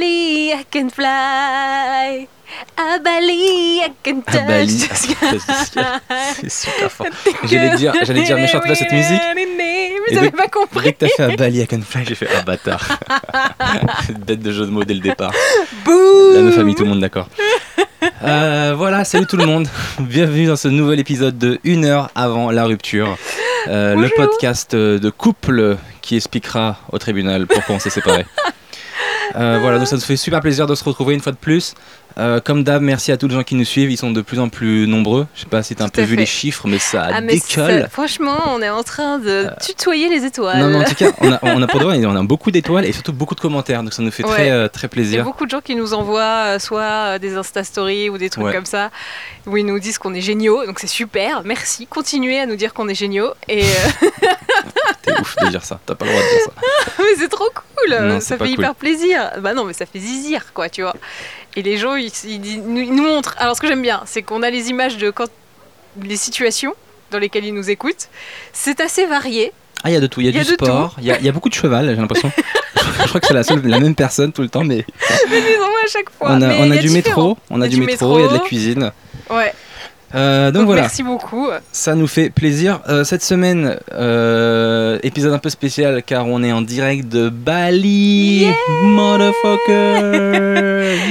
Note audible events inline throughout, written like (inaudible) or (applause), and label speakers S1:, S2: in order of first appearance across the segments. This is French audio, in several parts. S1: I can fly. À Bali, I can touch.
S2: À Bali.
S1: the sky.
S2: C'est super fort. (laughs)
S1: (laughs)
S2: J'allais dire, j'allais dire, mais chante-la cette musique.
S1: Mais
S2: Et
S1: j'avais
S2: dès-
S1: pas compris.
S2: Dès que t'as fait à Bali, I can fly, j'ai fait un bâtard. (laughs) Cette bête de jeu de mots dès le départ.
S1: Bouh
S2: La meuf a mis tout le monde d'accord. (laughs) Euh, voilà, salut tout le monde. (laughs) Bienvenue dans ce nouvel épisode de Une heure avant la rupture. Euh, le
S1: Bonjour.
S2: podcast de couple qui expliquera au tribunal pourquoi on
S1: (laughs)
S2: s'est séparés. Euh, voilà, donc ça nous fait super plaisir de se retrouver une fois de plus. Euh, comme d'hab, merci à tous les gens qui nous suivent. Ils sont de plus en plus nombreux. Je sais pas si t'as un
S1: Tout
S2: peu
S1: à
S2: vu
S1: fait.
S2: les chiffres, mais ça
S1: Ah, mais
S2: décolle. Euh,
S1: ça- franchement, on est en train de tutoyer les étoiles.
S2: Non, mais en tout cas, on a, on a pour de vrai, on a beaucoup d'étoiles et surtout beaucoup de commentaires, donc ça nous fait
S1: Ouais.
S2: très, euh, très
S1: Il y a
S2: plaisir.
S1: beaucoup de gens qui nous envoient euh, soit euh, des Insta Stories ou des trucs
S2: Ouais.
S1: comme ça, où ils nous disent qu'on est géniaux, donc c'est super, merci. Continuez à nous dire qu'on est géniaux, et euh,
S2: T'es ouf de dire ça, t'as pas le droit de dire ça.
S1: (laughs) mais c'est trop cool,
S2: Non, c'est
S1: ça fait
S2: pas cool.
S1: hyper plaisir. Bah non, mais ça fait zizir, quoi, tu vois. Et les gens, ils, ils disent- nous, ils nous montrent. Alors ce que j'aime bien, c'est qu'on a les images de quand les situations dans lesquelles ils nous écoutent. C'est assez varié. (laughs)
S2: Ah, il y a de tout, il y a,
S1: Y a
S2: du
S1: de tout.
S2: sport, il y, a- il y a beaucoup de cheval,
S1: (laughs)
S2: j'ai l'impression. je crois que c'est la, seule- la même personne tout le temps, mais
S1: Ils les envoient à chaque fois.
S2: on a,
S1: mais
S2: on
S1: il
S2: a
S1: y
S2: du
S1: différents.
S2: métro, on a du métro, il y a de la cuisine.
S1: Ouais.
S2: Euh, donc,
S1: Donc,
S2: voilà,
S1: Merci beaucoup.
S2: ça nous fait plaisir. Euh, cette semaine, euh, épisode un peu spécial car on est en direct de Bali,
S1: Yeah
S2: motherfucker.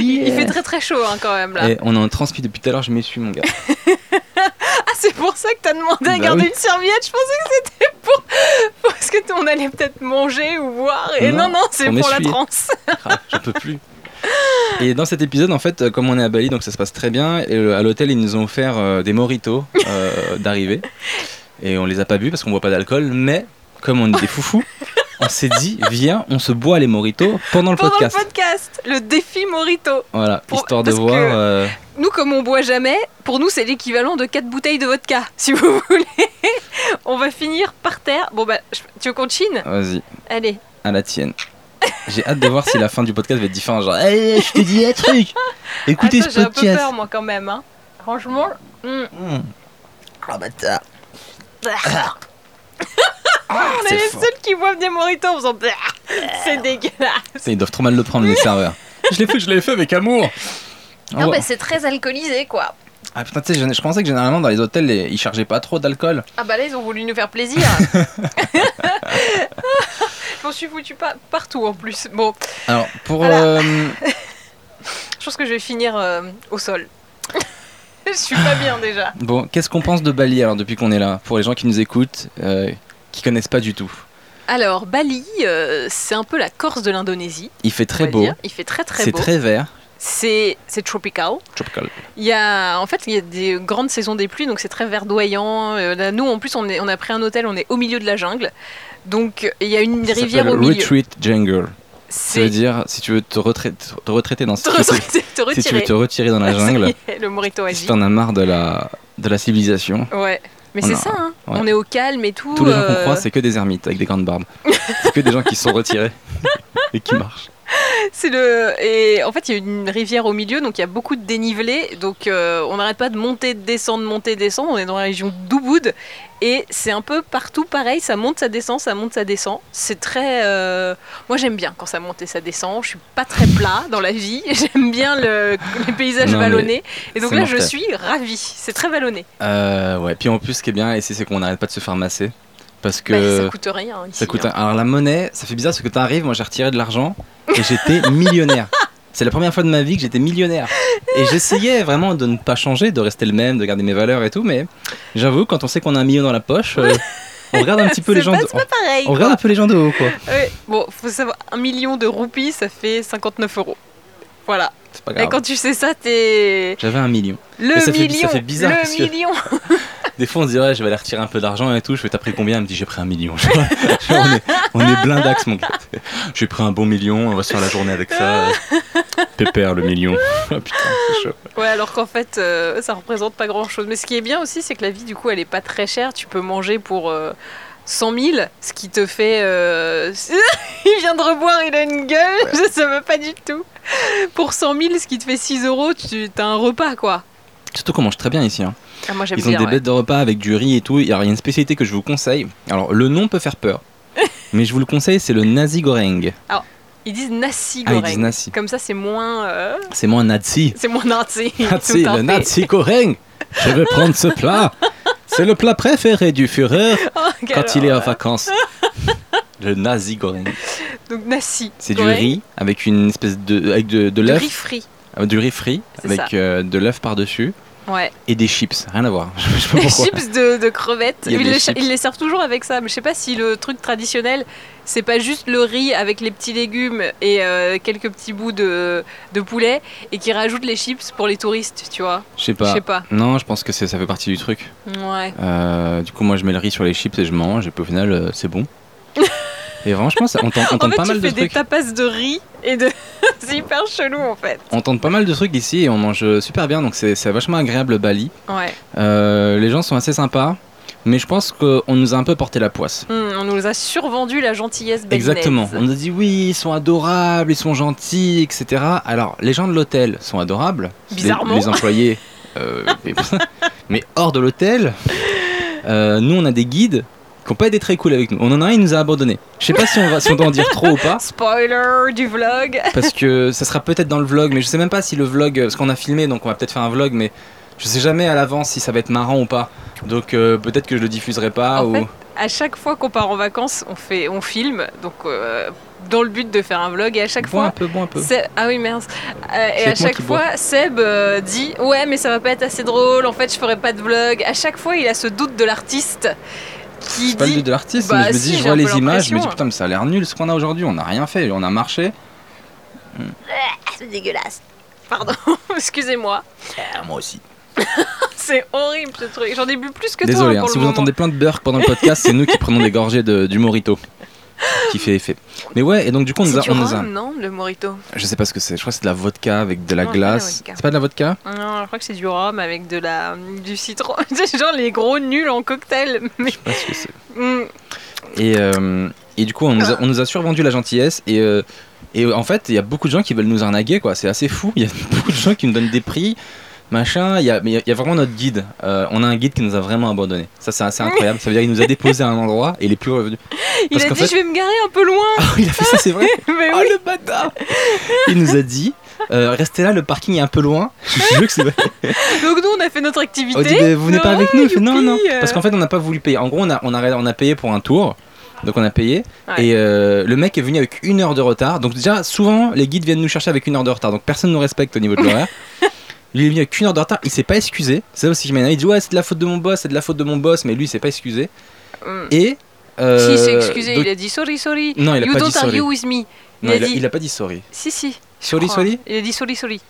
S1: (laughs) Il
S2: Yeah.
S1: fait très très chaud hein, quand même là.
S2: Et on est en transpi depuis tout à l'heure, je m'essuie mon gars.
S1: Ah, c'est pour ça que t'as demandé à
S2: Bah
S1: garder
S2: oui.
S1: une serviette. Je pensais que c'était pour. (laughs) Parce que t- on allait peut-être manger ou boire. Et non,
S2: Non,
S1: non, c'est
S2: pour
S1: pour la
S2: m'essuyer.
S1: transe.
S2: Ah, J'en peux plus. (laughs) Et dans cet épisode, en fait, euh, comme on est à Bali, donc ça se passe très bien. Et euh, à l'hôtel, ils nous ont offert euh, des moritos
S1: (laughs)
S2: euh, d'arrivée. Et on les a pas bu parce qu'on boit pas d'alcool. Mais comme on est
S1: (laughs)
S2: des foufous, on s'est dit, viens, on se boit les moritos pendant le
S1: Pendant
S2: podcast.
S1: le podcast, le défi Morito.
S2: Voilà,
S1: Pour-
S2: histoire de
S1: parce
S2: voir.
S1: que-
S2: euh,
S1: Nous, comme on boit jamais, pour nous, c'est l'équivalent de 4 bouteilles de vodka, (laughs) si vous voulez. On va finir par terre. Bon, bah, je- tu veux qu'on chine
S2: Vas-y,
S1: Allez.
S2: à la tienne. J'ai hâte de voir si la fin du podcast va être différente. Genre, Hey, je te dis
S1: (laughs)
S2: un truc. Écoutez
S1: Attends,
S2: ce
S1: Ah, j'ai un peu
S2: podcast.
S1: peur, moi, quand même. hein. Franchement. hmm.
S2: Mmh. Ah bâtard.
S1: Ah, on est,
S2: c'est
S1: les
S2: fort.
S1: seuls qui boivent des moritos en faisant. (laughs) C'est dégueulasse.
S2: Putain, Ils doivent trop mal le
S1: (laughs)
S2: prendre les serveurs. je l'ai fait, je l'ai fait avec amour.
S1: Non, mais c'est très alcoolisé, quoi.
S2: Ah putain, tu sais, je, je pensais que généralement dans les hôtels, les- ils chargeaient pas trop d'alcool.
S1: Ah bah là ils ont voulu nous faire
S2: (laughs)
S1: plaisir. Je m'en suis foutu pas partout en plus. Bon,
S2: Alors, pour.
S1: Voilà.
S2: euh,
S1: je pense que je vais finir euh, au sol. (laughs) je suis pas bien déjà.
S2: bon, qu'est-ce qu'on pense de Bali alors depuis qu'on est là Pour les gens qui nous écoutent, euh, qui connaissent pas du tout.
S1: Alors Bali, euh, c'est un peu la Corse de l'Indonésie.
S2: Il fait
S1: on
S2: très
S1: va
S2: beau,
S1: dire. Il fait très très
S2: c'est
S1: beau.
S2: très vert.
S1: C'est c'est tropical.
S2: Tropical.
S1: Il y a, en fait, il y a des grandes saisons des pluies, donc c'est très verdoyant. Euh, là, nous, en plus, on, est- on a pris un hôtel, on est au milieu de la jungle, donc il y a une
S2: Ça
S1: rivière
S2: s'appelle
S1: au milieu.
S2: Retreat Jungle. Ça veut
S1: C'est
S2: dire si tu veux te, retrai- te retraiter
S1: (laughs)
S2: dans
S1: te,
S2: si tu veux te-
S1: retirer- te
S2: si tu veux
S1: retirer. Ah,
S2: te retirer dans
S1: (laughs)
S2: la
S1: Ça y
S2: jungle,
S1: est, Le morito
S2: si
S1: agit.
S2: t'en as marre de la, de la civilisation.
S1: Ouais, mais
S2: On
S1: c'est
S2: a-
S1: ça, hein.
S2: ouais.
S1: on est au calme et tout.
S2: Tous les gens qu'on
S1: euh,
S2: croise, c'est que des ermites avec des grandes barbes. c'est que des gens qui
S1: (laughs)
S2: sont retirés et qui marchent.
S1: c'est le et en fait il y a une rivière au milieu, donc il y a beaucoup de dénivelé, donc euh, on n'arrête pas de monter, de descendre, monter, de descendre. On est dans la région d'Ubud et c'est un peu partout pareil, ça monte, ça descend, ça monte, ça descend. C'est très, euh, moi j'aime bien quand ça monte et ça descend. Je suis pas très plat dans la vie, (laughs) j'aime bien le- les paysages
S2: Non, mais
S1: vallonnés et donc
S2: c'est
S1: là je
S2: mortel.
S1: suis ravie. C'est très vallonné,
S2: Euh, ouais, puis en plus, ce qui est bien, ici, c'est qu'on n'arrête pas de se faire masser. Parce que.
S1: Bah, ça coûte rien.
S2: Ça
S1: ici,
S2: coûte
S1: hein.
S2: un- Alors la monnaie, ça fait bizarre parce que t'arrives, moi j'ai retiré de l'argent et j'étais
S1: (laughs)
S2: millionnaire. C'est la première fois de ma vie que j'étais millionnaire. Et j'essayais vraiment de ne pas changer, de rester le même, de garder mes valeurs et tout, mais j'avoue, quand on sait qu'on a un million dans la poche, euh, on regarde un petit peu
S1: (laughs)
S2: les
S1: C'est
S2: gens
S1: pas-
S2: de...
S1: c'est pas pareil.
S2: On
S1: quoi.
S2: regarde un peu les gens de haut, quoi.
S1: Ouais, bon, faut savoir, un million de roupies, ça fait 59 euros. Voilà.
S2: C'est pas
S1: Et
S2: grave.
S1: quand tu sais ça, t'es
S2: J'avais un million.
S1: le
S2: ça fait- ça
S1: million.
S2: fait bizarre parce
S1: le
S2: que-
S1: million. (laughs)
S2: Des fois, on se dit, ouais, je vais aller retirer un peu d'argent et tout. Je fais, t'as pris combien Elle me dit, j'ai pris un million. (laughs) Je vois, je vois, on est, on est blindax, mon gars. J'ai pris un bon million, on va se faire la journée
S1: (laughs)
S2: avec ça. Pépère, le million. (laughs) Ah, putain, c'est chaud.
S1: Ouais, alors qu'en fait, euh, ça représente pas grand-chose. Mais ce qui est bien aussi, c'est que la vie, du coup, elle est pas très chère. Tu peux manger pour euh, 100 000, ce qui te fait. euh, (laughs) il vient de reboire, il a une gueule. (laughs) Je sais même pas du tout. Pour 100 000, ce qui te fait 6 euros, tu as un repas, quoi.
S2: Surtout qu'on mange très bien ici. Hein.
S1: Ah, moi, j'aime
S2: Ils ont
S1: bien.
S2: des
S1: ouais.
S2: bêtes de repas avec du riz et tout. Alors, il y a une spécialité que je
S1: (laughs)
S2: vous conseille. Alors, le nom peut faire peur, mais je vous le conseille, c'est le nasi goreng.
S1: Ils disent nasi
S2: Ah,
S1: goreng.
S2: ils disent nasi.
S1: Comme ça, c'est moins. euh,
S2: C'est moi, Nazi.
S1: C'est moins
S2: (laughs)
S1: nazi. (laughs)
S2: Nazi,
S1: Tout à
S2: Ah, le
S1: fait.
S2: Nazi goreng. Je veux prendre ce plat. C'est le plat préféré du Führer
S1: (laughs) Oh, quelle
S2: quand il est en
S1: horreur. (laughs)
S2: vacances. Le Nazi goreng.
S1: Donc nasi.
S2: C'est du
S1: goreng,
S2: riz avec une espèce de avec de, de
S1: Du
S2: l'œuf,
S1: riz frit.
S2: euh, du riz frit
S1: C'est ça.
S2: avec euh, de l'œuf par dessus
S1: Ouais.
S2: et des chips. Rien à voir. (laughs) Je sais pas
S1: Des
S2: pourquoi.
S1: chips de, de crevettes.
S2: Il y
S1: Ils,
S2: a des
S1: les-
S2: chips.
S1: ils les servent toujours avec ça. Mais je sais pas si le truc traditionnel, c'est pas juste le riz avec les petits légumes et euh, quelques petits bouts de, de poulet et qui rajoutent les chips pour les touristes, tu vois.
S2: Je sais
S1: Je
S2: pas.
S1: sais pas.
S2: Non, je pense que c'est- ça fait partie du truc.
S1: Ouais.
S2: Euh, du coup, moi, je mets le riz sur les chips et je mange. Et puis au final, euh,
S1: (laughs)
S2: c'est bon. et franchement, ça, on tente on
S1: En
S2: tente
S1: fait,
S2: pas
S1: tu
S2: mal de
S1: fais des
S2: trucs.
S1: tapas de riz et de. (laughs) c'est hyper chelou en fait.
S2: On tente pas mal de trucs ici et on mange euh, super bien. Donc c'est c'est vachement agréable Bali.
S1: Ouais.
S2: Euh, les gens sont assez sympas. Mais je pense qu'on nous a un peu porté la poisse.
S1: Hmm, on nous a survendu la gentillesse balinaise.
S2: Exactement. On nous a dit oui, ils sont adorables, ils sont gentils, etc. Alors, les gens de l'hôtel sont adorables. Les-
S1: Bizarrement.
S2: Les, employés. euh, mais,
S1: (laughs)
S2: mais hors de l'hôtel, euh, nous, on a des guides qui n'ont pas été très cool avec nous. On en a un, il nous a abandonnés. Je sais pas si on, va, si on doit en dire trop ou pas.
S1: Spoiler du vlog.
S2: Parce que ça sera peut-être dans le vlog, mais je sais même pas si le vlog. Parce qu'on a filmé, donc on va peut-être faire un vlog, mais je sais jamais à l'avance si ça va être marrant ou pas. Donc euh, peut-être que je le diffuserai pas.
S1: En
S2: ou...
S1: fait, À chaque fois qu'on part en vacances, on fait, on filme, donc euh, dans le but de faire un vlog. Et à chaque
S2: Bois un
S1: fois,
S2: peu, bois un peu.
S1: Seb- ah oui mince. Euh,
S2: C'est
S1: et à
S2: moi
S1: chaque
S2: qui
S1: fois, Seb euh, dit ouais, mais ça va pas être assez drôle. En fait, je ferai pas de vlog. À chaque fois, il a ce doute de l'artiste qui
S2: C'est pas le but
S1: dit
S2: de l'artiste,
S1: Bah
S2: mais je
S1: si,
S2: me dis,
S1: j'ai
S2: je
S1: un
S2: vois
S1: peu
S2: les images, je me dis
S1: l'impression.
S2: putain, mais ça a l'air nul ce qu'on a aujourd'hui, on n'a rien fait, on a marché.
S1: Ah, c'est dégueulasse. Pardon, (laughs) excusez-moi. (laughs)
S2: Ah, moi aussi.
S1: C'est horrible ce truc. J'en ai bu plus que
S2: Désolé,
S1: toi. hein,
S2: hein,
S1: pour
S2: si
S1: le
S2: vous
S1: moment.
S2: entendez plein de beurre pendant le podcast, c'est nous qui prenons des gorgées de, du morito qui fait effet. Mais ouais, et donc du coup, on nous
S1: C'est
S2: a.
S1: du
S2: on nous a-
S1: rhum, non, le morito.
S2: je sais pas ce que c'est, je crois que c'est de la vodka avec de la
S1: Non, c'est pas de la
S2: glace.
S1: vodka.
S2: C'est pas de la vodka
S1: Non, je crois que c'est du rhum avec de la du citron. (laughs) C'est genre les gros nuls en cocktail. Mais
S2: Je sais pas ce que c'est.
S1: (laughs) Mm.
S2: Et, euh, et du coup, on nous, a, on nous a survendu la gentillesse. Et, euh, et en fait, il y a beaucoup de gens qui veulent nous arnaquer, quoi. C'est assez fou. Il y a (laughs) beaucoup de gens qui nous donnent des prix, machin. Il y a, mais il y a- il y a vraiment notre guide. Euh, on a un guide qui nous a vraiment abandonné. Ça, c'est assez incroyable. Ça veut dire qu'il nous a déposé à un endroit et il est plus revenu.
S1: il
S2: Parce
S1: a
S2: qu'en
S1: dit
S2: fait-
S1: je vais me garer un peu loin. (laughs)
S2: Oh, il a fait ça, c'est vrai.
S1: mais
S2: (laughs) Oh,
S1: oui.
S2: le bâtard Il nous a dit euh, restez là, le parking est un peu loin. Je jure que c'est vrai. Oh
S1: Donc nous on a fait notre activité.
S2: On dit, Oh, Mais vous venez pas
S1: Non,
S2: avec nous Il fait, Non,
S1: youpi,
S2: non.
S1: euh.
S2: Parce qu'en fait, on n'a pas voulu payer. En gros, on a, on a, on a payé pour un tour. Donc, on a payé.
S1: Ouais.
S2: Et euh, le mec est venu avec une heure de retard. Donc, déjà, souvent, les guides viennent nous chercher avec une heure de retard. Donc, personne ne nous respecte au niveau de
S1: (laughs)
S2: l'horaire. Lui il est venu avec une heure de retard, il s'est pas excusé. C'est ça aussi qui m'énerve. Il dit ouais c'est de la faute de mon boss, c'est de la faute de mon boss, mais lui il s'est pas excusé.
S1: Mm.
S2: Et euh,
S1: Si il s'est excusé,
S2: donc-
S1: il a dit sorry sorry.
S2: non il a
S1: you
S2: pas
S1: don't
S2: dit sorry.
S1: argue with me. il
S2: Non,
S1: a
S2: il, a,
S1: dit-
S2: il a pas dit sorry.
S1: Si si.
S2: Sorry
S1: Oh,
S2: sorry
S1: Il a dit sorry sorry.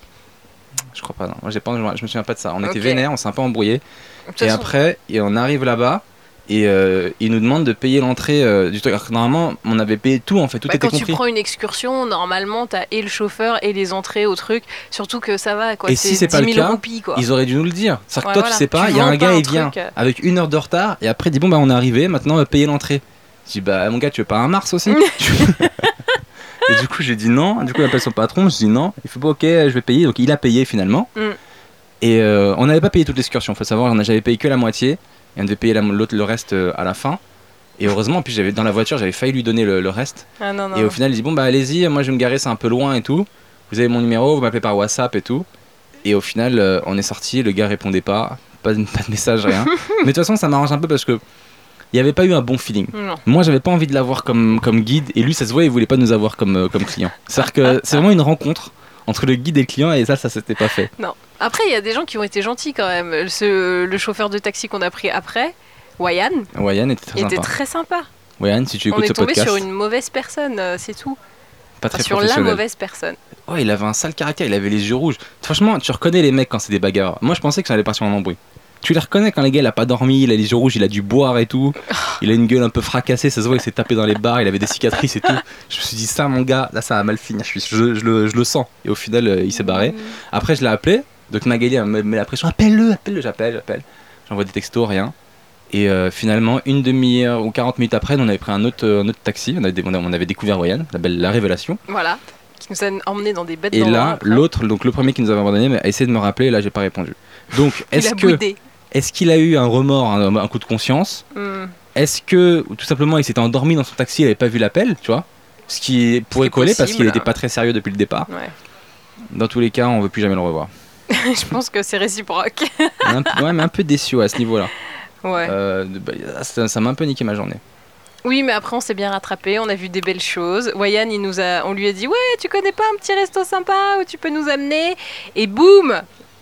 S2: Je crois pas. Non. Moi j'ai pas, je me souviens pas de ça. On
S1: Ok.
S2: était vénères, on s'est un peu embrouillé.
S1: De toute
S2: Et
S1: façon,
S2: après, et on arrive là-bas et euh, ils nous demandent de payer l'entrée euh, du truc. Alors que normalement, on avait payé tout en fait, tout
S1: bah,
S2: était
S1: quand tu
S2: compris.
S1: prends une excursion, normalement t'as et le chauffeur et les entrées au truc. Surtout que ça va quoi.
S2: Et si c'est pas
S1: 10
S2: le
S1: 000
S2: cas,
S1: roupies, quoi.
S2: Ils auraient dû nous le dire. C'est-à-dire
S1: Ouais,
S2: que toi,
S1: voilà.
S2: tu sais pas,
S1: Tu
S2: il y a
S1: vends
S2: un
S1: pas
S2: gars,
S1: un
S2: il vient
S1: truc.
S2: euh, avec une heure de retard et après, il dit bon, bah on est arrivé, maintenant, on va payer l'entrée. Je dis bah, mon gars, tu veux pas un Mars aussi (laughs) Et du coup, j'ai dit non. Du coup, il appelle son patron, je dis non. Il fait bon, ok, je vais payer. Donc, il a payé finalement.
S1: Mm.
S2: Et euh, on n'avait pas payé toute l'excursion, faut savoir, on a- j'avais payé que la moitié. Et on devait payer la- l'autre le reste euh, à la fin. Et heureusement, en plus, j'avais dans la voiture, j'avais failli lui donner le- le reste.
S1: Ah non non.
S2: Et au final, il dit Bon, bah allez-y, moi je vais me garer, c'est un peu loin et tout. Vous avez mon numéro, vous m'appelez par WhatsApp et tout. Et au final, euh, on est sorti, le gars répondait pas, pas de, (laughs) pas de
S1: (laughs)
S2: message, rien. Mais de toute façon, ça m'arrange un peu parce que il n'y avait pas eu un bon feeling.
S1: Non.
S2: Moi, j'avais pas envie de l'avoir comme, comme guide, et lui, ça se voit, il voulait pas nous avoir comme, euh, comme client. C'est-à-dire
S1: (laughs)
S2: que c'est vraiment une rencontre entre le guide et le client, et ça, ça s'était pas fait.
S1: Après, il y a des gens qui ont été gentils quand même. Ce- le chauffeur de taxi qu'on a pris après, Wayan,
S2: Wayan était très
S1: était
S2: sympa.
S1: très sympa.
S2: Wayan, si tu
S1: On
S2: écoutes
S1: est
S2: ce
S1: tombé
S2: podcast,
S1: sur une mauvaise personne, euh, c'est tout. Enfin,
S2: pas très
S1: sur la
S2: professionnel.
S1: mauvaise personne.
S2: Oh, il avait un sale caractère, il avait les yeux rouges. Franchement, tu reconnais les mecs quand c'est des bagarres. Moi, je pensais que ça allait partir en embrouille. Tu les reconnais quand les gars, il a pas dormi, il a les yeux rouges, il a dû boire et tout. Il a une gueule un peu fracassée, ça se voit, il s'est tapé dans les bars, il avait des cicatrices et tout. Je me suis dit, ça, mon gars, là, ça va mal finir, je, suis- je- je le, je le sens. Et au final, euh, il s'est barré. Après, je l'ai appelé. Donc Magali elle me met la pression appelle-le, appelle-le, j'appelle, j'appelle. J'envoie des textos, rien. Et euh, finalement, une demi-heure ou 40 minutes après, nous, on avait pris un autre, euh, un autre taxi. On avait, on avait découvert Wayan, la, belle, la révélation.
S1: Voilà. Qui nous a emmenés dans des bêtes
S2: Et
S1: d'endroits
S2: là,
S1: après.
S2: l'autre, donc le premier qui nous avait abandonné, mais a essayé de me rappeler, et là j'ai pas répondu. Donc,
S1: (laughs) Il
S2: est-ce
S1: a
S2: que
S1: boudé.
S2: est-ce qu'il a eu un remords, un, un coup de conscience
S1: Hmm.
S2: Est-ce que ou tout simplement il s'était endormi dans son taxi, il avait pas vu l'appel, tu vois Ce qui pourrait
S1: est
S2: coller parce qu'il
S1: possible.
S2: n'était pas très sérieux depuis le départ.
S1: Ouais.
S2: Dans tous les cas, on veut plus jamais le revoir.
S1: (laughs) je pense que c'est réciproque.
S2: Un peu- ouais, mais un peu déçu à ce niveau-là.
S1: Ouais.
S2: Euh, de- bah, ça ça m'a un peu niqué ma journée.
S1: Oui, mais après on s'est bien rattrapé, on a vu des belles choses. Wayan, il nous a, on lui a dit ouais, tu connais pas un petit resto sympa où tu peux nous amener Et boum,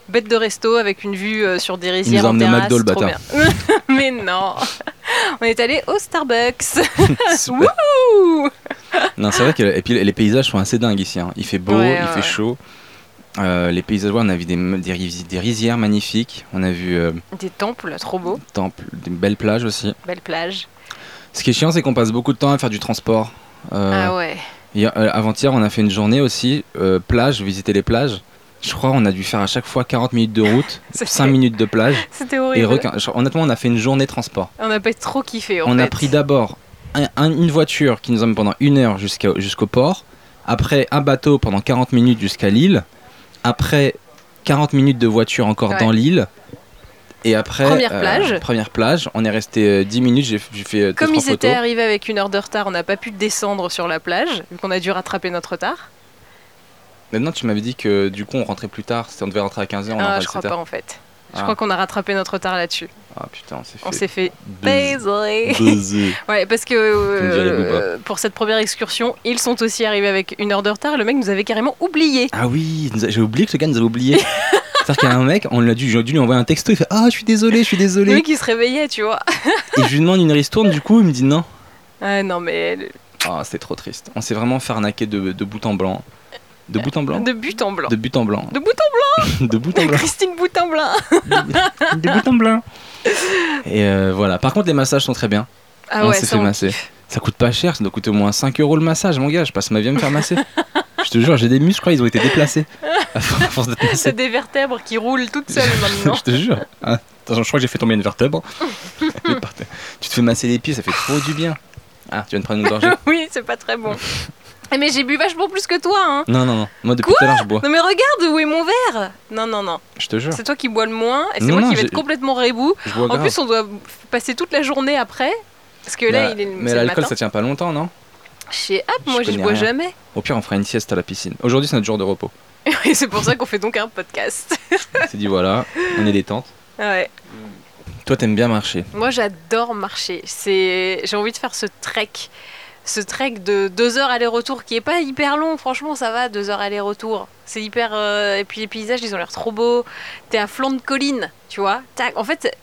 S1: bête de resto avec une vue euh, sur des rizières.
S2: nous
S1: en
S2: a emmené au McDo, le
S1: terrasse, trop bien. (laughs) mais non, on est allé au Starbucks.
S2: Super.
S1: (laughs) Ouh.
S2: Non, c'est vrai que et puis les paysages sont assez dingues ici. hein. Il fait beau,
S1: Ouais,
S2: il
S1: ouais,
S2: fait
S1: ouais.
S2: chaud. Euh, les paysages, ouais, on a vu des, des, rivi- des rizières magnifiques. On a vu euh,
S1: Des temples, trop beaux,
S2: temples, des belles plages aussi.
S1: belle plage.
S2: Ce qui est chiant, c'est qu'on passe beaucoup de temps à faire du transport. Euh,
S1: Ah ouais.
S2: hier- euh, Avant-hier, on a fait une journée aussi, euh, plage, visiter les plages. Je crois on a dû faire à chaque fois 40 minutes de
S1: (laughs)
S2: route,
S1: C'était-
S2: 5 minutes de plage.
S1: C'était
S2: Et
S1: horrible.
S2: requin- je- honnêtement, on a fait une journée transport.
S1: On n'a pas trop kiffé. En
S2: on a
S1: fait.
S2: pris d'abord un- un- une voiture qui nous emmène pendant une heure jusqu'à- jusqu'au port, après un bateau pendant 40 minutes jusqu'à l'île, après 40 minutes de voiture encore
S1: Ouais.
S2: dans l'île, et après. euh,
S1: Première plage.
S2: Première plage, on est resté euh, 10 minutes, j'ai j'ai fait euh, deux,
S1: Comme
S2: trois
S1: ils étaient
S2: photos.
S1: arrivés avec une heure de retard, on n'a pas pu descendre sur la plage, vu qu'on a dû rattraper notre retard.
S2: Maintenant, tu m'avais dit que du coup, on rentrait plus tard, c'était- on devait rentrer à 15h, on
S1: Ah,
S2: rentrait
S1: je crois
S2: à 7
S1: pas
S2: heures.
S1: en fait. Je
S2: Ah.
S1: crois qu'on a rattrapé notre retard là-dessus.
S2: Ah putain, on s'est
S1: On
S2: fait.
S1: s'est fait
S2: baiser. (laughs)
S1: baiser.
S2: Baiser.
S1: (laughs) Ouais, parce que
S2: Comme dirait
S1: euh, pour cette première excursion, ils sont aussi arrivés avec une heure de retard. Le mec nous avait carrément oublié.
S2: Ah oui, il nous a- j'ai oublié que ce gars nous
S1: (laughs)
S2: avait oublié. C'est-à-dire qu'il y a un mec, on l'a dû, j'ai dû lui envoyer un texto, il fait Ah, je suis désolé, je suis
S1: Le
S2: désolé.
S1: mec il se réveillait, tu vois. (laughs)
S2: Et je lui demande une ristourne, du coup, il me dit non.
S1: Ah non mais
S2: Ah, c'était trop triste. On s'est vraiment fait arnaquer de, de bout en blanc. De bout en blanc
S1: de but en blanc.
S2: De bout en blanc.
S1: De bout
S2: De bout en
S1: en blanc.
S2: blanc.
S1: Christine bout en
S2: (laughs)
S1: blanc.
S2: De bout en blanc. Et euh, voilà. Par contre, les massages sont très bien.
S1: Ah
S2: on
S1: ouais,
S2: s'est
S1: ça, on-
S2: fait masser. Ça coûte pas cher, ça doit coûter au moins 5 euros le massage, mon gars. Je passe ma vie à me faire masser. Je te jure, j'ai des muscles, je crois, ils ont été déplacés. À force d'être massés.
S1: c'est des vertèbres qui roulent toutes
S2: (laughs)
S1: seules maintenant.
S2: je te jure. Hein. Attends, je crois que j'ai fait tomber une vertèbre. Elle est par terre. tu te fais masser les pieds, ça fait trop du bien. Ah, tu viens de prendre une gorgée
S1: (laughs) oui, c'est pas très bon. Eh, Mais j'ai bu vachement plus que toi, hein.
S2: Non, non, non. Moi, depuis
S1: Quoi
S2: tout à l'heure, je bois.
S1: Non mais regarde où est mon verre Non non non,
S2: Je te jure.
S1: c'est toi qui bois le moins et c'est
S2: Non,
S1: moi
S2: non,
S1: qui vais
S2: j'ai-
S1: être complètement rebou.
S2: Je bois
S1: En
S2: grave.
S1: plus on doit passer toute la journée après parce que là
S2: Mais-
S1: il est
S2: Bah, Mais
S1: c'est le
S2: l'alcool,
S1: matin.
S2: ça tient pas longtemps, non
S1: Je sais, hop,
S2: Je
S1: moi je
S2: connais
S1: bois
S2: rien.
S1: (laughs) jamais.
S2: Au pire, on fera une sieste à la piscine. Aujourd'hui, c'est notre jour de repos.
S1: Et c'est pour ça qu'on fait donc un podcast.
S2: On s'est dit, voilà, on est détente.
S1: Ouais.
S2: Toi, t'aimes bien marcher.
S1: Moi j'adore marcher. C'est, j'ai envie de faire ce trek, ce trek de deux heures aller-retour qui est pas hyper long. Franchement ça va, deux heures aller-retour. C'est hyper. euh, Et puis les paysages ils ont l'air trop beaux. T'es à flanc de colline, tu vois. Tac. En fait.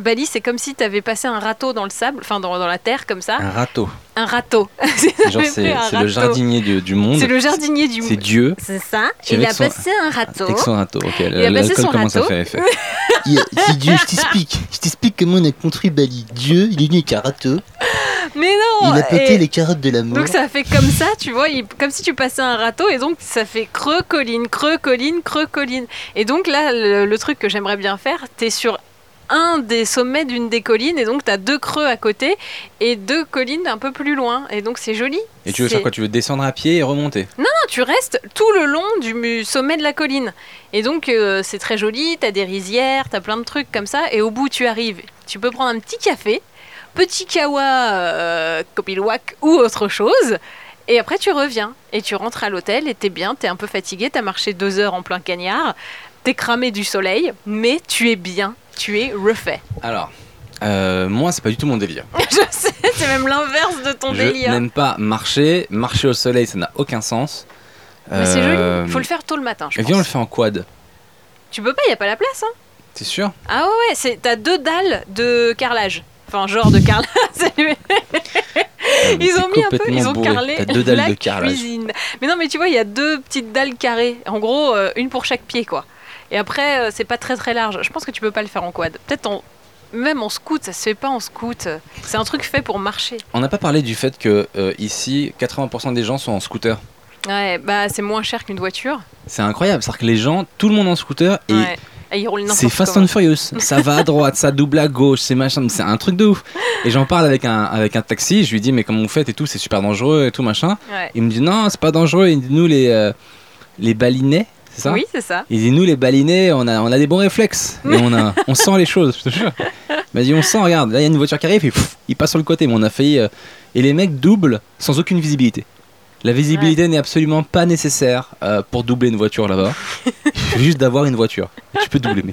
S1: Bali, c'est comme si t'avais passé un râteau dans le sable, enfin dans, dans la terre comme ça,
S2: Un râteau.
S1: un râteau.
S2: Ah. (laughs)
S1: (laughs)
S2: Genre,
S1: J'ai fait
S2: c'est
S1: un
S2: c'est le
S1: râteau.
S2: jardinier de- du monde.
S1: C'est le jardinier du
S2: C'est
S1: monde.
S2: Dieu
S1: C'est ça.
S2: Qui
S1: il
S2: avec
S1: a
S2: son-
S1: passé un râteau.
S2: avec son râteau. Ok,
S1: a passé
S2: l'alcool
S1: son
S2: commence à
S1: râteau.
S2: faire effet.
S3: Il- Si Dieu, je t'explique. Je t'explique comment on a construit Bali. Dieu, il est venu avec un râteau.
S1: Mais non.
S3: Il a pété
S1: et-
S3: les carottes de l'amour.
S1: Donc ça fait comme ça, tu vois, il- comme si tu passais un râteau et donc ça fait creux colline, creux colline, creux colline. Et donc là, le, le truc que j'aimerais bien faire, t'es sur un des sommets d'une des collines et donc t'as deux creux à côté et deux collines un peu plus loin et donc c'est joli.
S2: Et tu veux
S1: C'est-
S2: faire quoi Tu veux descendre à pied et remonter
S1: Non, tu restes tout le long du mu- sommet de la colline et donc euh, c'est très joli. T'as des rizières, t'as plein de trucs comme ça et au bout tu arrives. Tu peux prendre un petit café, petit kawa, euh, kopilwak ou autre chose. Et après, tu reviens et tu rentres à l'hôtel et t'es bien, t'es un peu fatigué, t'as marché deux heures en plein cagnard, t'es cramé du soleil, mais tu es bien, tu es refait. (laughs)
S2: Alors, euh, moi, c'est pas du tout mon délire.
S1: Je sais, c'est même l'inverse de ton
S2: je
S1: délire.
S2: n'aime pas marcher. Marcher au soleil, ça n'a aucun sens.
S1: Mais c'est
S2: Euh,
S1: joli, faut le faire tôt le matin, je
S2: Viens, on le
S1: pense.
S2: fait en quad.
S1: Tu peux pas, y a pas la place, hein. (laughs)
S2: T'es sûr
S1: Ah ouais, ouais, c'est- t'as deux dalles de carrelage. Enfin, genre de carrelage. (laughs)
S2: Ils
S1: ont mis un peu, ils ont carrelé
S2: T'as deux dalles
S1: la
S2: de carrelage.
S1: cuisine. Mais non, mais tu vois, il y a deux petites dalles carrées. En gros, euh, une pour chaque pied, quoi. Et après, euh, c'est pas très très large. Je pense que tu peux pas le faire en quad. Peut-être en... même en scoot, ça se fait pas en scoot. C'est un truc fait pour marcher.
S2: On n'a pas parlé du fait que euh, ici, 80% des gens sont en scooter.
S1: Ouais, bah c'est moins cher qu'une voiture.
S2: C'est incroyable, c'est-à-dire que les gens, tout le monde en scooter et
S1: Ouais. Et ils roulent
S2: c'est
S1: n'importe
S2: Fast
S1: comment.
S2: and Furious. Ça va à droite, ça double à gauche, c'est machin, c'est un truc de ouf. Et j'en parle avec un avec un taxi, je lui dis mais comment vous faites et tout, c'est super dangereux et tout machin.
S1: Ouais.
S2: Il me dit non, c'est pas dangereux. Il dit nous les euh, les balinais, c'est ça
S1: Oui, c'est ça.
S2: Il dit nous les balinés, on a on a des bons réflexes et on a on sent les choses. Je te jure. Il m'a dit on sent, regarde, là il y a une voiture qui arrive et pff, il passe sur le côté, mais on a failli. euh, et les mecs doublent sans aucune visibilité. La visibilité n'est absolument pas nécessaire euh, pour doubler une voiture là-bas. Il suffit juste d'avoir une voiture. Et Tu peux doubler, mais.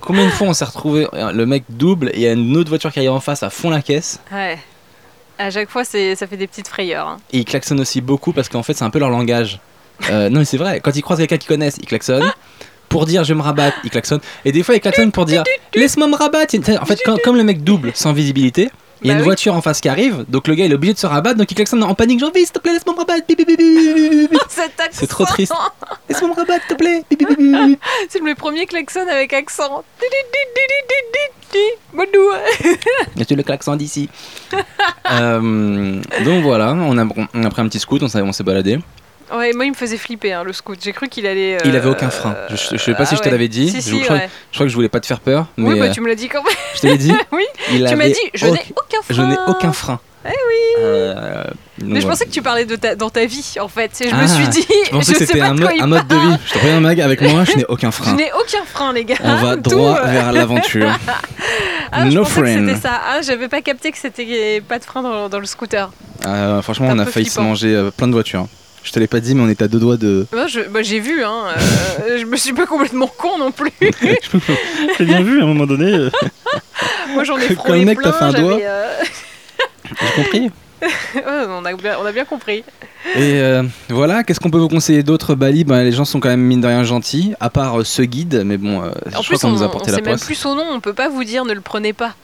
S2: Combien de fois on s'est retrouvé, euh, le mec double et il y a une autre voiture qui arrive en face à fond la caisse
S1: Ouais. À chaque fois, c'est- ça fait des petites frayeurs. hein. (laughs)
S2: et ils klaxonnent aussi beaucoup parce qu'en fait c'est un peu leur langage. Euh, non, mais c'est vrai, quand ils croisent quelqu'un qu'ils connaissent, ils klaxonnent. Pour dire je me rabatte, ils klaxonnent. Et des fois ils klaxonnent pour dire laisse-moi me rabattre. En fait, quand- comme le mec double sans visibilité, il y a
S1: Bah
S2: une
S1: oui.
S2: voiture en face qui arrive, donc le gars il est obligé de se rabattre, donc il klaxonne en panique genre vite s'il te plaît, laisse-moi me rabattre. Bip, bip, bip, bip, bip, bip, bip.
S1: Cet
S2: C'est trop
S1: accent.
S2: triste. Laisse-moi me rabattre, s'il te plaît. Bip, bip, bip, bip, bip.
S1: C'est le premier klaxon avec accent. Di, di, di, di, di, di, di. Boudou.
S2: Et tu le klaxon
S1: (laughs)
S2: d'ici. Euh, donc voilà, on a, on a pris un petit scoot, on s'est on s'est baladé.
S1: Ouais, moi, il me faisait flipper hein, le scout. J'ai cru qu'il allait. euh,
S2: Il avait aucun frein. Je, je- je sais pas
S1: ah
S2: si je te
S1: ouais.
S2: l'avais dit.
S1: Si,
S2: je,
S1: si,
S2: je crois,
S1: ouais.
S2: je crois que je voulais pas te faire peur, mais
S1: oui, bah,
S2: euh,
S1: tu me l'as dit quand même.
S2: je te l'ai dit.
S1: (laughs) oui,
S2: Il
S1: tu m'as
S2: avait
S1: dit, je n'ai
S2: aucun-
S1: aucun frein.
S2: je n'ai aucun frein. Euh, Eh oui.
S1: Mais je pensais que tu parlais de ta, dans ta vie, en fait. Et je
S2: Ah,
S1: me suis dit,
S2: Je
S1: je
S2: pensais que
S1: sais
S2: c'était
S1: pas
S2: un,
S1: de
S2: mo-
S1: quoi il
S2: un mode de
S1: parle.
S2: vie. Je te préviens, Mag, avec
S1: (laughs)
S2: moi, je n'ai aucun
S1: Je
S2: frein.
S1: n'ai aucun frein, les gars.
S2: On va
S1: Tout,
S2: droit
S1: euh,
S2: vers l'aventure.
S1: (laughs) Ah, je
S2: no
S1: pensais que
S2: friend.
S1: c'était ça. Ah, j'avais pas capté que c'était pas de frein dans, dans le scooter.
S2: Euh, franchement,
S1: C'est un
S2: on a
S1: peu
S2: failli se
S1: flippant.
S2: manger euh, plein de voitures.
S3: Je te l'ai pas dit, mais on est à deux doigts (laughs) de.
S1: Moi, je- bah, j'ai vu, hein. euh, je me suis pas complètement con non plus.
S3: J'ai bien vu à un moment donné. euh.
S1: Moi, j'en ai
S2: Quand
S1: frôlé
S2: le mec t'a
S1: plein,
S2: fait un doigt.
S1: j'avais, euh,
S2: (laughs) J'ai compris.
S1: (laughs) ouais, on, a bien, on a bien compris.
S2: Et euh, voilà, qu'est-ce qu'on peut vous conseiller d'autre, Bali Ben, Les gens sont quand même mine de rien gentils, à part euh, ce guide, mais bon, euh,
S1: En
S2: je crois
S1: plus,
S2: qu'on
S1: on,
S2: nous a
S1: on
S2: apporté
S1: sait
S2: la
S1: même
S2: poisse.
S1: plus son nom. On peut pas vous dire ne le prenez pas.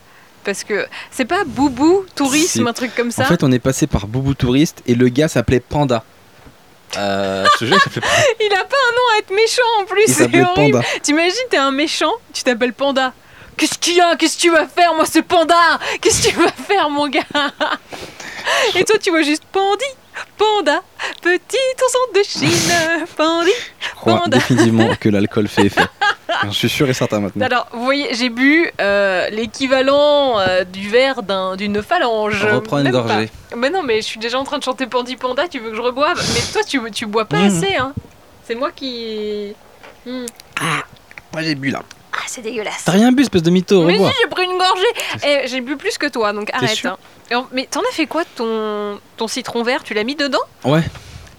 S1: Parce que c'est pas boubou, tourisme,
S2: Si.
S1: un truc comme ça.
S2: En fait, on est passé par Boubou Touriste et le gars s'appelait Panda. Euh, je te jure, il s'appelait Panda.
S1: (laughs) Il a pas un nom à être méchant en plus.
S2: Il
S1: C'est
S2: s'appelait
S1: horrible.
S2: Panda.
S1: T'imagines, t'es un méchant, tu t'appelles Panda. Qu'est-ce qu'il y a Qu'est-ce que tu vas faire, moi, ce panda Qu'est-ce que tu vas faire, mon
S2: (laughs)
S1: gars Et toi, tu vois juste Pandi, Panda, petit ourson de Chine, Pandi.
S2: Je crois
S1: Panda.
S2: définitivement que l'alcool
S1: (laughs)
S2: fait effet. Je suis sûr et certain maintenant.
S1: Alors, vous voyez, j'ai bu euh, l'équivalent euh, du verre d'un- d'une phalange.
S2: Reprends une
S1: Même
S2: gorgée.
S1: pas. Mais non, mais je suis déjà en train de chanter Pandi, Panda, tu veux que je reboive Mais toi, tu, tu bois pas
S2: Mhm.
S1: assez, hein C'est moi qui... Hmm.
S2: Moi j'ai bu là.
S1: Ah, c'est dégueulasse
S2: T'as rien bu, espèce de mytho,
S1: Mais si,
S2: revois.
S1: j'ai pris une gorgée. Eh, j'ai bu plus que toi, donc arrête.
S2: sûr
S1: hein. Et en- Mais t'en as fait quoi de ton ton citron vert Tu l'as mis dedans
S2: Ouais,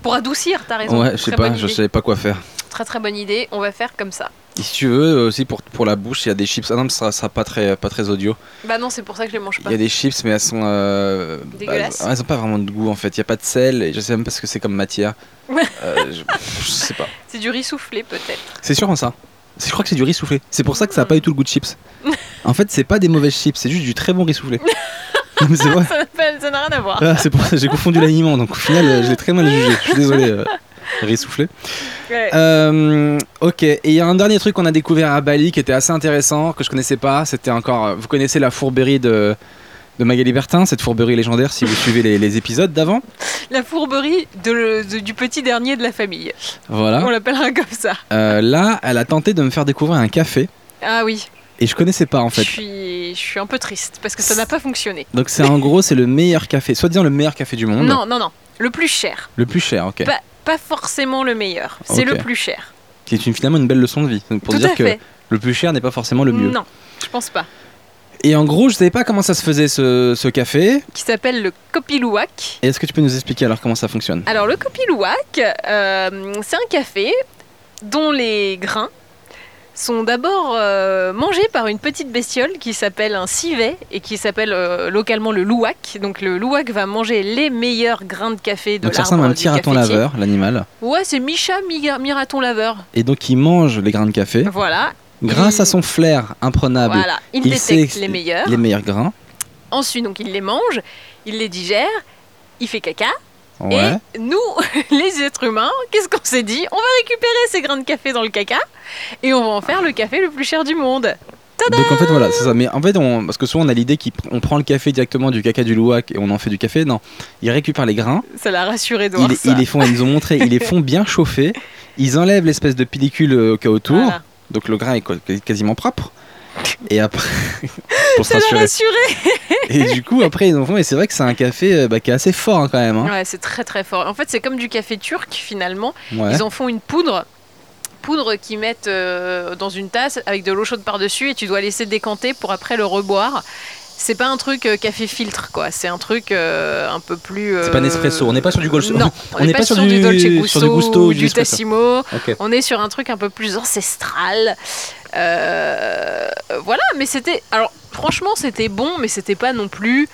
S1: pour adoucir T'as raison.
S2: ouais, je sais
S1: Très
S2: pas,
S1: bonne
S2: je
S1: idée.
S2: savais pas quoi faire.
S1: Très très bonne idée. On va faire comme ça.
S2: Et si tu veux, euh, aussi pour, pour la bouche, il y a des chips. Ah non, mais ça sera, ça sera pas très, pas très audio.
S1: Bah non, c'est pour ça que je les mange
S2: Il
S1: pas.
S2: y a des chips, mais elles sont. euh, bah,
S1: Dégueulasses.
S2: elles ont pas vraiment de goût en fait. Il y a pas de sel, et je sais même pas ce que c'est comme matière.
S1: Ouais.
S2: Euh, je, je sais pas.
S1: C'est du riz soufflé peut-être. (laughs)
S2: C'est sûrement ça. C'est- Je crois que c'est du riz soufflé. C'est pour ça que ça a pas eu tout le goût de chips. En fait, c'est pas des mauvaises chips, c'est juste du très bon riz soufflé. Non, mais c'est vrai.
S1: Ça n'a pas- Bah, ça n'a rien à voir.
S2: Ah, c'est pour ça, j'ai confondu l'aliment, donc au final, euh, je l'ai très mal jugé. Je suis désolé, euh, ressoufflé.
S1: Ouais.
S2: Euh, ok, et il y a un dernier truc qu'on a découvert à Bali qui était assez intéressant, que je connaissais pas. C'était encore. euh, Vous connaissez la fourberie de. De Magali Bertin, cette fourberie légendaire, si vous suivez les, les épisodes d'avant.
S1: La fourberie de le- de- du petit dernier de la famille. On
S2: Voilà.
S1: l'appellera comme ça.
S2: Euh, là, elle a tenté de me faire découvrir un café,
S1: Ah oui.
S2: et je connaissais pas en
S1: Je
S2: fait.
S1: suis je suis un peu triste parce que ça n'a pas fonctionné.
S2: Donc, c'est en gros, c'est le meilleur café, soi-disant le meilleur café du monde.
S1: Non non non. Le plus cher.
S2: Le plus cher, ok.
S1: Pas- Pas forcément le meilleur. C'est
S2: Ok.
S1: le plus cher.
S2: Qui est une, finalement une belle leçon de vie. Donc, pour
S1: Tout
S2: dire
S1: à
S2: que
S1: fait.
S2: le plus cher n'est pas forcément le mieux.
S1: Non, je pense pas.
S2: Et en gros, je savais pas comment ça se faisait ce, ce café.
S1: qui s'appelle le Kopilouak.
S2: Et Est-ce que tu peux nous expliquer alors comment ça fonctionne
S1: Alors le Kopilouak, euh, c'est un café dont les grains sont d'abord euh, mangés par une petite bestiole qui s'appelle un civet et qui s'appelle euh, localement le louak. Donc le louak va manger les meilleurs grains de café de
S2: Donc ça
S1: l'arbre euh,
S2: ressemble à un
S1: du
S2: petit raton
S1: cafetier.
S2: laveur, l'animal.
S1: Ouais, c'est Micha mi- mi-raton laveur.
S2: Et donc il mange les grains de café.
S1: Voilà,
S2: Grâce
S1: Il-
S2: à son flair imprenable,
S1: voilà. Il,
S2: Ah, il
S1: détecte
S2: sait-
S1: les meilleurs.
S2: les meilleurs grains.
S1: Ensuite, donc il les mange, il les digère, il fait caca.
S2: Ouais.
S1: Et nous, (laughs) les êtres humains, qu'est-ce qu'on s'est dit On va récupérer ces grains de café dans le caca et on va en faire le café le plus cher du monde. Tada
S2: Donc en fait voilà, c'est ça. Mais en fait, on... parce que souvent on a l'idée qu'on prend le café directement du caca du louac et on en fait du café. Non, ils récupèrent les grains,
S1: Ça l'a rassuré de
S2: ils,
S1: voir ça.
S2: ils les font, ils nous ont montré, ils les font bien chauffer, ils enlèvent l'espèce de pellicule euh, qu'il y a autour.
S1: Voilà.
S2: Donc le grain est quoi- quasiment propre.
S1: (laughs)
S2: Et après, pour se
S1: Ça l'a
S2: rassurer.
S1: rassuré
S2: Et du coup, après, ils en font. Et c'est vrai que c'est un café euh, bah, qui est assez fort hein, quand même. hein.
S1: Ouais, c'est très très fort. En fait, c'est comme du café turc finalement.
S2: Ouais.
S1: Ils en font une poudre. Poudre qu'ils mettent euh, dans une tasse avec de l'eau chaude par-dessus et tu dois laisser décanter pour après le reboire. C'est pas un truc euh, café filtre, quoi. C'est un truc euh, un peu plus.
S2: C'est pas Nespresso, on n'est pas sur du Dolce-
S1: Non, on n'est pas, sur, du Dolce Gusto,
S2: sur du Gusto ou
S1: ou
S2: du
S1: du
S2: Nespresso.
S1: Tassimo.
S2: Ok.
S1: On est sur un truc un peu plus ancestral. Euh, voilà, mais c'était. Alors, franchement, c'était bon, mais c'était pas non plus.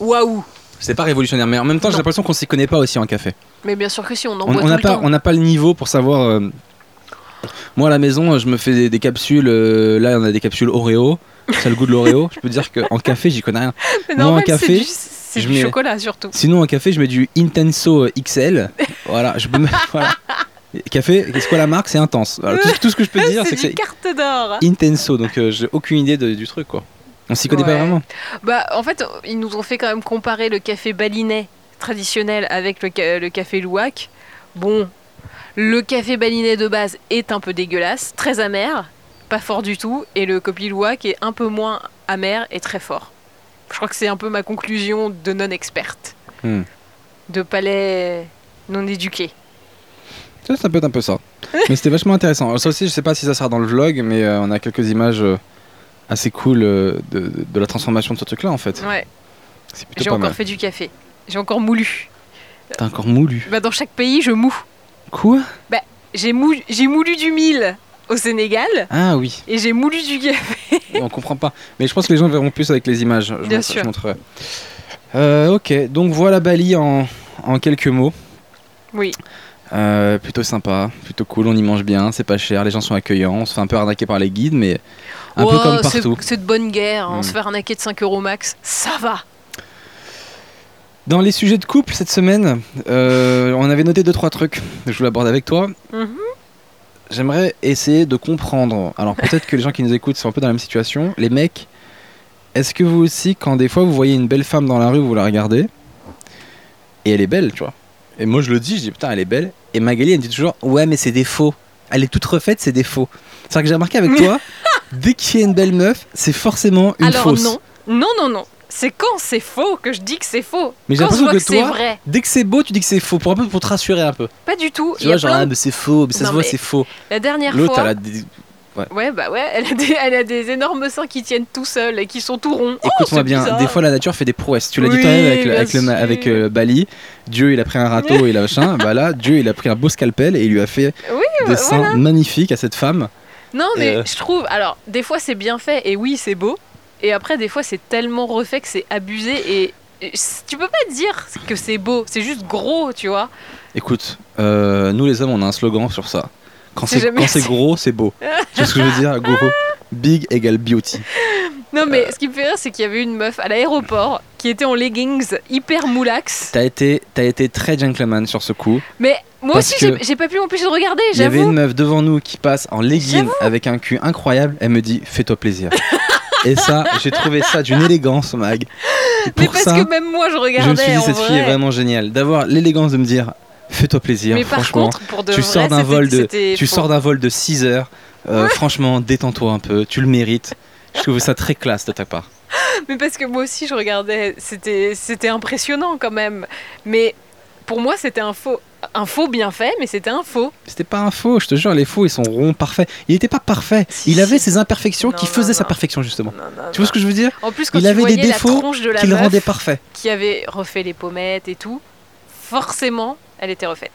S1: Waouh!
S2: (laughs) C'est pas révolutionnaire, mais en même temps, j'ai
S1: Non.
S2: l'impression qu'on s'y connaît pas aussi en café.
S1: Mais bien sûr que si, on en boit
S2: On on
S1: tout
S2: n'a
S1: le
S2: pas,
S1: temps.
S2: on n'a pas le niveau pour savoir. euh, Moi, à la maison, je me fais des, des capsules. euh, Là, on a des capsules Oreo. Ça a le goût de l'Oreo. Je peux te dire qu'en café, j'y connais rien.
S1: (laughs) Mais
S2: moi, un
S1: normal, c'est
S2: café,
S1: du, c'est
S2: je
S1: du
S2: mets-
S1: chocolat surtout.
S2: Sinon, en café, je mets du Intenso euh, XL. Voilà, je peux me- (laughs) voilà. Café, c'est quoi la marque C'est intense. Voilà, tout, tout ce que je peux te dire, c'est
S1: (laughs) c'est
S2: que
S1: du
S2: c'est
S1: carte d'or.
S2: Intenso. Donc, euh, j'ai aucune idée de- du truc, quoi. On s'y connaît pas
S1: Ouais.
S2: vraiment.
S1: Bah, en fait, ils nous ont fait quand même comparer le café balinais traditionnel avec le, ca- le café louac. Bon, le café balinais de base est un peu dégueulasse, très amer, pas fort du tout, et le copie louac est un peu moins amer et très fort. Je crois que c'est un peu ma conclusion de non-experte,
S2: Hmm.
S1: de palais non éduqué.
S2: Ça, ça peut être un peu ça. mais c'était vachement intéressant. Alors, ça aussi, je sais pas si ça sera dans le vlog, mais euh, on a quelques images euh, assez cool euh, de, de- de la transformation de ce truc-là, en fait.
S1: Ouais,
S2: C'est plutôt
S1: j'ai
S2: pas
S1: encore
S2: mal.
S1: fait du café, j'ai encore moulu.
S2: T'as encore moulu.
S1: Bah, dans chaque pays, je moue.
S2: Quoi
S1: J'ai mou- j'ai moulu du mil au Sénégal
S2: Ah oui,
S1: et j'ai moulu du café.
S2: on comprend pas. Mais je pense que les gens verront plus avec les images. Je
S1: Bien
S2: montre-
S1: sûr.
S2: je montrerai. Euh, ok, donc voilà Bali en, en quelques mots.
S1: Oui.
S2: Euh, plutôt sympa, plutôt cool, on y mange bien, c'est pas cher, les gens sont accueillants, on se fait un peu arnaquer par les guides, mais un peu
S1: Ouais,
S2: comme
S1: c'est-
S2: partout.
S1: C'est de bonne guerre, hein,
S2: Mm.
S1: se faire arnaquer de 5 euros max, ça va.
S2: Dans les sujets de couple cette semaine, euh, on avait noté deux trois trucs. Je vous l'aborde avec toi.
S1: Mhm.
S2: J'aimerais essayer de comprendre. Alors peut-être que les gens qui nous écoutent sont un peu dans la même situation. Les mecs, est-ce que vous aussi, quand des fois vous voyez une belle femme dans la rue, vous la regardez et elle est belle, tu vois Et moi je le dis, je dis putain elle est belle. Et Magali elle me dit toujours ouais mais c'est des faux. Elle est toute refaite, c'est des faux. C'est vrai que j'ai remarqué avec
S1: (laughs)
S2: toi, dès qu'il y a une belle meuf, c'est forcément une
S1: Alors
S2: fausse.
S1: non, non, non, non. C'est quand c'est faux que je dis que c'est faux.
S2: Mais j'ai
S1: quand je
S2: l'impression
S1: vois
S2: que
S1: que, c'est
S2: toi-
S1: vrai.
S2: Dès que c'est beau, tu dis que c'est faux pour un peu pour te rassurer un peu.
S1: Pas du tout.
S2: Tu
S1: Il y a
S2: vois, genre,
S1: plein
S2: ah,
S1: de-
S2: mais c'est faux, mais ça
S1: Non,
S2: se voit,
S1: mais
S2: c'est faux.
S1: La dernière
S2: L'autre,
S1: fois.
S2: elle a des-
S1: Ouais, bah ouais, elle a, des, elle a des énormes seins qui tiennent tout seuls et qui sont tout ronds. Oh,
S2: Écoute-moi
S1: c'est
S2: bien,
S1: bizarre.
S2: des fois la nature fait des prouesses. Tu l'as dit
S1: Oui,
S2: toi-même avec, le-
S1: bien
S2: avec, le ma-
S1: sûr.
S2: avec, euh, Bali. Dieu, il a pris un râteau et il a machin. Bah là, Dieu, il a pris un beau scalpel et il lui a fait
S1: Oui,
S2: des
S1: voilà.
S2: seins magnifiques à cette femme.
S1: Non, mais
S2: euh,
S1: je trouve. Alors, des fois c'est bien fait et oui, c'est beau. Et après, des fois c'est tellement refait que c'est abusé et. et Tu peux pas dire que c'est beau, c'est juste gros, tu vois.
S2: Écoute, euh, nous les hommes, on a un slogan sur ça. Quand
S1: C'est
S2: c'est
S1: jamais
S2: quand c'est
S1: assez.
S2: gros, c'est beau. Tu vois ce que je veux dire Gros, big égale beauty.
S1: Non
S2: Euh.
S1: mais ce qui me fait rire c'est qu'il y avait une meuf à l'aéroport qui était en leggings hyper moulax.
S2: T'as été, t'as été très gentleman sur ce coup.
S1: Mais moi
S2: Parce
S1: aussi
S2: que
S1: j'ai- j'ai pas pu m'empêcher de regarder,
S2: Il y avait
S1: j'avoue.
S2: une meuf devant nous qui passe en legging
S1: J'avoue.
S2: avec un cul incroyable. Elle me dit
S1: (laughs)
S2: Fais-toi plaisir. Et ça, j'ai trouvé ça d'une élégance, Mag. Et
S1: Mais
S2: pour
S1: parce
S2: ça,
S1: que même moi je
S2: je me
S1: regardais
S2: suis dit
S1: en
S2: Cette
S1: vrai.
S2: fille est vraiment géniale. D'avoir l'élégance de me dire Fais-toi plaisir.
S1: mais par
S2: franchement,
S1: contre pour de
S2: tu
S1: vrai,
S2: sors d'un
S1: c'était-
S2: vol de-
S1: c'était
S2: tu
S1: faux.
S2: sors d'un vol de 6 heures. euh, Franchement, détends-toi un peu. Tu le mérites. Je trouve ça très classe de ta part.
S1: Mais parce que moi aussi je regardais, c'était c'était impressionnant quand même. Mais pour moi c'était un faux un faux bien fait mais c'était un faux.
S2: C'était pas un faux, je te jure, les faux, ils sont ronds, parfaits. Il était pas parfait.
S1: Si,
S2: Il
S1: si.
S2: avait ses imperfections qui
S1: Non, non,
S2: faisaient sa
S1: non.
S2: perfection, justement.
S1: Non, non,
S2: Tu vois ce que je veux dire
S1: En plus quand
S2: Il
S1: tu
S2: avait des
S1: voyais
S2: défauts
S1: la tronche de la
S2: Qu'il
S1: meuf
S2: rendait parfait.
S1: qui avait refait les pommettes et tout, forcément elle était refaite.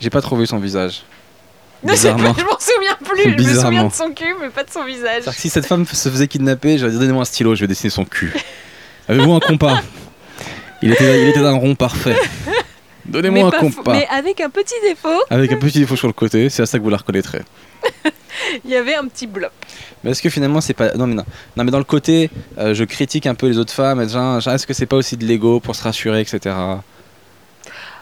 S2: J'ai pas trouvé son visage.
S1: Non, c'est
S2: Bizarrement.
S1: pas- je m'en souviens plus. Je me souviens
S2: Bizarrement.
S1: de son cul, mais pas de son visage.
S2: C'est-à-dire que si cette femme se faisait kidnapper, j'aurais dit donnez-moi un stylo, je vais dessiner son cul. Avez-vous un compas il était, il était d'un rond parfait.
S1: Mais,
S2: Donnez-moi un
S1: pas fou-
S2: compas.
S1: mais avec un petit défaut,
S2: Avec un petit défaut sur le côté, c'est à ça que vous la reconnaîtrez.
S1: il y avait un petit blop.
S2: Mais est-ce que finalement c'est pas. Non mais, non. Non, mais dans le côté, euh, je critique un peu les autres femmes, et genre, genre, est-ce que c'est pas aussi de l'ego pour se rassurer, etc.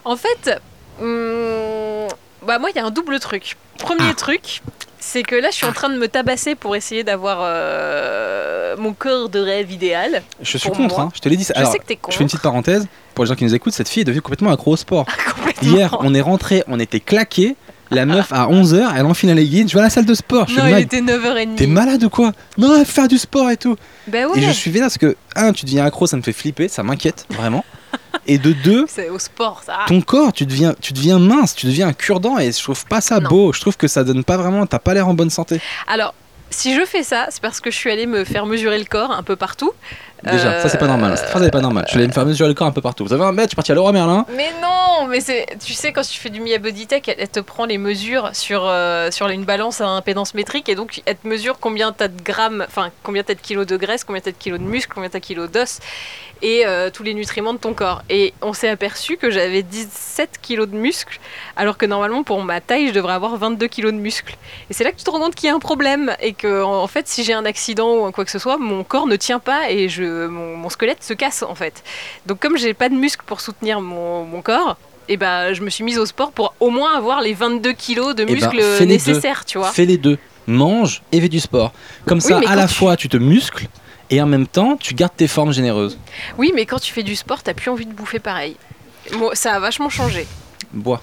S1: En fait, hum, bah moi, il y a un double truc. Premier
S2: Ah.
S1: truc, c'est que là, je suis en train de me tabasser pour essayer d'avoir euh, mon corps de rêve idéal.
S2: Je suis
S1: Pour
S2: contre,
S1: moi.
S2: hein, je te l'ai dit.
S1: Je
S2: Alors,
S1: sais que t'es con.
S2: je fais une petite parenthèse, pour les gens qui nous écoutent, cette fille est devenue complètement accro au sport.
S1: (laughs) Complètement.
S2: Hier, on est rentré, on était claqué. La meuf à 11h, elle enfile un legging, je vais à la salle de sport. Je
S1: Non,
S2: fais,
S1: il
S2: Mag,
S1: était 9h30.
S2: T'es malade ou quoi Non, elle faire du sport et tout.
S1: Bah ouais,
S2: Et je suis vénère parce que, un, tu deviens accro, ça me fait flipper, ça m'inquiète, vraiment. et de deux,
S1: c'est au sport, ça.
S2: ton corps, tu deviens, tu deviens mince, tu deviens un cure-dent et je trouve pas ça
S1: Non.
S2: beau. Je trouve que ça donne pas vraiment, t'as pas l'air en bonne santé.
S1: Alors, si je fais ça, c'est parce que je suis allée me faire mesurer le corps un peu partout.
S2: Déjà, ça c'est pas
S1: Euh,
S2: normal. Cette phrase elle est pas normale. Je l'ai me faire mesurer le corps un peu partout. Vous avez un mètre, je suis parti à Leroy Merlin.
S1: Mais non, mais c'est, tu sais, quand tu fais du Mia Body Tech, elle, elle te prend les mesures sur, euh, sur une balance à impédance métrique et donc elle te mesure combien t'as de grammes, enfin combien t'as de kilos de graisse, combien t'as de kilos de muscle, combien t'as de kilos d'os et euh, tous les nutriments de ton corps. Et on s'est aperçu que j'avais 17 kilos de muscle alors que normalement pour ma taille je devrais avoir 22 kilos de muscle. Et c'est là que tu te rends compte qu'il y a un problème et que en en fait si j'ai un accident ou un quoi que ce soit, mon corps ne tient pas et je, mon, mon squelette se casse en fait. Donc comme j'ai pas de muscles pour soutenir mon, mon corps, et ben je me suis mise au sport pour au moins avoir les 22 kilos de
S2: Eh ben,
S1: muscles
S2: fais les deux.
S1: nécessaires, tu vois.
S2: Fais les deux. Mange et fais du sport. Comme ça,
S1: mais
S2: à
S1: quand
S2: la
S1: tu-
S2: fois tu te muscles et en même temps tu gardes tes formes généreuses.
S1: Oui, mais quand tu fais du sport, t'as plus envie de bouffer pareil. Moi, ça a vachement changé.
S2: Bois.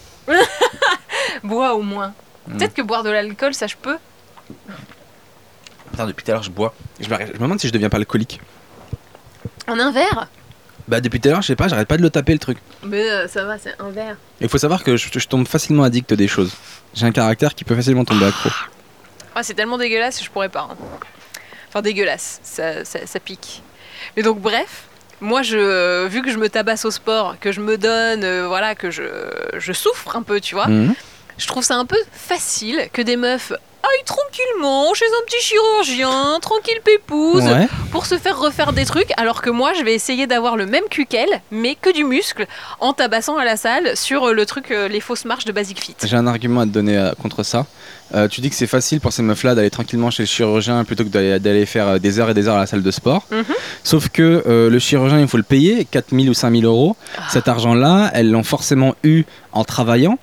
S1: Bois au moins.
S2: Mm.
S1: Peut-être que boire de l'alcool, ça je peux.
S2: Putain, depuis tout à l'heure je bois. Je me, je me demande si je deviens pas alcoolique.
S1: En un verre
S2: Bah depuis tout à l'heure, je sais pas, j'arrête pas de le taper le truc.
S1: Mais euh, ça va, c'est un verre.
S2: Il faut savoir que je, je tombe facilement addict des choses. J'ai un caractère qui peut facilement tomber accro.
S1: Ah, c'est tellement dégueulasse, je pourrais pas. hein. Enfin, dégueulasse, ça, ça- ça pique. Mais donc, bref, moi, je, vu que je me tabasse au sport, que je me donne, euh, voilà, que je, je souffre un peu, tu vois,
S2: Mhm.
S1: je trouve ça un peu facile que des meufs aillent tranquillement chez un petit chirurgien, tranquille pépouze,
S2: Ouais.
S1: pour se faire refaire des trucs, alors que moi, je vais essayer d'avoir le même cul qu'elle, mais que du muscle, en tabassant à la salle sur euh, le truc, euh, les fausses marches de Basic Fit.
S2: J'ai un argument à te donner euh, contre ça. Euh, tu dis que c'est facile pour ces meufs-là d'aller tranquillement chez le chirurgien plutôt que d'aller d'aller faire euh, des heures et des heures à la salle de sport.
S1: Mhm.
S2: Sauf que euh, le chirurgien, il faut le payer 4000 ou 5000 euros.
S1: Ah.
S2: Cet argent-là, elles l'ont forcément eu en travaillant.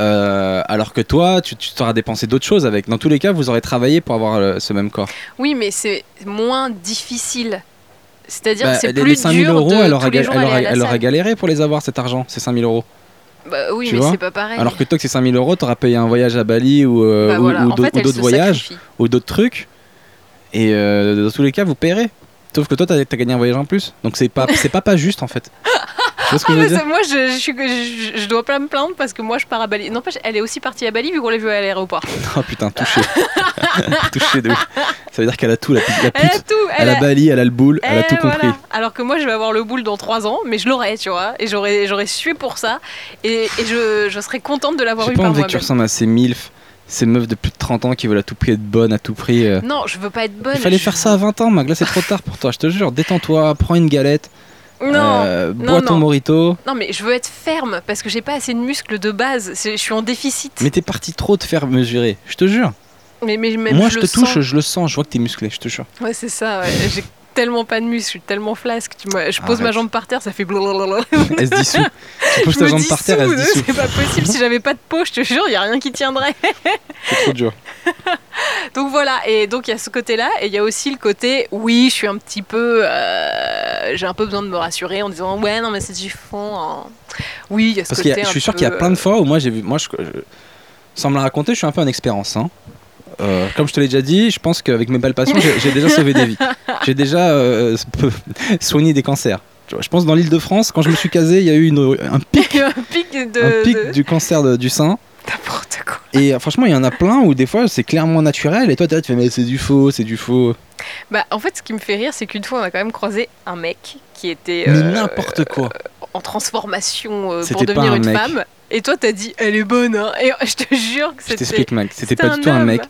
S2: euh, alors que toi, tu tu t'auras dépensé d'autres choses avec. Dans tous les cas, vous aurez travaillé pour avoir euh, ce même corps.
S1: Oui, mais c'est moins difficile. C'est-à-dire
S2: Bah,
S1: que c'est
S2: les-
S1: plus
S2: les 5000
S1: dur
S2: euros,
S1: de
S2: elle
S1: tous
S2: aura,
S1: les
S2: ga-
S1: jours
S2: elle, aura,
S1: aller à la
S2: elle aura
S1: salle.
S2: galéré pour les avoir, cet argent, ces 5000 euros.
S1: Bah oui,
S2: tu
S1: mais
S2: vois.
S1: c'est pas pareil.
S2: Alors que toi, que ces 5000 euros, t'auras payé un voyage à Bali ou, euh,
S1: Bah
S2: ou-
S1: voilà,
S2: ou
S1: en
S2: d'au-
S1: fait,
S2: ou
S1: elle
S2: d'autres
S1: se
S2: voyages.
S1: sacrifie.
S2: ou d'autres trucs. Et euh, dans tous les cas, vous paierez. Sauf que toi, t'as as gagné un voyage en plus. Donc c'est pas, c'est pas pas juste en
S1: (laughs)
S2: fait. Tu vois ce que
S1: Ah,
S2: je veux
S1: mais
S2: dire
S1: ça, moi, je, je, suis- je- je dois pas me plaindre parce que moi, je pars à Bali. N'empêche, elle est aussi partie à Bali vu qu'on l'a vue à l'aéroport.
S2: Oh putain, touché. (laughs) touché de ouf. Ça veut dire qu'elle a tout, la, pu- la
S1: Elle a
S2: pute.
S1: tout.
S2: Elle a Bali, elle a le boule, elle a
S1: Eh,
S2: tout
S1: voilà.
S2: compris.
S1: Alors que moi, je vais avoir le boule dans 3 ans, mais je l'aurai, tu vois. Et j'aurais j'aurais sué pour ça. Et, et je, je serais contente de l'avoir
S2: J'ai
S1: eu
S2: pas
S1: par
S2: envie que tu
S1: moi-même.
S2: ressembles à ces MILF, ces meufs de plus de 30 ans qui veulent à tout prix être bonnes, à tout prix. euh.
S1: Non, je veux pas être bonne.
S2: Il fallait
S1: je-
S2: faire ça à 20 ans, Mag. Là, c'est trop tard pour toi, je te jure. Détends-toi, prends une galette,
S1: Non.
S2: euh,
S1: non,
S2: bois ton
S1: non.
S2: morito.
S1: Non, mais je veux être ferme parce que j'ai pas assez de muscles de base. C'est- Je suis en déficit.
S2: Mais t'es parti trop te faire mesurer, je te jure.
S1: Mais, mais, mais
S2: Moi,
S1: je
S2: je
S1: le
S2: te touche,
S1: sens.
S2: je le sens, je vois que t'es musclé, je
S1: (laughs)
S2: te jure.
S1: Ouais, c'est ça. ouais. J'ai tellement pas de muscles, je suis tellement flasque. Tu vois, je pose ma
S2: Arrête.
S1: jambe par terre, ça fait blablabla.
S2: Elle se dissout. Tu
S1: (laughs)
S2: poses
S1: Je
S2: ta
S1: me
S2: jambe par terre, elle se
S1: dissous,
S2: dissout.
S1: C'est pas possible. Si j'avais pas de peau, je te jure, il y a rien qui tiendrait.
S2: C'est
S1: (laughs)
S2: trop dur.
S1: Donc voilà. Et donc il y a ce côté-là, et il y a aussi le côté, oui, je suis un petit peu, euh, j'ai un peu besoin de me rassurer en disant, ouais, non, mais c'est du fond. hein. Oui, il y a ce
S2: Parce que
S1: côté.
S2: je
S1: un
S2: suis sûr
S1: peu, euh,
S2: qu'il y a
S1: (laughs)
S2: plein de fois où moi, j'ai vu. Moi, je, je- sans me la raconter, je suis un peu en expérience. hein. Euh, comme je te l'ai déjà dit, je pense qu'avec mes palpations, j'ai j'ai déjà
S1: (laughs)
S2: sauvé des vies. J'ai déjà euh, (laughs) peu- soigné des cancers. Tu vois, Je pense que dans l'île de France, quand je me suis casé, il y a eu une- un pic,
S1: euh, un pic de.
S2: un pic
S1: de-
S2: du cancer de- du sein.
S1: N'importe quoi.
S2: Et euh, franchement, il y en a plein où des fois c'est clairement naturel et toi t'es là, tu fais mais c'est du faux, c'est du faux.
S1: Bah, en fait, ce qui me fait rire, c'est qu'une fois, on a quand même croisé un mec qui était
S2: Mais
S1: euh,
S2: n'importe quoi.
S1: en transformation euh, pour
S2: C'était pas
S1: devenir
S2: un
S1: une
S2: mec.
S1: femme. Et toi, t'as dit, elle est bonne, hein. Et (laughs) je te jure que
S2: Je
S1: c'était.
S2: t'explique, Mac. C'était
S1: c'était
S2: pas
S1: un
S2: du tout un
S1: homme.
S2: mec.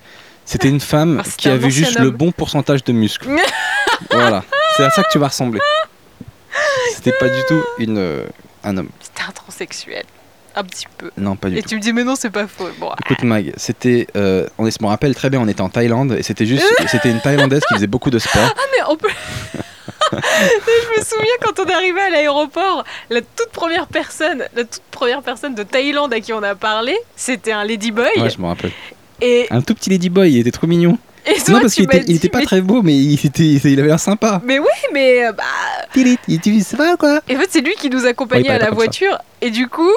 S2: C'était une femme
S1: Enfin, c'était
S2: qui
S1: un
S2: avait juste
S1: ancien
S2: le
S1: homme.
S2: bon pourcentage
S1: (laughs)
S2: de muscles. voilà. C'est à ça que tu vas ressembler. C'était pas du tout une, euh, un homme.
S1: C'était un transsexuel. Un petit peu.
S2: Non, pas du
S1: Et
S2: tout.
S1: tu me dis, mais non, c'est pas faux. Bon,
S2: Écoute, Mag, c'était. euh, on est, je me rappelle très bien, on était en Thaïlande et c'était
S1: (laughs)
S2: juste. c'était une Thaïlandaise qui faisait beaucoup de sport.
S1: ah, mais on peut. (laughs) je me souviens quand on est arrivé à l'aéroport, la toute première personne, la toute première personne de Thaïlande à qui on a parlé, c'était un ladyboy.
S2: Ouais, je me rappelle.
S1: Et,
S2: Un tout petit ladyboy, il était trop mignon.
S1: et toi,
S2: non, parce
S1: tu
S2: qu'il
S1: m'as
S2: était, il
S1: dit,
S2: était pas
S1: mais,
S2: très beau, mais il, était, il avait l'air sympa.
S1: mais oui, mais euh, bah,
S2: Il il dit, ça va quoi
S1: Et en fait, c'est lui qui nous
S2: Ouais, il
S1: accompagnait à
S2: parlait
S1: la
S2: pas comme
S1: voiture. Et du coup,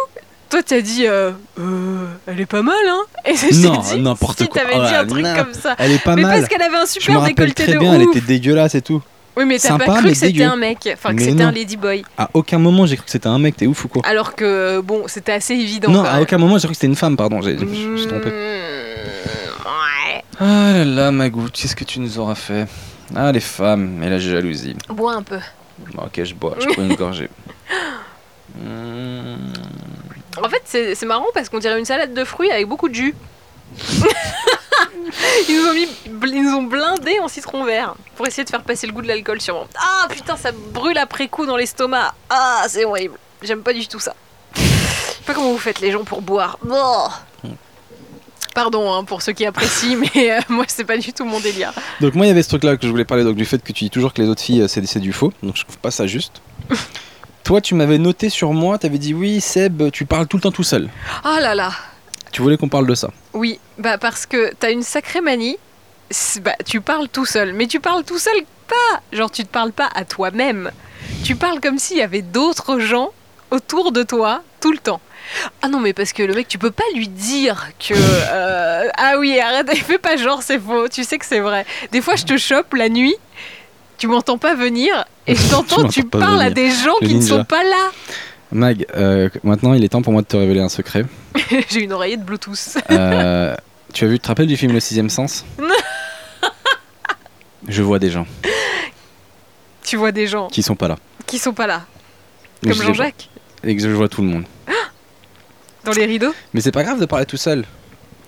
S1: toi, t'as dit, euh, Euh, elle est pas mal, hein Et je t'ai
S2: Non,
S1: dit,
S2: n'importe
S1: si
S2: quoi.
S1: t'avais
S2: Oh
S1: dit
S2: là,
S1: un truc
S2: non.
S1: comme ça.
S2: Elle est pas
S1: mais
S2: mal.
S1: parce qu'elle avait un
S2: Je me
S1: super
S2: rappelle
S1: décolleté
S2: très
S1: de
S2: bien, elle
S1: ouf.
S2: était dégueulasse et tout.
S1: Oui, mais t'as
S2: sympa,
S1: pas cru
S2: mais
S1: que c'était
S2: dégueu.
S1: un mec, enfin que
S2: Mais
S1: c'était
S2: non.
S1: un ladyboy.
S2: À aucun moment j'ai cru que c'était un mec, t'es ouf ou quoi
S1: Alors que bon, c'était assez évident.
S2: Non, ah
S1: quand
S2: à
S1: même.
S2: aucun moment j'ai cru que c'était une femme, pardon, j'ai- je me
S1: Hmm.
S2: suis trompé.
S1: Mmh, ouais.
S2: Ah là là, Magou, qu'est-ce que tu nous auras fait Ah, les femmes et la jalousie.
S1: Bois un peu.
S2: Bon, ok, je bois, je prends une gorgée. Mmh.
S1: En fait, c'est c'est marrant parce qu'on dirait une salade de fruits avec beaucoup de (laughs) jus. ils, nous ont mis, ils nous ont blindés en citron vert pour essayer de faire passer le goût de l'alcool sûrement. Ah putain, ça brûle après coup dans l'estomac. Ah, c'est horrible. J'aime pas du tout ça. Je sais pas comment vous faites les gens pour boire. Oh. Pardon hein, pour ceux qui apprécient, (laughs) mais euh, moi c'est pas du tout mon délire.
S2: (laughs) Donc moi il y avait ce truc là que je voulais parler donc du fait que tu dis toujours que les autres filles euh, c'est c'est du faux donc je trouve pas ça juste. Toi tu m'avais noté sur moi t'avais dit oui Seb tu parles tout le temps tout seul.
S1: Oh là là,
S2: Tu voulais qu'on parle de ça.
S1: Oui, bah parce que t'as une sacrée manie. C'est- Bah, tu parles tout seul, mais tu parles tout seul pas. Genre, tu te parles pas à toi-même. Tu parles comme s'il y avait d'autres gens autour de toi tout le temps. Ah non, mais parce que le mec, tu peux pas lui dire que. euh, ah oui, arrête, (laughs) fais pas genre, c'est faux. Tu sais que c'est vrai. Des fois, je te chope la nuit, tu m'entends pas venir, et
S2: (laughs)
S1: je t'entends,
S2: m'entends
S1: tu
S2: pas
S1: parles à
S2: venir.
S1: des gens
S2: Le
S1: qui ne sont
S2: ninja.
S1: pas là. (laughs)
S2: Mag, euh, maintenant il est temps pour moi de te révéler un secret.
S1: J'ai une oreillette Bluetooth. (laughs)
S2: Euh, tu as vu, tu te rappelles du film Le Sixième Sens
S1: Non.
S2: Je vois des gens
S1: Tu vois des gens
S2: qui sont pas là.
S1: qui sont pas là,
S2: Mais
S1: comme
S2: je les vois.
S1: Jean-Jacques,
S2: Et que je vois tout le monde.
S1: dans les rideaux.
S2: Mais c'est pas grave de parler tout seul.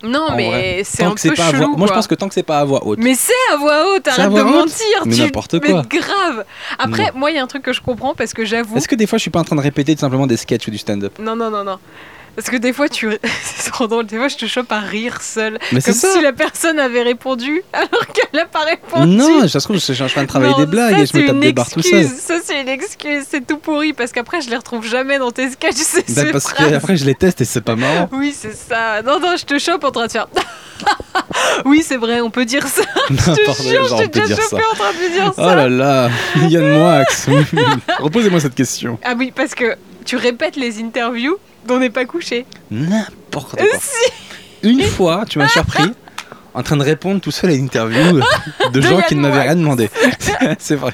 S1: Non,
S2: En
S1: mais
S2: vrai.
S1: c'est un
S2: Tant que
S1: peu
S2: c'est pas à
S1: chelou.
S2: voix- Moi je
S1: quoi.
S2: pense que tant que c'est pas à voix haute.
S1: Mais c'est à voix haute,
S2: C'est à
S1: arrête de
S2: voix haute.
S1: mentir.
S2: Mais
S1: tu-
S2: n'importe quoi.
S1: Mais grave. Après, moi, il y a un truc que je comprends parce que j'avoue.
S2: Est-ce que des fois je suis pas en train de répéter tout simplement des sketchs ou du stand-up
S1: Non, non, non, non. Parce que des fois, tu. (laughs) c'est trop drôle. Des fois, je te chope à rire seul.
S2: Mais c'est
S1: Comme
S2: ça
S1: si la personne avait répondu (laughs) alors qu'elle n'a pas répondu.
S2: Non, ça se trouve, je suis en train de travailler
S1: Non,
S2: des blagues
S1: ça,
S2: et je me
S1: c'est
S2: tape
S1: une
S2: des barres tout
S1: excuse.
S2: seul.
S1: Ça, c'est une excuse. C'est tout pourri parce qu'après, je les retrouve jamais dans tes sketchs. (laughs) C'est
S2: Bah, parce que après je les teste et c'est pas marrant.
S1: Oui, c'est ça. Non, non, je te chope en train de faire. (laughs) oui, c'est vrai, on peut dire ça. (laughs) Je
S2: (laughs)
S1: te
S2: N'importe
S1: jure,
S2: genre,
S1: je
S2: on
S1: t'ai
S2: peut
S1: déjà
S2: dire ça.
S1: chopé en train de dire
S2: Oh
S1: ça.
S2: là là, Yann Moix. (laughs) Reposez-moi cette question.
S1: Ah oui, parce que tu répètes les interviews dont on n'est pas couché.
S2: N'importe
S1: Euh,
S2: quoi.
S1: (laughs) si,
S2: Une fois, tu m'as surpris en train de répondre tout seul à une interview de gens qui ne
S1: Yann
S2: m'avaient rien demandé. (laughs) c'est vrai.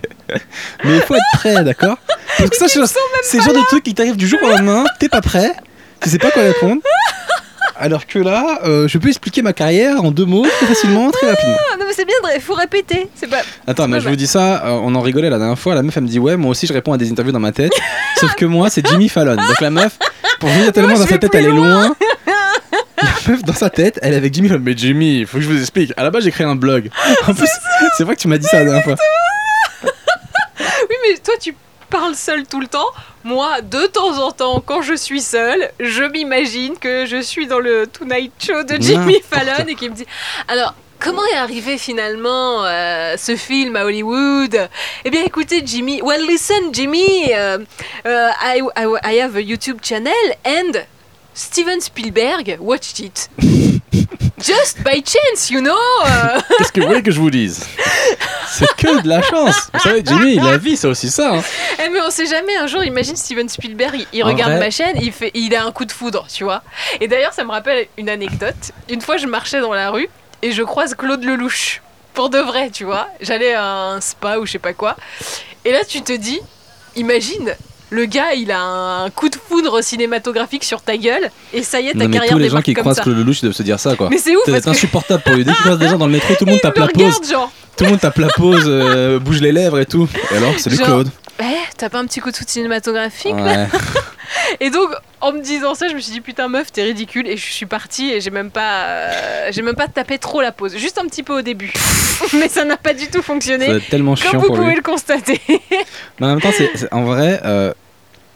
S2: Mais il faut être prêt, d'accord Parce que ça, c'est genre- c'est le genre de truc qui t'arrive du jour au lendemain, t'es pas prêt, tu sais pas quoi répondre. Alors que là, euh, je peux expliquer ma carrière en deux mots, très facilement, très rapidement.
S1: non, non, mais c'est bien, il faut répéter. C'est pas.
S2: Attends, mais
S1: Ouais,
S2: je
S1: bah.
S2: vous dis ça, euh, on en rigolait la dernière fois, la meuf elle me dit ouais, moi aussi je réponds à des interviews dans
S1: (laughs)
S2: ma tête, sauf que moi c'est Jimmy Fallon. Donc la meuf, pour vous dire tellement
S1: Moi, je
S2: dans sa
S1: vais
S2: tête
S1: plus
S2: elle est loin, (laughs) la meuf dans sa tête elle est avec Jimmy Fallon. Mais Jimmy, il faut que je vous explique, à la base j'ai créé un
S1: (laughs)
S2: blog. En plus, c'est vrai que tu m'as dit ça la dernière fois.
S1: Oui, mais toi, tu parles seul tout le temps. Moi, de temps en temps, quand je suis seule, je m'imagine que je suis dans le Tonight Show de Jimmy
S2: N'importe
S1: Fallon et qui me dit Alors, comment est arrivé finalement euh, ce film à Hollywood Eh bien, écoutez, Jimmy, well, listen, Jimmy, euh, euh, I, I- I have a YouTube channel and Steven Spielberg watched it. Just by chance, you know euh.
S2: Qu'est-ce que vous voulez que je vous dise C'est que de la chance. Vous savez, Jimmy, la vie c'est aussi ça. hein.
S1: Eh, mais on sait jamais, un jour, imagine Steven Spielberg, il, il
S2: En
S1: regarde
S2: vrai-
S1: ma chaîne, il, fait, il a un coup de foudre, tu vois. Et d'ailleurs, ça me rappelle une anecdote. Une fois, je marchais dans la rue et je croise Claude Lelouch. Pour de vrai, tu vois. J'allais à un spa ou je sais pas quoi. Et là, tu te dis, imagine, le gars, il a un coup de foudre cinématographique sur ta gueule et ça y est, ta
S2: Non mais
S1: carrière
S2: tous les gens
S1: débarque
S2: qui
S1: comme
S2: croisent
S1: ça.
S2: Claude Lelouch ils doivent se dire ça quoi.
S1: Mais c'est ouf
S2: Ça doit
S1: parce (laughs)
S2: être
S1: que
S2: insupportable pour lui. Dès qu'ils croisent des gens dans le métro,
S1: (laughs)
S2: tout le monde tape
S1: le
S2: la pause.
S1: regarde, genre,
S2: Tout le monde tape la pause, euh, bouge les lèvres et tout. Et alors, c'est du
S1: Genre,
S2: Claude.
S1: eh, t'as pas un petit coup de foudre cinématographique
S2: Ouais.
S1: Et donc, en me disant ça, je me suis dit putain meuf, t'es ridicule et je suis partie et j'ai même pas, euh, j'ai même pas tapé trop la pause, juste un petit peu au début. (laughs) Mais ça n'a pas du tout
S2: Ça doit
S1: fonctionné,
S2: être tellement
S1: comme
S2: chiant
S1: vous
S2: pour
S1: pouvez
S2: lui.
S1: le constater. (laughs)
S2: Mais en même temps, c'est c'est- en vrai, euh,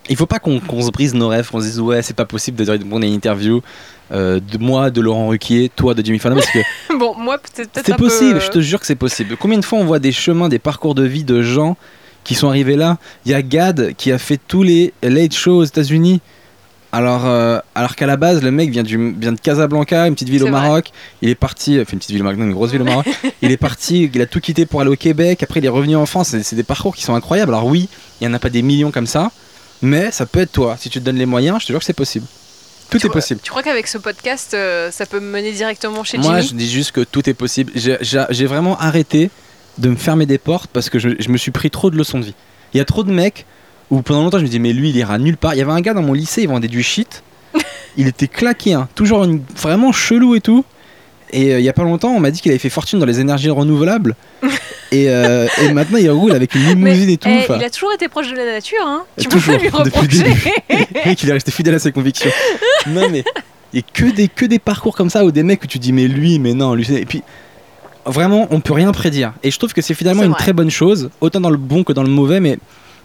S2: il faut pas qu'on qu'on se brise nos rêves, qu'on se dise ouais, c'est pas possible de dire on a une interview. euh, de moi, de Laurent Ruquier, toi, de Jimmy Fallon, parce que
S1: bon, moi c'est peut-être un
S2: c'est possible,
S1: peu. euh,
S2: je te jure que c'est possible. Combien de fois on voit des chemins, des parcours de vie de gens qui sont arrivés là Il y a Gad qui a fait tous les late shows aux États-Unis, alors, euh, alors qu'à la base, le mec vient, du, vient de Casablanca, une petite ville
S1: C'est
S2: au
S1: vrai.
S2: Maroc. Il est parti, euh, enfin une petite ville au Maroc, non, une grosse ville au Maroc. il est parti, il a tout quitté pour aller au Québec, après il est revenu en France. C'est- C'est des parcours qui sont incroyables. Alors oui, il n'y en a pas des millions comme ça, mais ça peut être toi. Si tu te donnes les moyens, je te jure que c'est possible. Tout
S1: tu
S2: est
S1: vois-
S2: possible.
S1: Tu crois qu'avec ce podcast, euh, ça peut me mener directement chez
S2: Moi,
S1: Jimmy
S2: je dis juste que tout est possible. J'ai- j'a- J'ai vraiment arrêté de me fermer des portes parce que je, je me suis pris trop de leçons de vie. Il y a trop de mecs où pendant longtemps je me disais, mais lui, il ira nulle part. Il y avait un gars dans mon lycée, il vendait
S1: (laughs)
S2: du shit. il était claqué, hein. toujours une-
S1: (laughs)
S2: vraiment chelou et tout. Et euh, il y a pas longtemps, on m'a dit qu'il avait fait fortune dans les énergies renouvelables. Et, euh, et maintenant, il roule avec une limousine et tout.
S1: eh,
S2: enfin,
S1: il a toujours été proche de la nature, hein.
S2: Euh,
S1: Tu peux pas lui
S2: toujours, depuis le
S1: reprocher.
S2: Le mec, il est resté fidèle à ses convictions. (laughs) non, mais. Et que des, que des parcours comme ça où des mecs où tu dis, mais lui, mais non, lui. c'est- Et puis, vraiment, on peut rien prédire. Et je trouve que c'est finalement
S1: C'est
S2: une
S1: vrai.
S2: très bonne chose, autant dans le bon que dans le mauvais, mais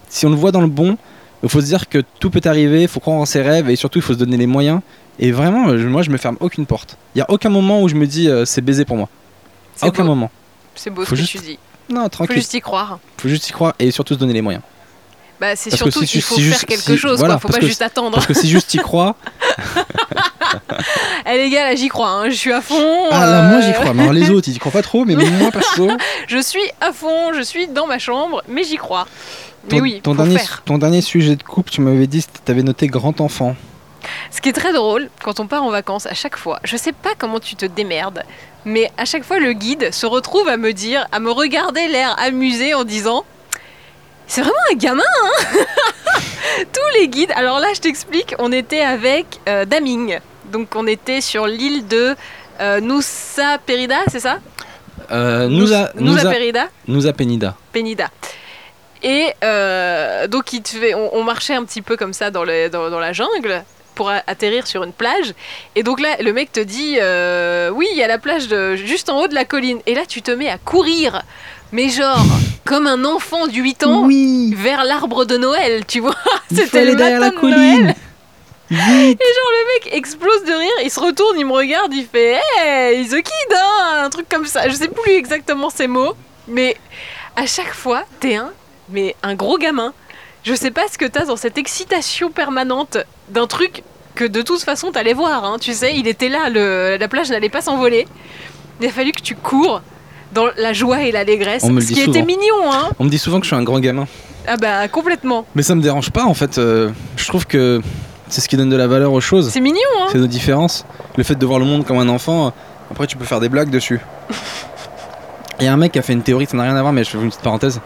S2: si on le voit dans le bon, il faut se dire que tout peut arriver, il faut croire en ses rêves et surtout, il faut se donner les moyens. Et vraiment, euh, je- moi, je me ferme aucune porte. Il y a aucun moment où je me dis, euh, c'est baiser pour moi.
S1: (laughs) C'est
S2: À aucun
S1: beau.
S2: moment.
S1: C'est beau
S2: Ah, Faut
S1: ce
S2: juste-
S1: que tu dis.
S2: Non,
S1: Faut
S2: tranquille.
S1: juste y croire.
S2: Faut juste y croire et surtout se donner les moyens.
S1: Bah, c'est
S2: Parce que
S1: surtout
S2: si
S1: qu'il
S2: tu-
S1: faut
S2: si
S1: faire
S2: juste-
S1: quelque
S2: si-
S1: chose,
S2: voilà,
S1: quoi. Faut
S2: parce
S1: pas
S2: que-
S1: juste attendre.
S2: Parce que si juste
S1: (laughs)
S2: y crois,
S1: Eh les gars, là, j'y crois, hein. je suis à fond.
S2: ah là, moi j'y
S1: euh,
S2: crois. Mais alors, les autres, ils y croient pas
S1: (laughs)
S2: trop, mais moi perso.
S1: Je suis à fond, je suis dans ma chambre, mais j'y crois. Mais
S2: Ton,
S1: oui,
S2: ton
S1: faut
S2: dernier,
S1: faire.
S2: ton dernier sujet de couple, tu m'avais dit que t'avais noté grand enfant.
S1: Ce qui est très drôle, quand on part en vacances, à chaque fois, je sais pas comment tu te démerdes, mais à chaque fois, le guide se retrouve à me dire, à me regarder l'air amusé en disant C'est vraiment un gamin, hein (laughs) Tous les guides. Alors là, je t'explique, on était avec euh, Daming. Donc on était sur l'île de euh, Nusa Perida, c'est ça
S2: Euh, nous a, nous
S1: Nusa
S2: a,
S1: Perida
S2: nous a Penida.
S1: Penida. Et euh, donc, il te fait- on, on marchait un petit peu comme ça dans, le- dans- dans la jungle pour a- atterrir sur une plage. Et donc là, le mec te dit euh, Oui, il y a la plage de- juste en haut de la colline. Et là, tu te mets à courir, mais
S3: (laughs)
S1: genre, comme un enfant de 8 ans,
S3: Oui,
S1: vers l'arbre de Noël, tu vois.
S3: il
S1: (laughs)
S3: faut
S1: C'était
S3: aller
S1: le matin
S3: derrière la
S1: de Noël.
S3: colline.
S1: (laughs)
S3: Vite.
S1: Le mec explose de rire, il se retourne, il me regarde, il fait Hey, the kid, hein Un truc comme ça. Je sais plus exactement ses mots, mais à chaque fois, t'es un, mais un gros gamin. Je sais pas ce que t'as dans cette excitation permanente d'un truc que de toute façon t'allais voir, hein. tu sais, il était là, le- la plage n'allait pas s'envoler. Il a fallu que tu cours dans la joie et l'allégresse,
S2: On me le
S1: ce
S2: dit
S1: qui était
S2: souvent.
S1: mignon, hein
S2: On me dit souvent que je suis un grand gamin.
S1: Ah bah complètement,
S2: Mais ça me dérange pas en fait. euh, je trouve que c'est ce qui donne de la valeur aux choses.
S1: c'est mignon, hein
S2: C'est nos différences. Le fait de voir le monde comme un enfant, euh, après tu peux faire des blagues dessus. Il y a un mec qui a fait une théorie, ça n'a rien à voir, mais je fais une petite parenthèse,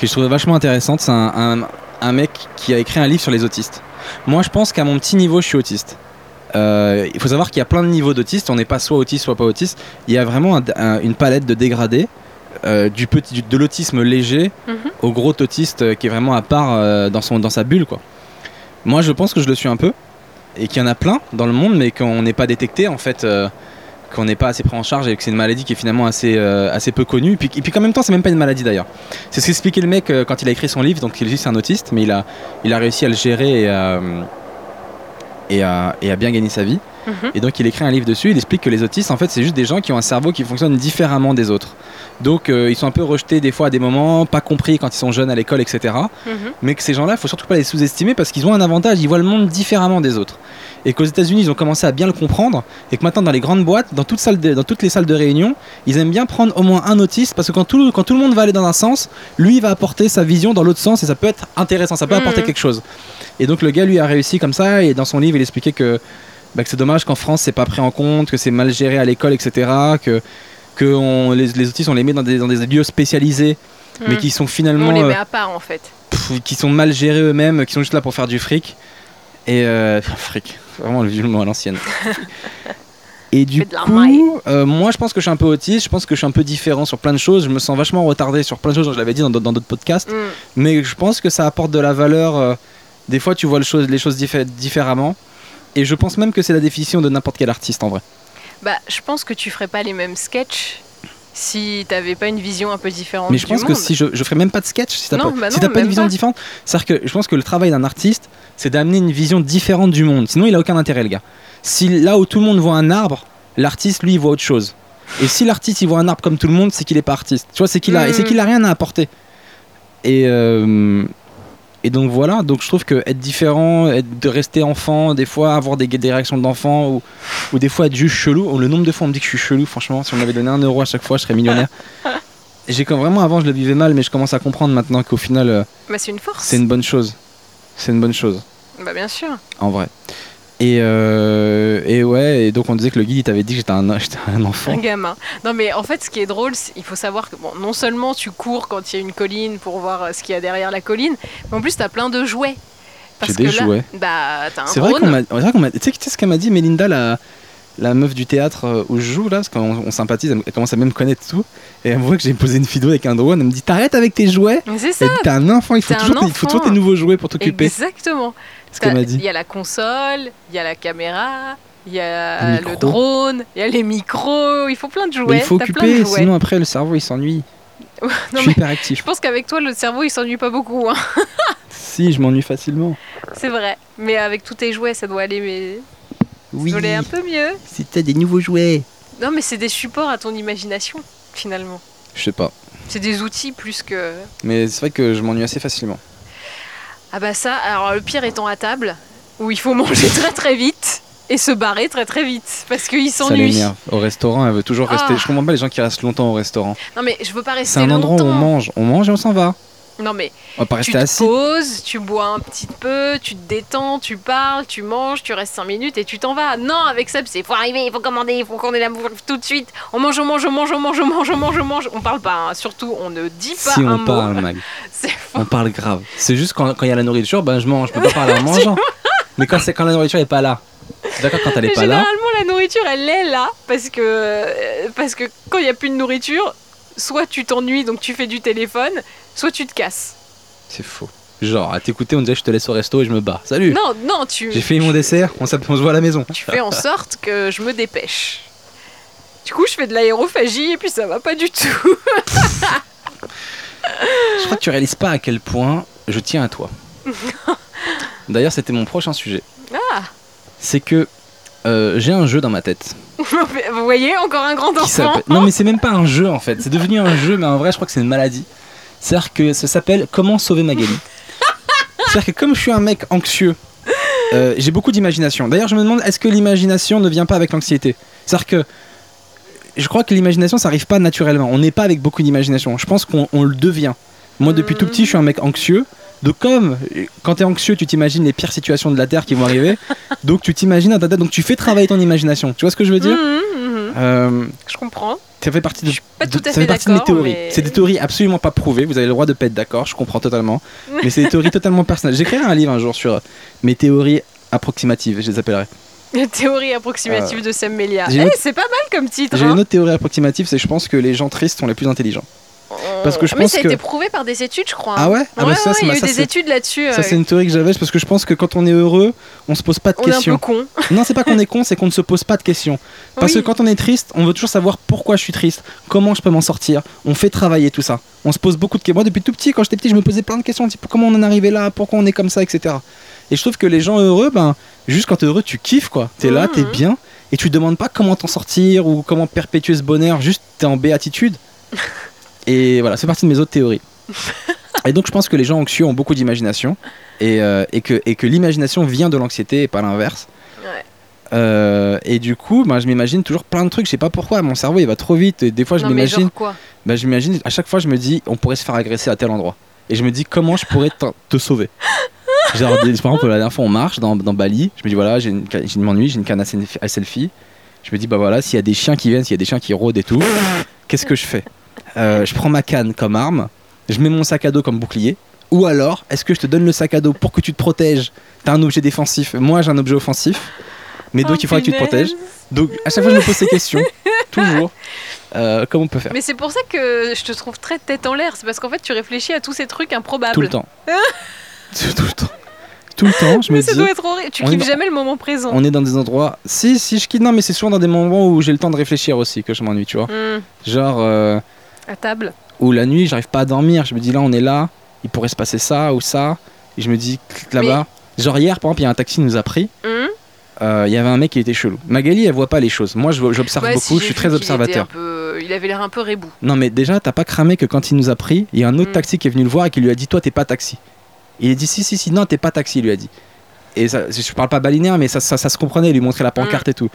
S2: que je trouvais vachement intéressante. C'est un, un- un mec qui a écrit un livre sur les autistes. Moi, je pense qu'à mon petit niveau, je suis autiste. Euh, il faut savoir qu'il y a plein de niveaux d'autistes. On n'est pas soit autiste, soit pas autiste. Il y a vraiment un- un- une palette de dégradés, euh, du petit, du- de l'autisme léger
S1: Mhm.
S2: au gros autiste euh, qui est vraiment à part euh, dans, son, dans sa bulle. Quoi. Moi, je pense que je le suis un peu et qu'il y en a plein dans le monde, mais qu'on n'est pas détecté en fait, euh, qu'on n'est pas assez pris en charge et que c'est une maladie qui est finalement assez, euh, assez peu connue. Et puis, et puis qu'en même temps, c'est même pas une maladie d'ailleurs. C'est ce qu'expliquait le mec euh, quand il a écrit son livre. Donc, il c'est un autiste, mais il a, il a réussi à le gérer et à, et à, et à bien gagner sa vie.
S1: Mhm.
S2: Et donc, il écrit un livre dessus. Il explique que les autistes, en fait, c'est juste des gens qui ont un cerveau qui fonctionne différemment des autres. Donc, euh, ils sont un peu rejetés des fois à des moments, pas compris quand ils sont jeunes à l'école, etc
S1: Mhm.
S2: mais que ces gens-là, faut surtout pas les sous-estimer parce qu'ils ont un avantage, ils voient le monde différemment des autres. Et qu'aux États-Unis, ils ont commencé à bien le comprendre, et que maintenant, dans les grandes boîtes, dans, toutes salles de- dans toutes les salles de réunion, ils aiment bien prendre au moins un autiste parce que quand tout, quand tout le monde va aller dans un sens, lui, il va apporter sa vision dans l'autre sens et ça peut être intéressant, ça peut
S1: Mhm.
S2: apporter quelque chose. Et donc, le gars, lui, a réussi comme ça, et dans son livre, il expliquait que, bah, que c'est dommage qu'en France, c'est pas pris en compte, que c'est mal géré à l'école, etc., que, que on- les, les autistes, on les met dans des, dans des lieux spécialisés, mais
S1: Mhm.
S2: qui sont
S1: On
S2: finalement.
S1: les
S2: euh,
S1: met à part en fait.
S2: pff, qui sont mal gérés eux-mêmes, qui sont juste là pour faire du fric. Et euh, fric, vraiment le vieux mot
S1: (laughs)
S2: à l'ancienne. Et du
S1: Fais de la maille.
S2: coup, euh, moi je pense que je suis un peu autiste, je pense que je suis un peu différent sur plein de choses, je me sens vachement retardé sur plein de choses, je l'avais dit dans d'autres dans d'autres podcasts,
S1: Mhm.
S2: mais je pense que ça apporte de la valeur. euh, des fois tu vois le chose- les choses diffé- différemment, et je pense même que c'est la définition de n'importe quel artiste en vrai.
S1: Bah, je pense que tu ferais pas les mêmes sketchs si t'avais pas une vision un peu différente.
S2: Mais je
S1: Oh, du
S2: pense que
S1: monde.
S2: si je, je ferais même pas de sketch, si t'as
S1: Non,
S2: pas,
S1: bah
S2: si
S1: non,
S2: t'as pas une
S1: même
S2: vision
S1: pas.
S2: différente, c'est-à-dire que je pense que le travail d'un artiste, c'est d'amener une vision différente du monde. Sinon, il a aucun intérêt, le gars. Si là où tout le monde voit un arbre, l'artiste, lui, il voit autre chose. Et si l'artiste, il voit un arbre comme tout le monde, c'est qu'il est pas artiste. Tu vois, c'est qu'il a,
S1: Mhm.
S2: c'est qu'il a rien à apporter. Et, euh, et donc voilà, donc je trouve que être différent, être, de rester enfant, des fois avoir des, des réactions d'enfant ou, ou des fois être juste chelou. Le nombre de fois on me dit que je suis chelou, franchement, si on m'avait donné un euro à chaque fois, je serais millionnaire. J'ai quand vraiment avant je le vivais mal, mais je commence à comprendre maintenant qu'au final euh,
S1: Bah, c'est une force.
S2: c'est une bonne chose. C'est une bonne chose
S1: Bah, bien sûr.
S2: en vrai. Et, euh, et ouais, et donc on disait que le guide il t'avait dit que j'étais un, (laughs) j'étais
S1: Un
S2: un enfant.
S1: gamin. Non, mais en fait, ce qui est drôle, c'est- il faut savoir que bon, non seulement tu cours quand il y a une colline pour voir euh, ce qu'il y a derrière la colline, mais en plus, t'as plein de jouets. Parce
S2: J'ai des
S1: que là,
S2: jouets.
S1: Bah, t'as un
S2: C'est vrai
S1: drone.
S2: qu'on m'a, c'est vrai qu'on m'a- tu sais tu sais ce qu'elle m'a dit Mélinda la, la meuf du théâtre euh, où je joue, là, parce qu'on on sympathise, elle, elle commence à même connaître tout. Et elle me voit que j'ai posé une vidéo avec un drone, elle me dit T'arrêtes avec tes jouets
S1: Mais c'est ça,
S2: Elle dit T'es un enfant, il faut,
S1: T'es un
S2: toujours, il faut toujours tes
S1: enfant.
S2: nouveaux jouets pour t'occuper.
S1: exactement. Parce
S2: qu'elle m'a
S1: que
S2: dit.
S1: il y a la console, il y a la caméra, il y
S2: Le
S1: a
S2: micro.
S1: le drone, il y a les micros, il faut plein de jouets.
S2: Mais il faut
S1: t'as plein de
S2: occuper,
S1: jouets.
S2: sinon après le cerveau il s'ennuie. je
S1: (laughs) Non,
S2: suis
S1: mais
S2: hyperactif.
S1: je pense qu'avec toi, le cerveau, il s'ennuie pas beaucoup. hein.
S2: Si, je m'ennuie facilement.
S1: C'est vrai. Mais avec tous tes jouets, ça doit aller, mais
S3: Oui,
S1: ça doit aller un peu mieux.
S3: si t'as des nouveaux jouets.
S1: Non, mais c'est des supports à ton imagination, finalement.
S2: Je sais pas.
S1: C'est des outils plus que.
S2: Mais c'est vrai que je m'ennuie assez facilement.
S1: Ah bah ça, alors le pire étant à table, où il faut (laughs) manger très très vite et se barrer très très vite, parce qu'ils
S2: ça
S1: s'ennuient.
S2: l'énerve. Au restaurant, elle veut toujours rester.
S1: Ah.
S2: Je comprends pas les gens qui restent longtemps au restaurant.
S1: Non mais je veux pas rester
S2: C'est un endroit où on
S1: longtemps.
S2: mange. On mange et on s'en va.
S1: Non mais
S2: On va pas
S1: tu
S2: rester
S1: te
S2: assis.
S1: poses, tu bois un petit peu, tu te détends, tu parles, tu manges, tu restes 5 minutes et tu t'en vas. Non, avec Seb, c'est faut arriver, il faut commander, il faut qu'on ait la bouffe tout de suite. On mange, on mange, on mange, on mange, on mange, on mange, on mange. On parle pas, hein. surtout on ne dit pas
S2: Si
S1: un
S2: on
S1: mot.
S2: parle, Mag.
S1: C'est faux.
S2: On parle grave. C'est juste quand quand il y a la nourriture, ben je mange. Je peux pas
S1: (laughs)
S2: parler en mangeant. Mais quand c'est quand la nourriture est pas là. Je suis D'accord, quand elle est pas là.
S1: Généralement, la nourriture, elle est là parce que, euh, parce que quand il n'y a plus de nourriture, soit tu t'ennuies donc tu fais du téléphone, soit tu te casses.
S2: C'est faux. Genre, à t'écouter, on disait je te laisse au resto et je me bats. Salut
S1: Non, non, tu,
S2: J'ai fini mon dessert, on, s'app- on se voit à la maison.
S1: tu fais en sorte que je me dépêche. Du coup, je fais de l'aérophagie et puis ça va pas du tout.
S2: Je crois que tu réalises pas à quel point je tiens
S1: (laughs)
S2: à toi. D'ailleurs, c'était mon prochain sujet.
S1: Ah.
S2: C'est que euh, j'ai un jeu dans ma tête.
S1: Vous voyez, encore un grand
S2: qui
S1: enfant.
S2: s'appelle- Non, mais c'est même pas un jeu en fait. C'est devenu un jeu, mais en vrai, je crois que c'est une maladie. C'est-à-dire que ça s'appelle Comment sauver Magali. C'est-à-dire que comme je suis un mec anxieux, euh, j'ai beaucoup d'imagination. D'ailleurs, je me demande est-ce que l'imagination ne vient pas avec l'anxiété C'est-à-dire que je crois que l'imagination, ça arrive pas naturellement. On n'est pas avec beaucoup d'imagination. Je pense qu'on on le devient. Moi, depuis tout petit, je suis un mec anxieux. Donc, comme euh, quand t'es anxieux, tu t'imagines les pires situations de la terre qui vont arriver. Donc, tu t'imagines dans ta tête. Donc, tu fais travailler ton imagination. Tu vois ce que je veux dire
S1: Mhm, mhm,
S2: Euh,
S1: Je comprends.
S2: ça fait partie de,
S1: Je suis pas
S2: de-
S1: tout à
S2: ça
S1: fait
S2: fait partie de mes
S1: d'accord,
S2: théories.
S1: mais-
S2: C'est des théories absolument pas prouvées. Vous avez le droit de pas être d'accord. Je comprends totalement. Mais c'est des théories totalement personnelles. J'écrirai un livre un jour sur euh, mes théories approximatives. Je les appellerai.
S1: La théorie approximative de Sam Melia.
S2: Euh, j'ai une
S1: Eh,
S2: autre-
S1: c'est pas mal comme titre.
S2: J'ai
S1: hein.
S2: une autre théorie approximative. C'est je pense que les gens tristes sont les plus intelligents. parce que je
S1: Oh. Mais
S2: pense
S1: ça a
S2: que-
S1: été prouvé par des études, je crois.
S2: Ah ouais. Ah bah
S1: Ouais,
S2: ça,
S1: ouais,
S2: c'est
S1: il y
S2: ma-
S1: a eu
S2: ça,
S1: des
S2: c'est-
S1: études là-dessus.
S2: ça,
S1: euh,
S2: c'est une théorie que j'avais parce que je pense que quand on est heureux, on se pose pas de
S1: On est un peu
S2: questions.
S1: con.
S2: Non, c'est pas qu'on est con, c'est qu'on ne se pose pas de questions. Parce
S1: Oui.
S2: que quand on est triste, on veut toujours savoir pourquoi je suis triste, comment je peux m'en sortir. On fait travailler tout ça. On se pose beaucoup de questions. Moi, depuis tout petit, quand j'étais petit, je me posais plein de questions. Type, comment on en est arrivé là Pourquoi on est comme ça Etc. Et je trouve que les gens heureux, ben, juste quand t'es heureux, tu kiffes quoi. T'es là,
S1: Mhm.
S2: t'es bien. Et tu te demandes pas comment t'en sortir ou comment perpétuer ce bonheur. Juste, t'es en béatitude. Et voilà, c'est partie de mes autres théories. et donc, je pense que les gens anxieux ont beaucoup d'imagination. Et, euh, et que, et que l'imagination vient de l'anxiété et pas l'inverse.
S1: Ouais.
S2: Euh, et du coup, ben, je m'imagine toujours plein de trucs. Je sais pas pourquoi. Mon cerveau, il va trop vite. Et des fois, je
S1: non, mais
S2: m'imagine.
S1: genre quoi
S2: ben, je m'imagine. À chaque fois, je me dis, on pourrait se faire agresser à tel endroit. Et je me dis, comment je pourrais te, te sauver Genre, des- par exemple, la dernière fois, on marche dans, dans Bali. Je me dis, voilà, j'ai une, ca- j'ai- je m'ennuie, j'ai une canne à, self- à selfie. Je me dis, bah voilà, s'il y a des chiens qui viennent, s'il y a des chiens qui rôdent et tout, qu'est-ce que je fais Euh, Je prends ma canne comme arme. Je mets mon sac à dos comme bouclier. Ou alors, est-ce que je te donne le sac à dos pour que tu te protèges T'as un objet défensif. Moi, j'ai un objet offensif. Mais donc,
S1: Oh,
S2: il faudra que tu te
S1: punaise.
S2: protèges. Donc, à chaque fois, je me pose
S1: (laughs)
S2: ces questions. Toujours. Euh, comment on peut faire
S1: Mais c'est pour ça que je te trouve très tête en l'air. C'est parce qu'en fait, tu réfléchis à tous ces trucs improbables.
S2: Tout le temps. Tout le temps. Tout le temps, je me
S1: Mais ça
S2: dis.
S1: doit être horrible. Tu
S2: on est
S1: kiffes
S2: dans-
S1: jamais le moment présent.
S2: On est dans des endroits. Si, si, je quitte. Non, mais c'est souvent dans des moments où j'ai le temps de réfléchir aussi que je m'ennuie, tu vois.
S1: Hmm,
S2: Genre, euh,
S1: à table.
S2: où la nuit, j'arrive pas à dormir. Je me dis, là, on est là. Il pourrait se passer ça ou ça. Et je me dis, là-bas. Genre, hier, par exemple, il y a un taxi qui nous a pris.
S1: Hmm
S2: Euh, Il y avait un mec qui était chelou. Magali, elle voit pas les choses. Moi, je- j'observe
S1: Ouais, Bah, si,
S2: beaucoup.
S1: j'ai
S2: je suis
S1: vu
S2: très
S1: qu'il
S2: observateur.
S1: était un peu- euh, Il avait l'air un peu rebou.
S2: Non mais déjà, t'as pas cramé que quand il nous a pris, il y a un autre
S1: Mm.
S2: taxi qui est venu le voir et qui lui a dit toi t'es pas taxi. Il a dit si si si non t'es pas taxi, il lui a dit. Et ça, je parle pas balinaire mais ça, ça, ça se comprenait, il lui montrait la pancarte
S1: Mm.
S2: et tout.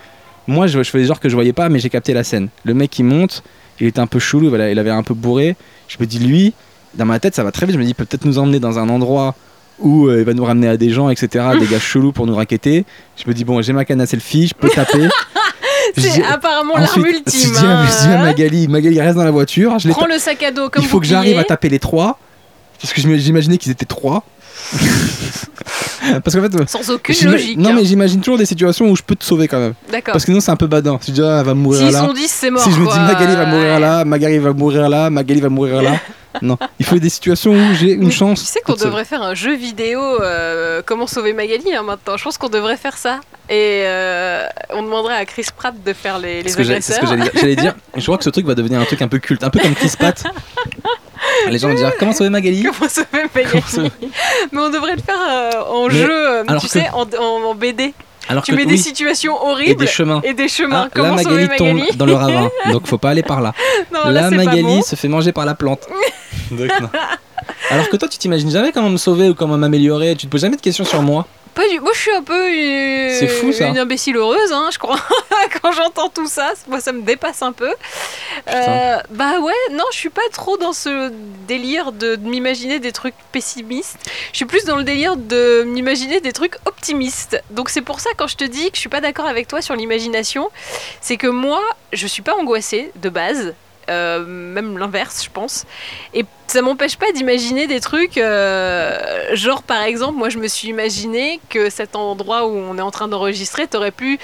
S2: Moi je, je faisais genre que je voyais pas mais j'ai capté la scène. Le mec il monte, il était un peu chelou, voilà, il avait un peu bourré. Je me dis lui, dans ma tête ça va très vite, je me dis il peut peut-être nous emmener dans un endroit où euh, il va nous ramener à des gens etc, des
S1: (laughs)
S2: gars chelous pour nous raqueter. Je me dis bon j'ai ma canne à selfie, je peux taper. Je dis-
S1: (laughs) C'est (laughs) apparemment l'arme
S2: Ensuite, je
S1: ultime.
S2: dis à-
S1: hein.
S2: je dis à Magali, Magali reste dans la voiture, je l'ai
S1: Prends le sac à dos comme
S2: il faut que
S1: bouclier.
S2: j'arrive à taper les trois. (laughs) Parce que j'im- j'imaginais qu'ils étaient trois.
S4: Parce qu'en fait, euh,
S1: Sans aucune
S4: j'ima-
S1: logique.
S4: non
S1: hein.
S4: mais j'imagine toujours des situations où je peux te sauver quand même.
S1: D'accord.
S4: Parce que sinon c'est un peu badant. Si je dis ah, elle va mourir
S1: S'ils
S4: là.
S1: sont 10, c'est mort.
S4: si je me dis
S1: quoi.
S4: Magali va mourir
S1: Ouais.
S4: là, Magali va mourir là, Magali va mourir
S1: (laughs)
S4: là. non, il faut des situations où j'ai une
S1: Mais
S4: chance.
S1: Tu sais qu'on
S4: d'être seul.
S1: devrait faire un jeu vidéo euh, Comment sauver Magali hein, maintenant. Je pense qu'on devrait faire ça. Et euh, on demanderait à Chris Pratt de faire les,
S2: C'est
S1: les
S2: ce que j'allais c'est ce
S1: agresseurs.
S2: que j'allais dire.
S1: (laughs)
S2: J'allais dire, je crois que ce truc va devenir un truc un peu culte, un peu comme Chris Pat. Les gens vont dire comment sauver Magali
S1: Comment sauver Magali
S2: Comment sauver-
S1: Mais on devrait le faire euh, en
S2: Mais
S1: jeu, euh,
S2: alors
S1: tu
S2: que-
S1: sais, en, en- en BD.
S2: Alors
S1: Tu
S2: que
S1: mets des
S2: oui,
S1: situations
S2: et
S1: horribles
S2: des chemins.
S1: et des chemins.
S2: Ah,
S1: Comment
S2: là
S1: sauver
S2: Magali tombe
S1: Magali (laughs)
S2: dans le ravin, donc faut pas aller par là.
S1: Non, là,
S2: là
S1: c'est pas
S2: Magali
S1: bon.
S2: se fait manger par la
S1: (laughs)
S2: plante. Donc, non. Alors que toi tu t'imagines jamais comment me sauver ou comment m'améliorer, tu te poses jamais de questions sur moi.
S1: Pas du- Moi, je suis un peu euh,
S2: C'est fou, ça.
S1: une imbécile heureuse, hein, je crois. (laughs) Quand j'entends tout ça, moi, ça me dépasse un peu. Euh, bah ouais, non, je suis pas trop dans ce délire de, de m'imaginer des trucs pessimistes. Je suis plus dans le délire de m'imaginer des trucs optimistes. Donc c'est pour ça quand je te dis que je suis pas d'accord avec toi sur l'imagination, c'est que moi, je suis pas angoissée de base. euh, même l'inverse, je pense. Et ça m'empêche pas d'imaginer des trucs. euh, genre, par exemple, moi, je me suis imaginé que cet endroit où on est en train d'enregistrer, t'aurais pu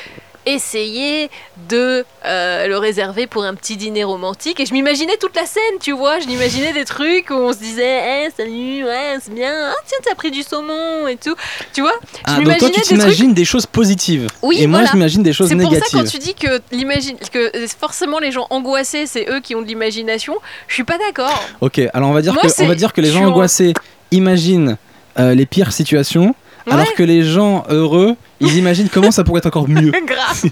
S1: essayer de euh, le réserver pour un petit dîner romantique. Et je m'imaginais toute la scène, tu vois. Je m'imaginais des trucs où on se disait, Eh, salut, ouais, c'est bien. Ah, tiens, t'as pris du saumon et tout. Tu vois
S2: Ah, donc toi
S1: m'imaginais
S2: tu
S1: des trucs-
S2: t'imagines des choses positives.
S1: Oui,
S2: et moi
S1: voilà.
S2: je m'imagine des choses
S1: c'est pour ça
S2: négatives.
S1: quand tu dis que l'imagine que forcément les gens angoissés c'est eux qui ont de l'imagination, je suis pas
S2: (laughs)
S1: d'accord.
S2: Ok, alors on va dire,
S1: Moi,
S2: que,
S1: c'est- hein.
S2: on va dire que les
S1: je
S2: gens
S1: suis en-
S2: angoissés imaginent euh, les pires situations, alors que les gens heureux, ils
S1: (laughs)
S2: imaginent comment ça pourrait être encore mieux.
S1: Ouais, grave. Moi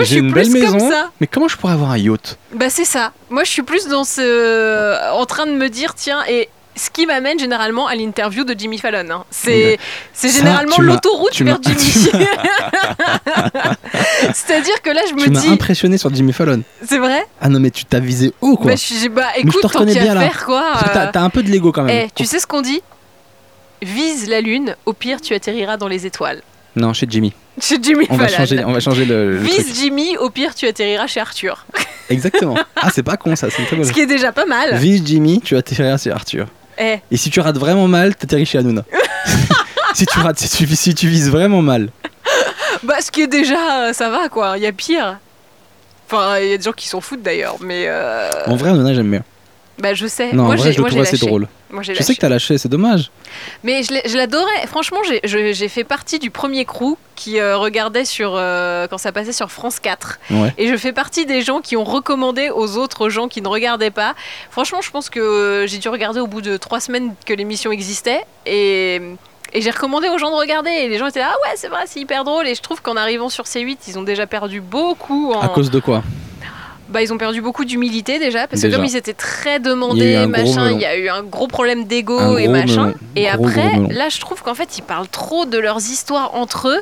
S1: je
S2: J'ai
S1: suis
S2: une
S1: plus
S2: belle
S1: comme
S2: maison.
S1: ça.
S2: Mais comment je pourrais avoir un yacht
S1: Bah c'est ça. Moi je suis plus dans ce euh, en train de me dire tiens et ce qui m'amène généralement à l'interview de Jimmy Fallon. hein. C'est c'est
S2: Ça,
S1: généralement
S2: tu m'as-
S1: l'autoroute
S2: tu
S1: vers
S2: m'as-
S1: Jimmy. (laughs) C'est-à-dire que là je me
S2: Tu m'as
S1: dis
S2: impressionné sur Jimmy Fallon.
S1: c'est vrai.
S2: Ah non, mais tu t'as visé haut quoi.
S1: Bah, je suis- bah
S2: je te
S1: écoute tant
S2: reconnais
S1: qu'il y a
S2: bien,
S1: à
S2: là.
S1: faire quoi.
S2: Parce que
S1: euh,
S2: t'as t'as un peu de l'ego quand même.
S1: Eh, tu sais ce qu'on dit Vise la lune, au pire tu atterriras dans les étoiles.
S2: Non, chez Jimmy.
S1: Chez Jimmy
S2: On va
S1: Fallon.
S2: changer, on va changer le, le truc.
S1: Vise Jimmy, au pire tu atterriras chez Arthur.
S2: Exactement. Ah, c'est pas con ça, c'est une très bonne
S1: Ce qui est déjà pas mal.
S2: Vise Jimmy, tu atterriras chez Arthur.
S1: Eh,
S2: Et si tu rates vraiment mal, t'atterris
S1: (laughs)
S2: chez Hanouna. si, tu rates, si, tu, si tu vises vraiment mal.
S1: bah ce qui est déjà, euh, ça va quoi, il y a pire. Enfin, il y a des gens qui s'en foutent d'ailleurs, mais euh,
S2: En vrai, Hanouna, j'aime bien.
S1: bah je sais.
S2: Non,
S1: moi
S2: en vrai,
S1: j'ai
S2: je le
S1: moi,
S2: trouve
S1: j'ai
S2: assez
S1: lâché.
S2: drôle.
S1: Moi, j'ai
S2: Je sais
S1: lâché.
S2: que t'as lâché, c'est dommage.
S1: Mais je l'ai- je l'adorais. Franchement, j'ai- je- j'ai fait partie du premier crew qui euh, regardait sur euh, quand ça passait sur France 4.
S2: Ouais.
S1: Et je fais partie des gens qui ont recommandé aux autres gens qui ne regardaient pas. Franchement, je pense que euh, j'ai dû regarder au bout de trois semaines que l'émission existait et et j'ai recommandé aux gens de regarder et les gens étaient là, ah ouais c'est vrai c'est hyper drôle et je trouve qu'en arrivant sur C8 ils ont déjà perdu beaucoup en...
S2: À cause de quoi
S1: Bah, ils ont perdu beaucoup d'humilité déjà, parce que
S2: Déjà.
S1: comme ils étaient très
S2: Il y a eu
S1: demandés,
S2: un gros
S1: machin,
S2: melon.
S1: il y a eu un gros problème
S2: Un
S1: d'ego et
S2: gros euh,
S1: machin.
S2: melon.
S1: Et
S2: Gros,
S1: après,
S2: gros melon.
S1: là, je trouve qu'en fait, ils parlent trop de leurs histoires entre eux.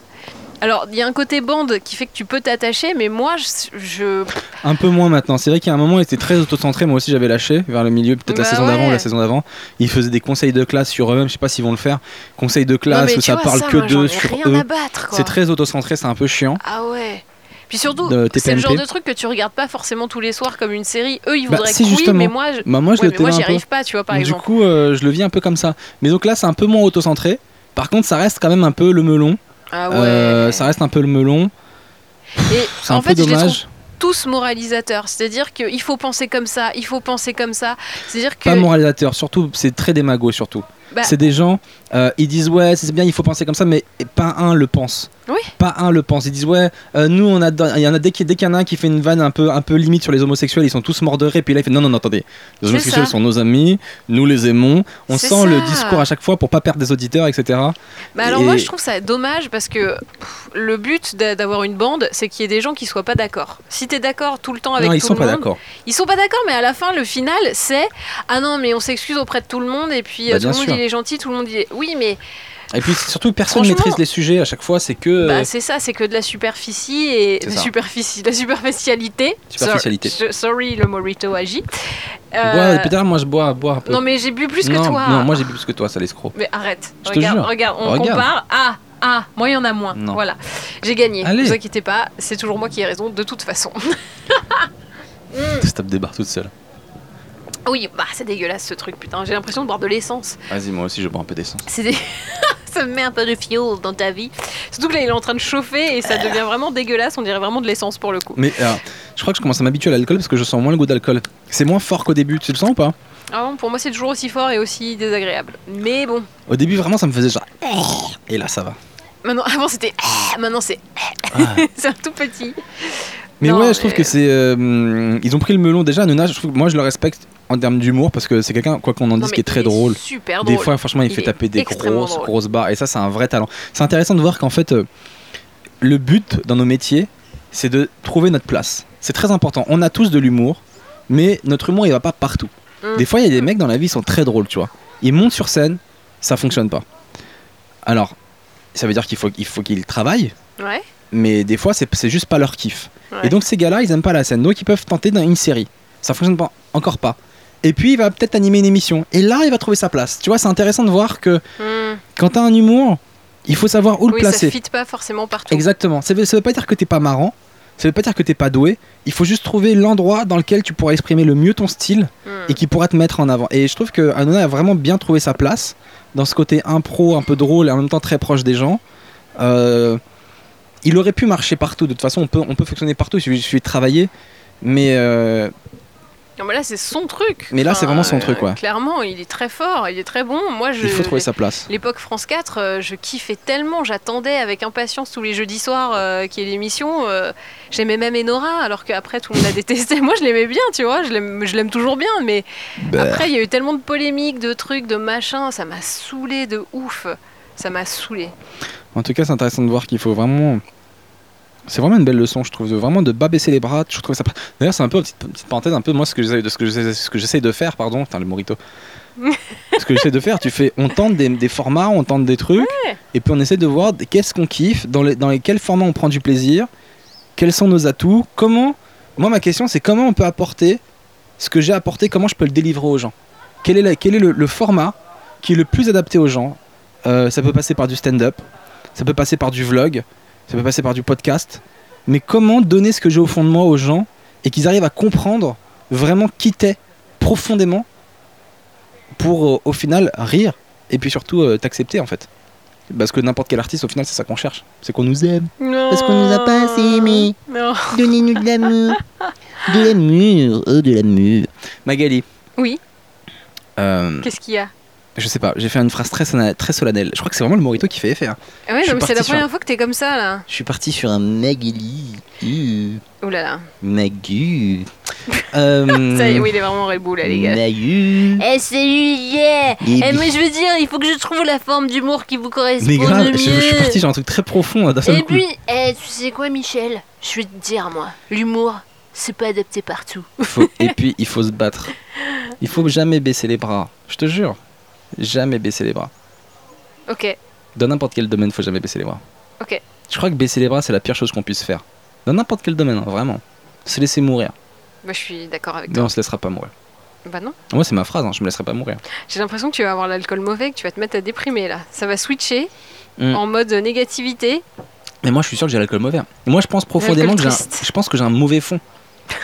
S1: Alors, il y a un côté bande qui fait que tu peux t'attacher, mais moi, je. je-
S2: Un peu moins maintenant. C'est vrai qu'il y a un moment, il était très autocentré. Moi aussi, j'avais lâché vers le milieu, peut-être la
S1: Bah
S2: saison d'avant ou
S1: ouais.
S2: la saison d'avant. Ils faisaient des conseils de classe sur eux-mêmes. Je sais pas s'ils vont le faire. Conseils de
S1: Non,
S2: classe
S1: mais tu
S2: où ça
S1: vois,
S2: parle que
S1: moi, j'en
S2: d'eux
S1: ai
S2: sur
S1: rien
S2: eux.
S1: à battre, quoi.
S2: C'est très Euh, autocentré, c'est un peu chiant.
S1: Ah ouais. Puis surtout,
S2: De
S1: c'est le
S2: TPMP.
S1: genre de truc que tu regardes pas forcément tous les soirs comme une série. Eux, ils
S2: Bah,
S1: voudraient
S2: si,
S1: que oui,
S2: justement.
S1: mais moi, je...
S2: Bah, moi, je
S1: ouais,
S2: le
S1: mais moi,
S2: télévais
S1: j'y
S2: un peu.
S1: arrive pas, tu vois, par
S2: Donc, du
S1: exemple.
S2: coup, euh, je le vis un peu comme ça. Mais donc là, c'est un peu moins autocentré. Par contre, ça reste quand même un peu le melon.
S1: Ah ouais.
S2: Euh, ça reste un peu le melon.
S1: Et
S2: C'est un
S1: en
S2: peu
S1: fait, je les trouve
S2: dommage.
S1: tous moralisateurs. C'est-à-dire qu'il faut penser comme ça, il faut penser comme ça. C'est-à-dire que.
S2: Pas moralisateur, surtout, c'est très démago, surtout.
S1: Bah,
S2: C'est des gens, euh, ils disent ouais, c'est bien, il faut penser comme ça, mais pas un le pense.
S1: Oui.
S2: Pas un le pense. Ils disent ouais, euh, nous on a, il y en a dès qu'il dès qu'il y en a un qui fait une vanne un peu, un peu limite sur les homosexuels, ils sont tous morts de rire. Puis là il fait non non non attendez, les
S1: C'est
S2: homosexuels
S1: ça.
S2: sont nos amis, nous les aimons. On sent
S1: C'est
S2: le
S1: ça.
S2: discours à chaque fois pour pas perdre des auditeurs, etc.
S1: bah alors
S2: et-
S1: moi je trouve ça dommage parce que pff, le but d'a- d'avoir une bande c'est qu'il y ait des gens qui soient pas d'accord. Si t'es d'accord tout le temps avec
S2: non ils
S1: tout
S2: sont
S1: le
S2: pas
S1: monde,
S2: d'accord.
S1: ils sont pas d'accord mais à la fin le final c'est ah non mais on s'excuse auprès de tout le monde et puis euh,
S2: Bah,
S1: tout
S2: bien
S1: le monde
S2: sûr.
S1: il est gentil, tout le monde il est oui mais
S2: Et puis surtout personne
S1: Franchement-
S2: maîtrise les sujets à chaque fois, c'est que
S1: bah,
S2: euh,
S1: c'est ça c'est que de la superficie et
S2: C'est
S1: de la
S2: ça.
S1: superficie, de la superficialité.
S2: Superficialité.
S1: Sor- sorry le morito agit. Euh,
S2: bois. Peut-être moi je bois, bois un peu.
S1: non mais j'ai bu plus que
S2: non,
S1: toi.
S2: non, moi j'ai bu plus que toi, ça l'escroc.
S1: Mais arrête.
S2: Je te
S1: regarde,
S2: jure.
S1: regarde, on
S2: Regarde.
S1: compare. Ah, ah, moi il y en a moins.
S2: Non.
S1: Voilà. J'ai gagné.
S2: Allez.
S1: Ne vous inquiétez pas, c'est toujours moi qui ai raison de toute façon. (laughs) Mm.
S2: Je tape des barres toute seule.
S1: oui, bah c'est dégueulasse ce truc, putain. J'ai l'impression de boire de l'essence.
S2: Vas-y moi aussi je bois un peu d'essence.
S1: C'est des... (laughs) ça me met un peu de fuel dans ta vie. Surtout que là, il est en train de chauffer et ça
S2: (laughs)
S1: devient vraiment dégueulasse. On dirait vraiment de l'essence pour le coup.
S2: Mais alors, je crois que je commence à m'habituer à l'alcool parce que je sens moins le goût d'alcool. C'est moins fort qu'au début, tu le sens ou pas
S1: Ah bon, pour moi, c'est toujours aussi fort et aussi désagréable. Mais bon,
S2: Au début, vraiment, ça me faisait genre. eh, Et là, ça va.
S1: maintenant, (laughs) avant c'était. Maintenant, c'est. (laughs)
S2: Ah.
S1: c'est un tout petit.
S2: Mais
S1: Non,
S2: ouais, je trouve
S1: mais-
S2: que c'est. euh, ils ont pris le melon déjà. Nuna, je trouve, moi, je le respecte en termes d'humour parce que c'est quelqu'un, quoi qu'on en
S1: Non,
S2: dise,
S1: mais
S2: qui est très
S1: il
S2: drôle.
S1: Super
S2: Des
S1: drôle.
S2: fois, franchement, il,
S1: Il
S2: fait
S1: est
S2: taper des
S1: extrêmement
S2: grosses,
S1: drôle.
S2: grosses barres. Et ça, c'est un vrai talent. C'est intéressant de voir qu'en fait, euh, le but dans nos métiers, c'est de trouver notre place. C'est très important. On a tous de l'humour, mais notre humour, il va pas partout.
S1: Mm.
S2: Des fois, il y a des mecs dans la vie, ils sont très drôles, tu vois. Ils montent sur scène, ça fonctionne pas. Alors, ça veut dire qu'il faut, il faut qu'ils travaillent,
S1: Ouais.
S2: mais des fois, c'est c'est juste pas leur kiff.
S1: ouais.
S2: Et donc ces gars-là, ils aiment pas la scène. Donc ils peuvent tenter dans une série. Ça fonctionne pas, encore pas. Et puis il va peut-être animer une émission. Et là, il va trouver sa place. Tu vois, c'est intéressant de voir que
S1: Hmm.
S2: quand t'as un humour, il faut savoir où le
S1: oui,
S2: placer.
S1: ça fit pas forcément partout.
S2: Exactement. Ça veut, ça veut pas dire que t'es pas marrant. Ça veut pas dire que t'es pas doué. Il faut juste trouver l'endroit dans lequel tu pourras exprimer le mieux ton style
S1: Hmm.
S2: et qui pourra te mettre en avant. Et je trouve que Hanouna a vraiment bien trouvé sa place dans ce côté impro, un peu drôle et en même temps très proche des gens. Euh, il aurait pu marcher partout. De toute façon, on peut, on peut fonctionner partout. Il suffit il suffit de travailler. Mais euh,
S1: Non, mais là, c'est son truc.
S2: Mais là, c'est vraiment son truc, ouais.
S1: Clairement, il est très fort, il est très bon. Moi, je.
S2: il faut trouver sa place.
S1: L'époque France 4, euh, je kiffais tellement, j'attendais avec impatience tous les jeudis soirs euh, qu'il y ait l'émission. euh, J'aimais même Enora, alors qu'après tout le monde la (laughs) détestait. Moi, je l'aimais bien, tu vois, je l'aime je l'aime toujours bien, mais
S2: Bah.
S1: après, il y a eu tellement de polémiques, de trucs, de machins, ça m'a saoulé de ouf. Ça m'a saoulé.
S2: En tout cas, c'est intéressant de voir qu'il faut vraiment. C'est vraiment une belle leçon, je trouve, de vraiment de pas baisser les bras. Je trouve ça. D'ailleurs, c'est un peu une petite, petite parenthèse, un peu moi ce que j'essaie de ce que j'essaie- ce que j'essaie de faire, pardon, putain le morito. ce que j'essaie de faire, tu fais, on tente des, des formats, on tente des trucs, et puis on essaie de voir d- qu'est-ce qu'on kiffe, dans les dans les quels formats on prend du plaisir, quels sont nos atouts, comment. Moi, ma question, c'est comment on peut apporter ce que j'ai apporté, comment je peux le délivrer aux gens. Quel est, la- quel est le, le format qui est le plus adapté aux gens Euh, Ça peut passer par du stand-up. Ça peut passer par du vlog, ça peut passer par du podcast. Mais comment donner ce que j'ai au fond de moi aux gens et qu'ils arrivent à comprendre vraiment qui t'es profondément pour euh, au final rire et puis surtout euh, t'accepter en fait. Parce que n'importe quel artiste au final c'est ça qu'on cherche, c'est qu'on nous aime.
S3: Parce qu'on nous a pas assez aimés.
S1: Non.
S3: Donnez-nous de l'amour. De l'amour, oh de l'amour.
S2: Magali.
S1: Oui.
S2: euh,
S1: Qu'est-ce qu'il y a
S2: je sais pas, j'ai fait une phrase très, sona- très solennelle. Je crois que c'est vraiment le morito qui fait effet. hein.
S1: Ah ouais,
S2: Je suis
S1: non, mais c'est la
S2: parti sur
S1: première fois que t'es comme ça, là.
S3: Je suis parti sur un Magali. Euh,
S1: Ouh là là. (laughs)
S3: Magu.
S2: Euh,
S1: Ça y est, oui, il est vraiment Red Bull, là, les gars.
S3: Magu.
S5: Eh salut, yeah
S3: Et
S5: Eh moi je veux dire, il faut que je trouve la forme d'humour qui vous correspond
S2: mais grave,
S5: le
S2: je,
S5: mieux.
S2: je suis parti sur un truc très profond euh, d'un seul
S5: Et
S2: coup.
S5: puis, eh tu sais quoi Michel Je vais te dire moi, l'humour, c'est pas adapté partout.
S2: Faut- et puis il faut se battre. Il faut jamais baisser les bras. Je te jure, jamais baisser les bras.
S1: Ok.
S2: Dans n'importe quel domaine, faut jamais baisser les bras.
S1: Ok.
S2: Je crois que baisser les bras, c'est la pire chose qu'on puisse faire. Dans n'importe quel domaine, hein, vraiment. Se laisser mourir.
S1: Moi, bah, je suis d'accord avec
S2: Non,
S1: toi.
S2: on se laissera pas mourir.
S1: Bah non.
S2: Moi, c'est ma phrase. hein, je me laisserai pas mourir.
S1: J'ai l'impression que tu vas avoir l'alcool mauvais, que tu vas te mettre à déprimer, là. Ça va switcher
S2: Mm.
S1: en mode négativité.
S2: Mais moi, je suis sûr que j'ai l'alcool mauvais. Moi, je pense profondément que j'ai.
S1: L'alcool
S2: un-
S1: triste.
S2: Je pense que j'ai un mauvais fond.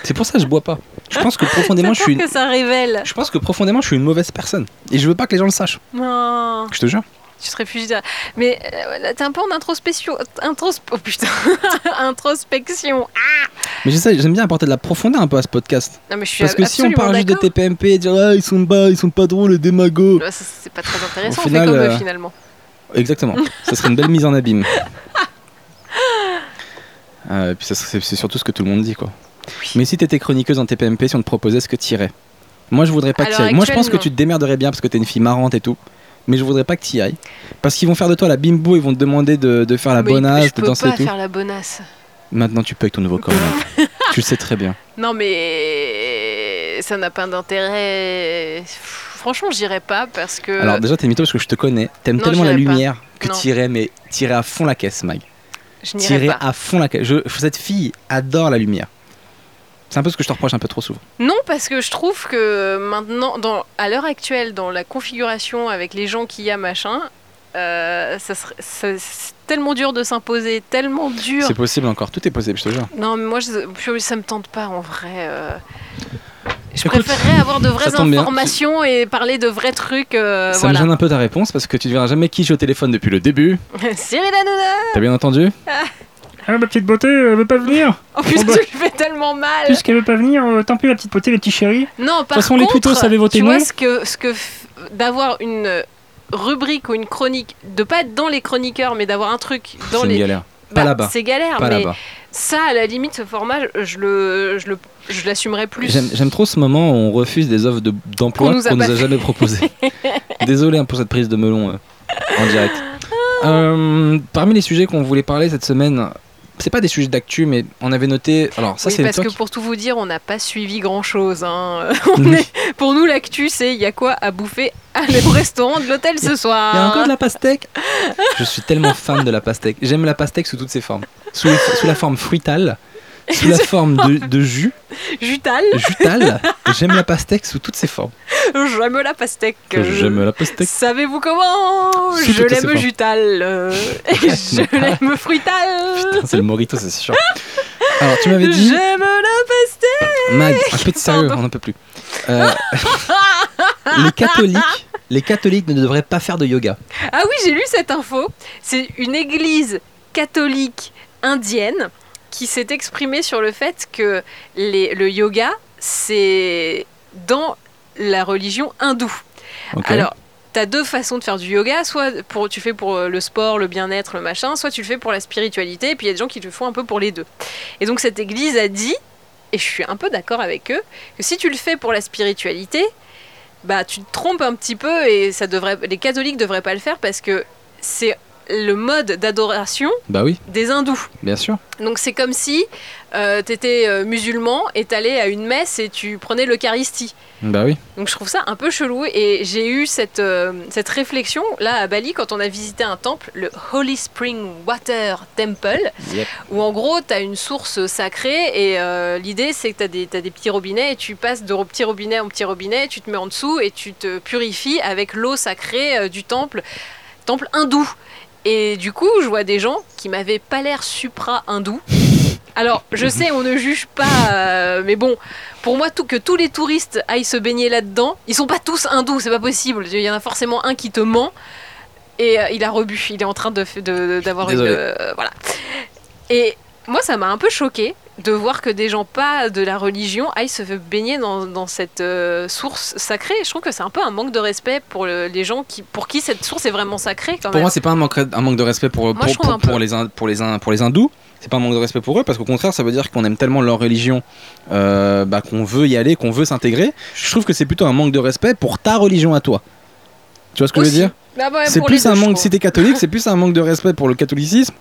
S2: C'est pour ça que je bois pas. Je pense que profondément, je suis. une-
S1: que ça révèle.
S2: Je pense que profondément, je suis une mauvaise personne. Et je veux pas que les gens le sachent.
S1: Non,
S2: Je te jure.
S1: tu te réfugies derrière. Mais euh, là, t'es un peu en introspection. Intros... Oh putain, (laughs) introspection.
S2: Mais j'essaie- j'aime bien apporter de la profondeur un peu à ce podcast.
S1: Non, mais je suis
S2: Parce que si on
S1: absolument
S2: parle juste de
S1: d'accord.
S2: TPMP et dire ah, ils sont bas, ils sont pas drôles, les démagos.
S1: Ouais, ça, C'est pas très intéressant,
S2: Au
S1: on
S2: final,
S1: fait comme eux
S2: euh,
S1: finalement.
S2: Exactement. ça serait une belle mise en abîme. Euh, et puis ça serait- c'est c'est surtout ce que tout le monde dit quoi. Mais si t'étais chroniqueuse en TPMP, si on te proposait ce que t'irais, moi je voudrais pas que
S1: À
S2: t'y
S1: l'heure
S2: ailles. Moi je
S1: actuelle,
S2: pense que
S1: non.
S2: tu te démerderais bien parce que t'es une fille marrante et tout. Mais je voudrais pas que t'y ailles. Parce qu'ils vont faire de toi la bimbo, ils vont te demander de, de faire la
S1: Mais
S2: bonasse,
S1: je
S2: de
S1: peux
S2: danser et
S1: pas
S2: tout.
S1: faire la bonasse.
S2: Maintenant tu peux avec ton
S1: (laughs)
S2: nouveau corps. tu le sais très bien.
S1: Non, mais ça n'a pas d'intérêt. Franchement, j'irai pas parce que.
S2: Alors déjà t'es mytho parce que je te connais. T'aimes
S1: Euh, Non,
S2: tellement la
S1: j'irai pas.
S2: lumière que
S1: Non.
S2: t'irais mais t'irais à fond la caisse Mag.
S1: je n'irai
S2: tirer
S1: pas.
S2: à fond la ca- je Cette fille adore la lumière. C'est un peu ce que je te reproche un peu trop souvent.
S1: Non, parce que je trouve que maintenant, dans, à l'heure actuelle, dans la configuration avec les gens qu'il y a, machin, euh, ça serait- ça- c'est tellement dur de s'imposer, tellement dur.
S2: C'est
S1: Euh,
S2: possible encore, tout est possible, je te jure.
S1: Non, mais moi, je- je- ça me tente pas en vrai. euh. Je
S2: Écoute,
S1: préférerais avoir de vraies
S2: ça tombe bien.
S1: informations et parler de vrais trucs. euh,
S2: Ça
S1: voilà.
S2: me gêne un peu ta réponse parce que tu ne verras jamais qui j'ai au téléphone depuis le début.
S1: (laughs) Cyril Hanouna
S2: T'as bien entendu
S6: Ah, ma petite beauté, elle veut pas venir.
S1: Oh putain,
S6: bah.
S1: je fais tellement mal
S6: Puisqu'elle veut pas venir, euh, tant pis, la petite beauté, les petits chéris.
S1: Non, par
S6: façon, les
S1: contre,
S6: twittos savaient voter
S1: tu vois
S6: non.
S1: ce que, ce que f- d'avoir une rubrique ou une chronique, de pas être dans les chroniqueurs, mais d'avoir un truc dans
S2: C'est une
S1: les...
S2: galère.
S1: Bah,
S2: Pas là-bas.
S1: C'est galère,
S2: Pas
S1: mais
S2: là-bas.
S1: ça, à la limite, ce format, je- je le, je le, je l'assumerais plus.
S2: J'aime j'aime trop ce moment où on refuse des offres de- d'emploi
S1: Qu'on
S2: qu'on
S1: nous a
S2: nous
S1: pas
S2: a
S1: (laughs)
S2: jamais proposées. Désolé hein, pour cette prise de melon euh, en direct.
S1: Ah.
S2: Euh, parmi les sujets qu'on voulait parler cette semaine, c'est pas des sujets d'actu, mais on avait noté. Alors ça,
S1: Oui,
S2: c'est
S1: parce
S2: toi
S1: que
S2: qui-
S1: pour tout vous dire, on n'a pas suivi grand-chose. hein. (laughs)
S2: (laughs)
S1: On est- Pour nous, l'actu, c'est il y a quoi à bouffer (laughs) à- au restaurant de l'hôtel ce soir.
S2: Il y a encore de la pastèque Ah. Je suis tellement fan de la pastèque. J'aime la pastèque sous toutes ses formes. Sous, les- sous la forme fruitale, sous la forme de, de jus,
S1: Jutal,
S2: jutale. J'aime la pastèque sous toutes ses formes.
S1: j'aime la pastèque.
S2: J'aime la pastèque.
S1: Savez-vous comment
S2: Si,
S1: Je
S2: tout à fait
S1: l'aime
S2: pas.
S1: jutal.
S2: (laughs)
S1: euh, et je l'aime fruital.
S2: Putain, c'est le morito, c'est sûr. Alors, tu m'avais dit,
S1: J'aime la pastèque.
S2: Mad, un peu de sérieux,
S1: Pardon.
S2: on n'en peut plus. Euh, (laughs) les catholiques. Les catholiques ne devraient pas faire de yoga.
S1: Ah oui, j'ai lu cette info. C'est une église catholique indienne qui s'est exprimée sur le fait que les- le yoga, c'est dans la religion hindoue.
S2: Ok.
S1: Alors, tu as deux façons de faire du yoga. Soit pour, tu fais pour euh, le sport, le bien-être, le machin, soit tu le fais pour la spiritualité. Et puis il y a des gens qui le font un peu pour les deux. Et donc cette église a dit, et je suis un peu d'accord avec eux, que si tu le fais pour la spiritualité, bah tu te trompes un petit peu et ça devrait, les catholiques devraient pas le faire parce que c'est le mode d'adoration
S2: Bah oui,
S1: des hindous.
S2: bien sûr.
S1: Donc c'est comme si euh, t'étais euh, musulman et t'allais à une messe et tu prenais l'Eucharistie.
S2: Bah oui.
S1: Donc je trouve ça un peu chelou et j'ai eu cette, euh, cette réflexion là à Bali quand on a visité un temple, le Holy Spring Water Temple,
S2: Yep.
S1: où en gros tu as une source sacrée et euh, l'idée c'est que tu as, des t'as des petits robinets et tu passes de ro- petit robinet en petit robinet, tu te mets en dessous et tu te purifies avec l'eau sacrée euh, du temple, temple hindou. Et du coup je vois des gens qui m'avaient pas l'air supra-hindou. Alors je sais on ne juge pas, euh, mais bon pour moi, tout, que tous les touristes aillent se baigner là-dedans, ils sont pas tous hindous, c'est pas possible. Il y en a forcément un qui te ment et euh, il a rebu, il est en train de f- de- de- d'avoir une.
S2: Désolé.
S1: euh, voilà. Et moi, ça m'a un peu choqué de voir que des gens pas de la religion aillent se baigner dans, dans cette euh, source sacrée. Je trouve que c'est un peu un manque de respect pour le- les gens qui, pour qui cette source est vraiment sacrée quand
S2: Pour
S1: même.
S2: moi, c'est pas un manque, un manque de respect pour, pour,
S1: je trouve
S2: pour-
S1: un peu.
S2: pour les, Ind- pour, les, Ind- pour les hindous. C'est pas un manque de respect pour eux, parce qu'au contraire, ça veut dire qu'on aime tellement leur religion euh, bah, qu'on veut y aller, qu'on veut s'intégrer. Je trouve que c'est plutôt un manque de respect pour ta religion à toi. Tu vois ce que je
S1: Aussi.
S2: veux dire
S1: Ah ouais,
S2: C'est
S1: pour les
S2: plus
S1: deux,
S2: un
S1: je
S2: manque,
S1: trouve.
S2: si t'es catholique, c'est plus un manque de respect pour le catholicisme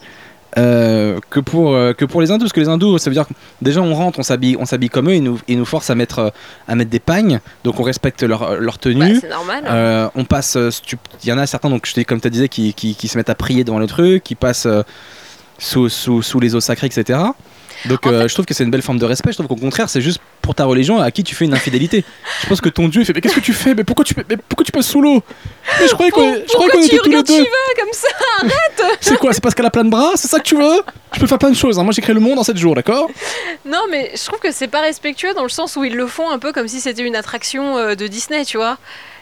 S2: euh, que, pour, euh, que pour les hindous. Parce que les hindous, ça veut dire que déjà on rentre, on s'habille, on s'habille comme eux, ils nous, ils nous forcent à mettre, euh, à mettre des pagnes, donc on respecte leur, leur
S1: Bah,
S2: tenue.
S1: c'est normal.
S2: Euh, on passe, euh, stu- il y en a certains, donc je te dis, comme tu disais, qui, qui, qui se mettent à prier devant le truc, qui passent euh, sous, sous, sous les eaux sacrées, etc. Donc
S1: En
S2: euh, je trouve que c'est une belle forme de respect. Je trouve qu'au contraire, c'est juste pour ta religion à qui tu fais une infidélité. je pense que ton Dieu il fait Mais qu'est-ce que tu fais Mais pourquoi tu, mais pourquoi tu passes sous l'eau Mais je croyais qu'on je croyais
S1: pourquoi
S2: qu'on
S1: tu
S2: était tous les
S1: regardes
S2: deux.
S1: Shiva comme ça (laughs)
S2: C'est quoi C'est parce qu'elle a plein de bras C'est ça que tu veux Je peux faire plein de choses. hein. Moi j'ai créé le monde en 7 jours,
S1: (laughs)
S2: d'accord
S1: Non, mais je trouve que c'est pas respectueux dans le sens où ils le font un peu comme si c'était une attraction euh, de Disney, tu vois.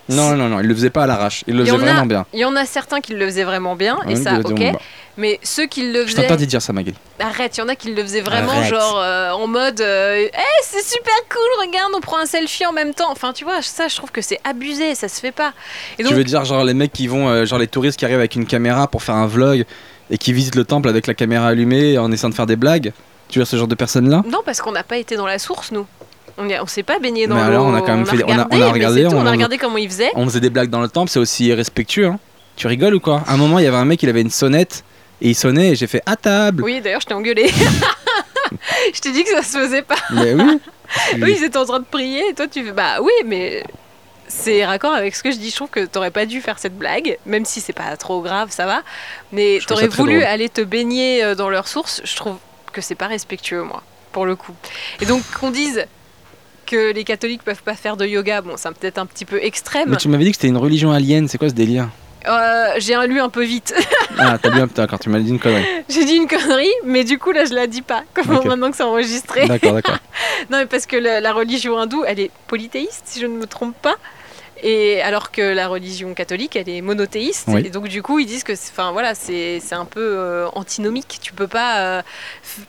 S2: Non, non, non, il le faisait pas à l'arrache. Il le
S1: Il y
S2: faisait
S1: en a-
S2: vraiment bien.
S1: Il y en a certains qui le faisaient vraiment bien, et
S2: Ouais, il
S1: ça,
S2: le faisait
S1: ok.
S2: vraiment bien.
S1: Mais ceux qui le
S2: bah. Je
S1: faisaient.
S2: t'interdis de dire ça, Magali.
S1: Arrête, il y en a qui le faisaient vraiment,
S2: Arrête.
S1: genre euh, en mode euh, Eh, c'est super cool, regarde, on prend un selfie en même temps. Enfin, tu vois, ça, je trouve que c'est abusé, ça se fait pas. Et donc,
S2: tu veux dire genre les mecs qui vont, euh, genre les touristes qui arrivent avec une caméra pour faire un vlog et qui visitent le temple avec la caméra allumée en essayant de faire des blagues Tu veux dire ce genre de personnes là
S1: non, parce qu'on n'a pas été dans la source, nous. On y a- on s'est pas baigné dans
S2: Mais
S1: l'eau.
S2: alors, on a quand même fait- on a- on a
S1: mais
S2: regardé,
S1: c'est tout, on,
S2: on
S1: a
S2: a-
S1: regardé comment ils faisaient.
S2: On faisait des blagues dans le temple, c'est aussi respectueux. hein. Tu rigoles ou quoi À un moment, il y avait un mec, il avait une sonnette et il sonnait et j'ai fait à table.
S1: Oui, d'ailleurs, je t'ai engueulé. (laughs) je t'ai dit que ça se faisait pas. (laughs)
S2: Mais oui.
S1: Eux, ils étaient en train de prier et toi, tu fais bah oui, mais c'est raccord avec ce que je dis. Je trouve que t'aurais pas dû faire cette blague, même si c'est pas trop grave, ça va. Mais
S2: Je trouve
S1: t'aurais
S2: ça très
S1: voulu
S2: drôle.
S1: aller te baigner euh, dans leurs sources. Je trouve que c'est pas respectueux, moi, pour le coup. Et donc, qu'on dise que les catholiques peuvent pas faire de yoga, bon, c'est peut-être un petit peu extrême.
S2: Mais tu m'avais dit que c'était une religion alien, c'est quoi ce délire
S1: Euh, J'ai un lu un peu vite. (laughs)
S2: Ah, t'as bien, putain, quand tu m'as dit une connerie.
S1: J'ai dit une connerie, mais du coup, là, je la dis pas, comme
S2: Ok.
S1: maintenant que c'est enregistré.
S2: D'accord, d'accord.
S1: Non, mais parce que la, la religion hindoue, elle est polythéiste, si je ne me trompe pas. Et alors que la religion catholique, elle est monothéiste.
S4: Oui.
S1: Et donc, du coup, ils disent que c'est- enfin, voilà, c'est c'est un peu euh, antinomique. Tu peux pas euh, f-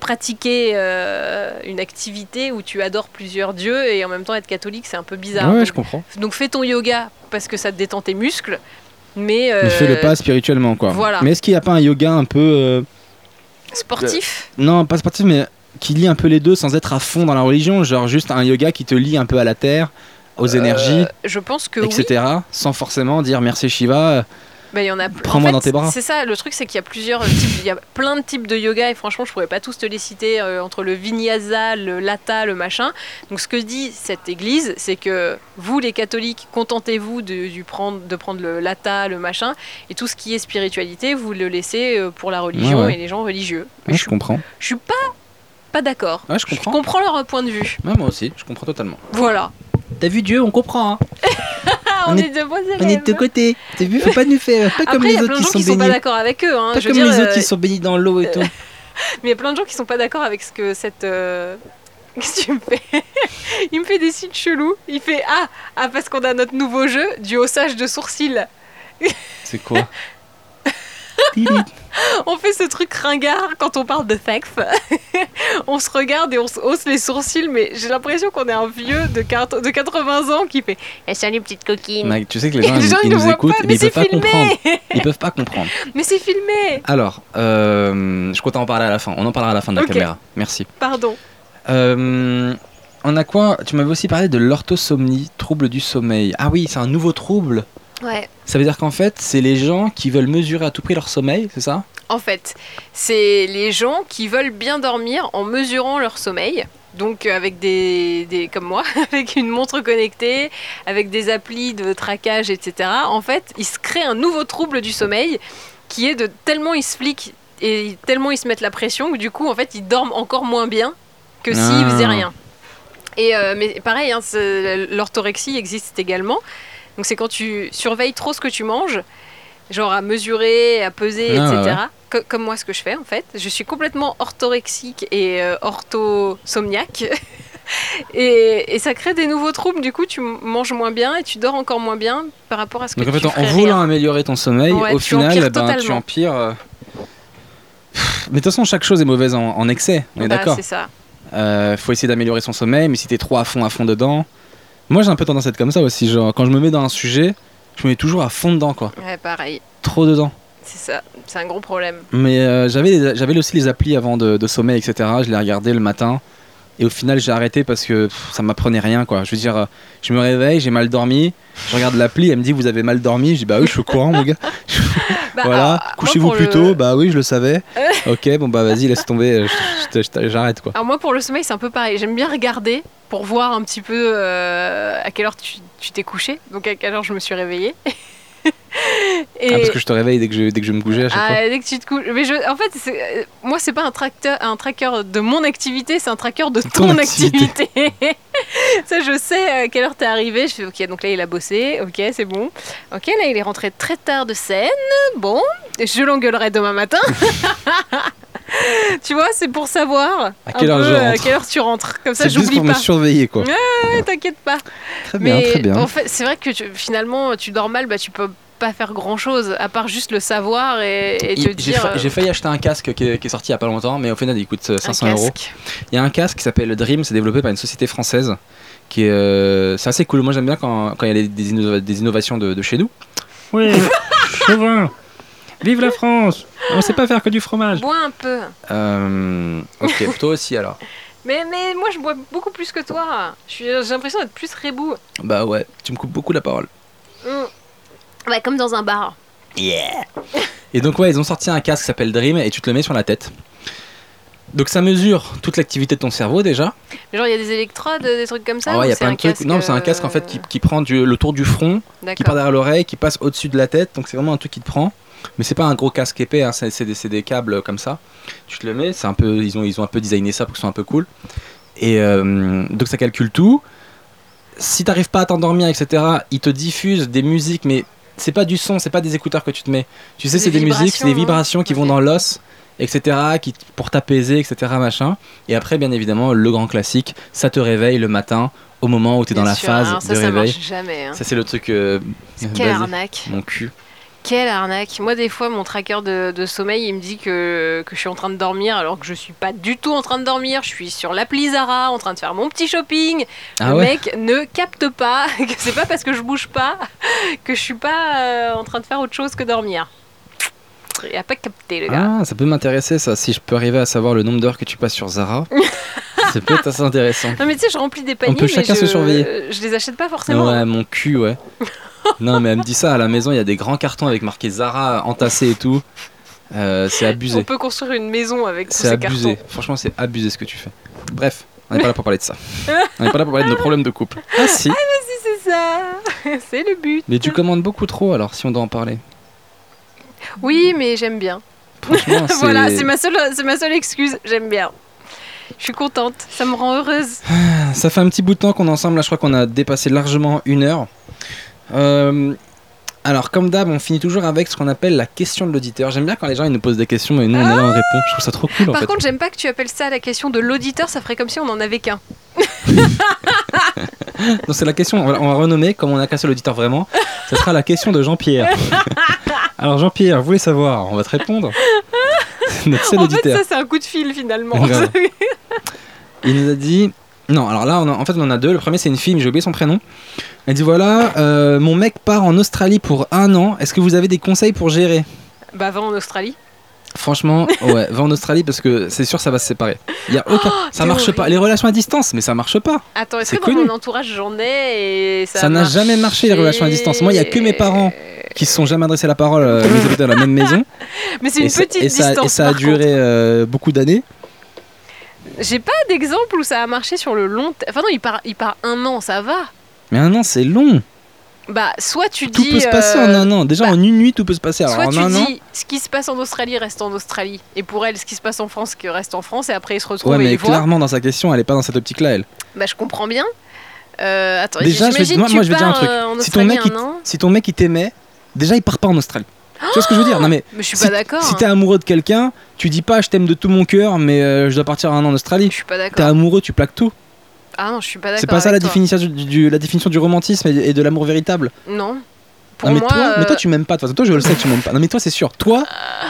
S1: pratiquer euh, une activité où tu adores plusieurs dieux et en même temps être catholique. C'est un peu bizarre.
S4: Ouais,
S1: Donc,
S4: je comprends.
S1: donc, fais ton yoga parce que ça te détend tes muscles. Mais euh,
S4: Mais fais le pas spirituellement, quoi.
S1: voilà.
S4: Mais est-ce qu'il n'y a pas un yoga un peu. euh,
S1: sportif,
S4: Non, pas sportif, mais qui lie un peu les deux sans être à fond dans la religion Genre juste un yoga qui te lie un peu à la terre, aux énergies,
S1: je pense Euh, que oui.
S4: etc. Sans forcément dire merci Shiva. Euh,
S1: Bah, il y en a.
S4: Prends-moi
S1: en fait,
S4: dans tes bras.
S1: C'est ça, le truc, c'est qu'il y a plusieurs euh, types, il y a plein de types de yoga et franchement, je pourrais pas tous te les citer euh, entre le vinyasa, le lata, le machin. Donc, ce que dit cette église, c'est que vous, les catholiques, contentez-vous de, du prendre, de prendre le lata, le machin, et tout ce qui est spiritualité, vous le laissez euh, pour la religion
S4: Ouais, ouais.
S1: et les gens religieux. Mais
S4: Ouais,
S1: je,
S4: je comprends.
S1: je suis pas, pas d'accord.
S4: Ouais, Ah, je
S1: Je
S4: comprends.
S1: comprends leur point de vue.
S4: Ouais, moi aussi, je comprends totalement.
S1: Voilà.
S4: T'as vu Dieu, on comprend. hein.
S1: Ah, on,
S4: On
S1: est,
S4: est-
S1: de bons
S4: On est
S1: élèves.
S4: de côté. T'as vu, faut pas nous faire. Pas comme
S1: Après, il y
S4: les
S1: a
S4: autres
S1: plein de
S4: qui
S1: gens
S4: sont
S1: qui sont pas
S4: bénis.
S1: d'accord avec eux. hein.
S4: Pas
S1: Je veux
S4: comme
S1: dire,
S4: les autres
S1: euh,
S4: qui sont bénis dans l'eau et tout.
S1: Mais il y a plein de gens qui sont pas d'accord avec ce que cette. euh, (laughs) Qu'est-ce que tu me fais (laughs) Il me fait des signes chelous. Il fait Ah Ah, parce qu'on a notre nouveau jeu du haussage de sourcils. (laughs)
S2: C'est quoi
S1: On fait ce truc ringard quand on parle de sexe. (laughs) on se regarde et on se hausse les sourcils, mais j'ai l'impression qu'on est un vieux de, quart- de 80 ans qui fait
S5: Eh, salut, petite coquine.
S2: Mec, tu sais que les gens,
S1: Les
S2: ils,
S1: gens,
S2: ils
S1: ne
S2: nous
S1: voient
S2: écoutent,
S1: pas,
S2: mais
S1: mais
S2: ils peuvent
S1: c'est
S2: pas
S1: filmé
S2: comprendre.
S1: (laughs)
S2: Ils peuvent pas comprendre.
S1: Mais c'est filmé
S2: Alors, euh, je compte en parler à la fin. On en parlera à la fin de la
S1: Ok.
S2: caméra. Merci.
S1: Pardon.
S2: Euh, on a quoi Tu m'avais aussi parlé de l'orthosomnie, trouble du sommeil. Ah oui, c'est un nouveau trouble.
S5: Ouais.
S2: Ça veut dire qu'en fait, c'est les gens qui veulent mesurer à tout prix leur sommeil, c'est ça
S1: En fait, c'est les gens qui veulent bien dormir en mesurant leur sommeil. Donc euh, avec des, des- comme moi, (laughs) avec une montre connectée, avec des applis de traquage, etc. En fait, ils se créent un nouveau trouble du sommeil qui est de tellement ils se fliquent et tellement ils se mettent la pression que du coup, en fait, ils dorment encore moins bien que s'ils
S2: Ah.
S1: faisaient rien. Et euh, mais pareil, hein, c'est- l'orthorexie existe également. Donc c'est quand tu surveilles trop ce que tu manges, genre à mesurer, à peser,
S2: Ah,
S1: etc.
S2: ouais, ouais.
S1: Co- comme moi, ce que je fais en fait, je suis complètement orthorexique et euh, orthosomniaque. (laughs) et, et ça crée des nouveaux troubles. Du coup, tu m- manges moins bien et tu dors encore moins bien par rapport à ce que
S2: Donc en
S1: tu
S2: fait, en, en
S1: ferais
S2: voulant
S1: rien.
S2: améliorer ton sommeil,
S1: Ouais,
S2: au
S1: tu
S2: final,
S1: empires
S2: eh ben, tu
S1: totalement.
S2: empires. euh, pff, Mais de toute façon, chaque chose est mauvaise en, en excès, on est
S1: Bah,
S2: d'accord.
S1: C'est ça.
S2: Euh, faut essayer d'améliorer son sommeil, mais si t'es trop à fond, à fond dedans. Moi, j'ai un peu tendance à être comme ça aussi. Genre, quand je me mets dans un sujet, je me mets toujours à fond dedans, quoi.
S1: Ouais, pareil.
S2: Trop dedans.
S1: C'est ça. C'est un gros problème.
S2: Mais euh, j'avais les- j'avais aussi les applis avant de, de sommeil, etc. Je les regardais le matin. Et au final, j'ai arrêté parce que pff, ça m'apprenait rien, quoi. Je veux dire, euh, je me réveille, j'ai mal dormi. Je regarde l'appli, elle me dit Vous avez mal dormi Je dis Bah oui, je suis au courant, mon gars.
S1: Bah, alors,
S2: voilà,
S1: moi,
S2: couchez-vous
S1: pour
S2: plus
S1: le-
S2: tôt. Bah oui, je
S1: (laughs)
S2: le savais. ok, bon, bah vas-y, laisse tomber. je- je- je- J'arrête, quoi.
S1: Alors moi pour le sommeil c'est un peu pareil, j'aime bien regarder pour voir un petit peu euh, à quelle heure tu tu t'es couché, donc à quelle heure je me suis réveillée. (laughs) Et-
S2: Ah, parce que je te réveille dès que je, dès que je me couchais à chaque fois.
S1: Ah, dès que tu te couches. Mais je, en fait, c'est- euh, moi, c'est pas un, tracteur, un tracker de mon activité, c'est un tracker de ton,
S2: Ton
S1: activité. (laughs) ça, je sais euh, à quelle heure t'es arrivé. Je fais, ok, donc là, il a bossé. Ok, c'est bon. Ok, là, il est rentré très tard de scène. Bon, je l'engueulerai demain
S2: (laughs)
S1: matin. tu vois, c'est pour savoir
S2: À
S1: un
S2: quelle heure
S1: peu,
S2: je
S1: euh, à
S2: rentre.
S1: quelle heure tu rentres. Comme ça,
S2: C'est juste
S1: j'oublie
S2: pour me
S1: pas.
S2: surveiller, quoi.
S1: Ouais, (laughs) T'inquiète pas.
S2: Très bien,
S1: Mais
S2: très bien.
S1: en fait, c'est vrai que tu- finalement, tu dors mal, bah, tu peux pas faire grand chose à part juste le savoir et, et te
S2: Il- J'ai
S1: dire.
S2: fa- j'ai failli acheter un casque qui est, qui est sorti il y a pas longtemps, mais au final il coûte euh,
S1: euh,
S2: 500
S1: un
S2: euros.
S1: casque.
S2: Il y a un casque qui s'appelle Dream, c'est développé par une société française. qui est, euh, C'est assez cool. Moi j'aime bien quand, quand il y a les- des, inno- des innovations de, de chez nous.
S6: Ouais, chauvin. Vive la France. On sait pas faire que du fromage.
S1: Bois un peu.
S2: Euh,
S1: (laughs)
S2: ok, toi aussi alors.
S1: Mais, mais moi, je bois beaucoup plus que toi. Je suis- J'ai l'impression d'être plus rebou.
S2: Bah ouais, tu me coupes beaucoup la parole.
S1: Mm. Ouais, comme dans un bar.
S2: Et donc ouais, ils ont sorti un casque qui s'appelle Dream et tu te le mets sur la tête. Donc ça mesure toute l'activité de ton cerveau déjà.
S1: Genre, il y a des électrodes, des trucs comme ça.
S2: Ah ouais,
S1: ou
S2: il y a
S1: c'est
S2: plein
S1: un
S2: de trucs.
S1: casque, euh,
S2: Non, c'est un casque en fait qui, qui prend du- le tour du front qui part
S1: D'accord.
S2: derrière l'oreille, qui passe au-dessus de la tête. Donc c'est vraiment un truc qui te prend. Mais c'est pas un gros casque épais, hein, c'est c'est des, c'est des câbles comme ça. Tu te le mets, c'est un peu, ils ont, ils ont un peu designé ça pour que ce soit un peu cool. Et euh, donc ça calcule tout. Si t'arrives pas à t'endormir, etc., il te diffuse des musiques, mais c'est pas du son, c'est pas des écouteurs que tu te mets. Tu sais,
S1: Des
S2: c'est des musiques,
S1: vibrations,
S2: c'est des
S1: hein.
S2: vibrations qui vont
S1: Ok.
S2: dans l'os etc., qui, t- pour t'apaiser, etc., machin. Et après, bien évidemment, le grand classique, ça te réveille le matin au moment où tu es dans
S5: Bien
S2: la
S5: sûr,
S2: phase
S5: hein, ça,
S2: de
S5: ça
S2: réveil.
S5: marche
S2: (laughs)
S5: jamais. hein.
S2: Ça, c'est le truc. euh,
S5: Quelle
S2: basé.
S5: arnaque.
S2: Mon cul.
S5: Quelle arnaque.
S1: Arnaque. Moi, des fois, mon tracker de, de sommeil, il me dit que, que je suis en train de dormir alors que je suis pas du tout en train de dormir. Je suis sur l'appli Zara en train de faire mon petit shopping.
S2: Ah
S1: le
S2: ouais
S1: mec ne capte pas (laughs) que c'est pas parce que je bouge pas que je suis pas euh, en train de faire autre chose que dormir. Il a pas capté, le gars.
S2: Ah, ça peut m'intéresser ça. Si je peux arriver à savoir le nombre d'heures que tu passes sur
S1: (laughs)
S2: Zara, ça peut être assez intéressant.
S1: Non, mais tu sais, je remplis des paniers.
S2: Ah. peut
S1: mais
S2: chacun
S1: je,
S2: se surveiller.
S1: euh, Je les achète pas forcément.
S2: Ouais, mon cul, ouais. non, mais elle me dit ça à la maison, il y a des grands cartons avec marqué Zara entassés et tout. Euh, c'est
S1: On
S2: abusé.
S1: peut construire une maison avec tous
S2: C'est
S1: Oh, ces
S2: abusé.
S1: cartons.
S2: Franchement, c'est abusé ce que tu fais. Bref, on n'est pas là pour parler de ça. On n'est pas là pour parler de nos problèmes
S1: (laughs)
S2: de couple. Ah si,
S1: Si, c'est ça. (laughs) c'est le but.
S2: mais tu commandes beaucoup trop alors si on doit en parler.
S1: Oui, mais j'aime bien.
S2: Franchement, c'est.
S1: (laughs) Voilà, c'est ma seule, c'est ma seule excuse. J'aime bien. Je suis contente. Ça me rend heureuse.
S2: Ça fait un petit bout de temps qu'on est ensemble, là je crois qu'on a dépassé largement une heure. Euh, alors comme d'hab, on finit toujours avec ce qu'on appelle la question de l'auditeur. J'aime bien quand les gens ils nous posent des questions mais nous on est là on répond. Je trouve ça trop cool (laughs)
S1: Ah
S2: en
S1: Par
S2: fait.
S1: contre, j'aime pas que tu appelles ça la question de l'auditeur. Ça ferait comme si on en avait qu'un.
S2: Donc c'est la question, on va, on va renommer comme on a cassé l'auditeur vraiment. Ce sera la question
S1: (laughs)
S2: de Jean-Pierre. alors Jean-Pierre, vous voulez savoir On va te répondre. Notre seul
S1: En fait,
S2: auditeur.
S1: ça, c'est un coup de fil finalement.
S2: Grave. Il nous a dit. Non, alors là, on a- en fait, on en a deux. Le premier, c'est une fille, mais j'ai oublié son prénom. Elle dit voilà, euh, mon mec part en Australie pour un an. Est-ce que vous avez des conseils pour gérer
S1: (laughs) bah, va en Australie.
S2: Franchement, ouais, va en Australie parce que c'est sûr, ça va se séparer. Il y a aucun. ça
S1: c'est
S2: marche
S1: Oh, horrible.
S2: pas. Les relations à distance, mais ça marche pas.
S1: Attends, est-ce
S2: C'est
S1: que dans
S2: connu.
S1: mon entourage j'en ai et ça
S2: Ça
S1: a
S2: n'a jamais marché, les relations à distance. Moi, il y a que mes parents. Qui se sont jamais adressés la parole,
S1: (laughs)
S2: euh, les habitants de la même maison.
S1: Mais c'est une
S2: et, ça,
S1: petite
S2: et ça- et
S1: distance.
S2: ça a
S1: par contre.
S2: duré euh, beaucoup d'années.
S1: J'ai pas d'exemple où ça a marché sur le long. te- Enfin non, il part, il part un an, ça va.
S2: Mais un an, c'est long.
S1: Bah, soit tu
S2: Tout
S1: dis.
S2: peut se passer
S1: euh,
S2: en un an. Déjà,
S1: bah,
S2: en une nuit, tout peut se passer. Alors,
S1: Soit
S2: en
S1: tu
S2: un an.
S1: dis ce qui se passe en Australie reste en Australie et pour elle ce qui se passe en France que reste en France et après ils se retrouvent
S2: Ouais,
S1: et
S2: mais
S1: ils voient.
S2: clairement, dans sa question, elle est pas dans cette optique-là, elle.
S1: Bah je comprends bien. Euh, attends,
S2: Déjà, je vais-
S1: j'imagine
S2: moi-
S1: tu
S2: moi, je vais dire un
S1: pars,
S2: truc.
S1: euh, en
S2: Si ton mec,
S1: Australie
S2: il-
S1: un an,
S2: Si ton mec, il t'aimait, déjà, il part pas en Australie. tu vois ce que je veux dire Non, mais
S1: mais je suis pas d'accord.
S2: si
S1: hein.
S2: t'es amoureux de quelqu'un, tu dis pas je t'aime de tout mon cœur, mais euh, je dois partir un an en Australie.
S1: Je suis pas
S2: T'es
S1: d'accord.
S2: amoureux, tu plaques tout.
S1: Ah non, je suis pas d'accord.
S2: C'est pas ça la
S1: avec toi.
S2: définition du, du- la définition du romantisme et, et de l'amour véritable.
S1: Non. Pour
S2: non, Ah, mais,
S1: moi,
S2: toi, mais
S1: euh,
S2: toi, tu m'aimes pas. de toute façon. toi, je le sais que tu m'aimes pas. Non, mais toi, c'est sûr. Toi,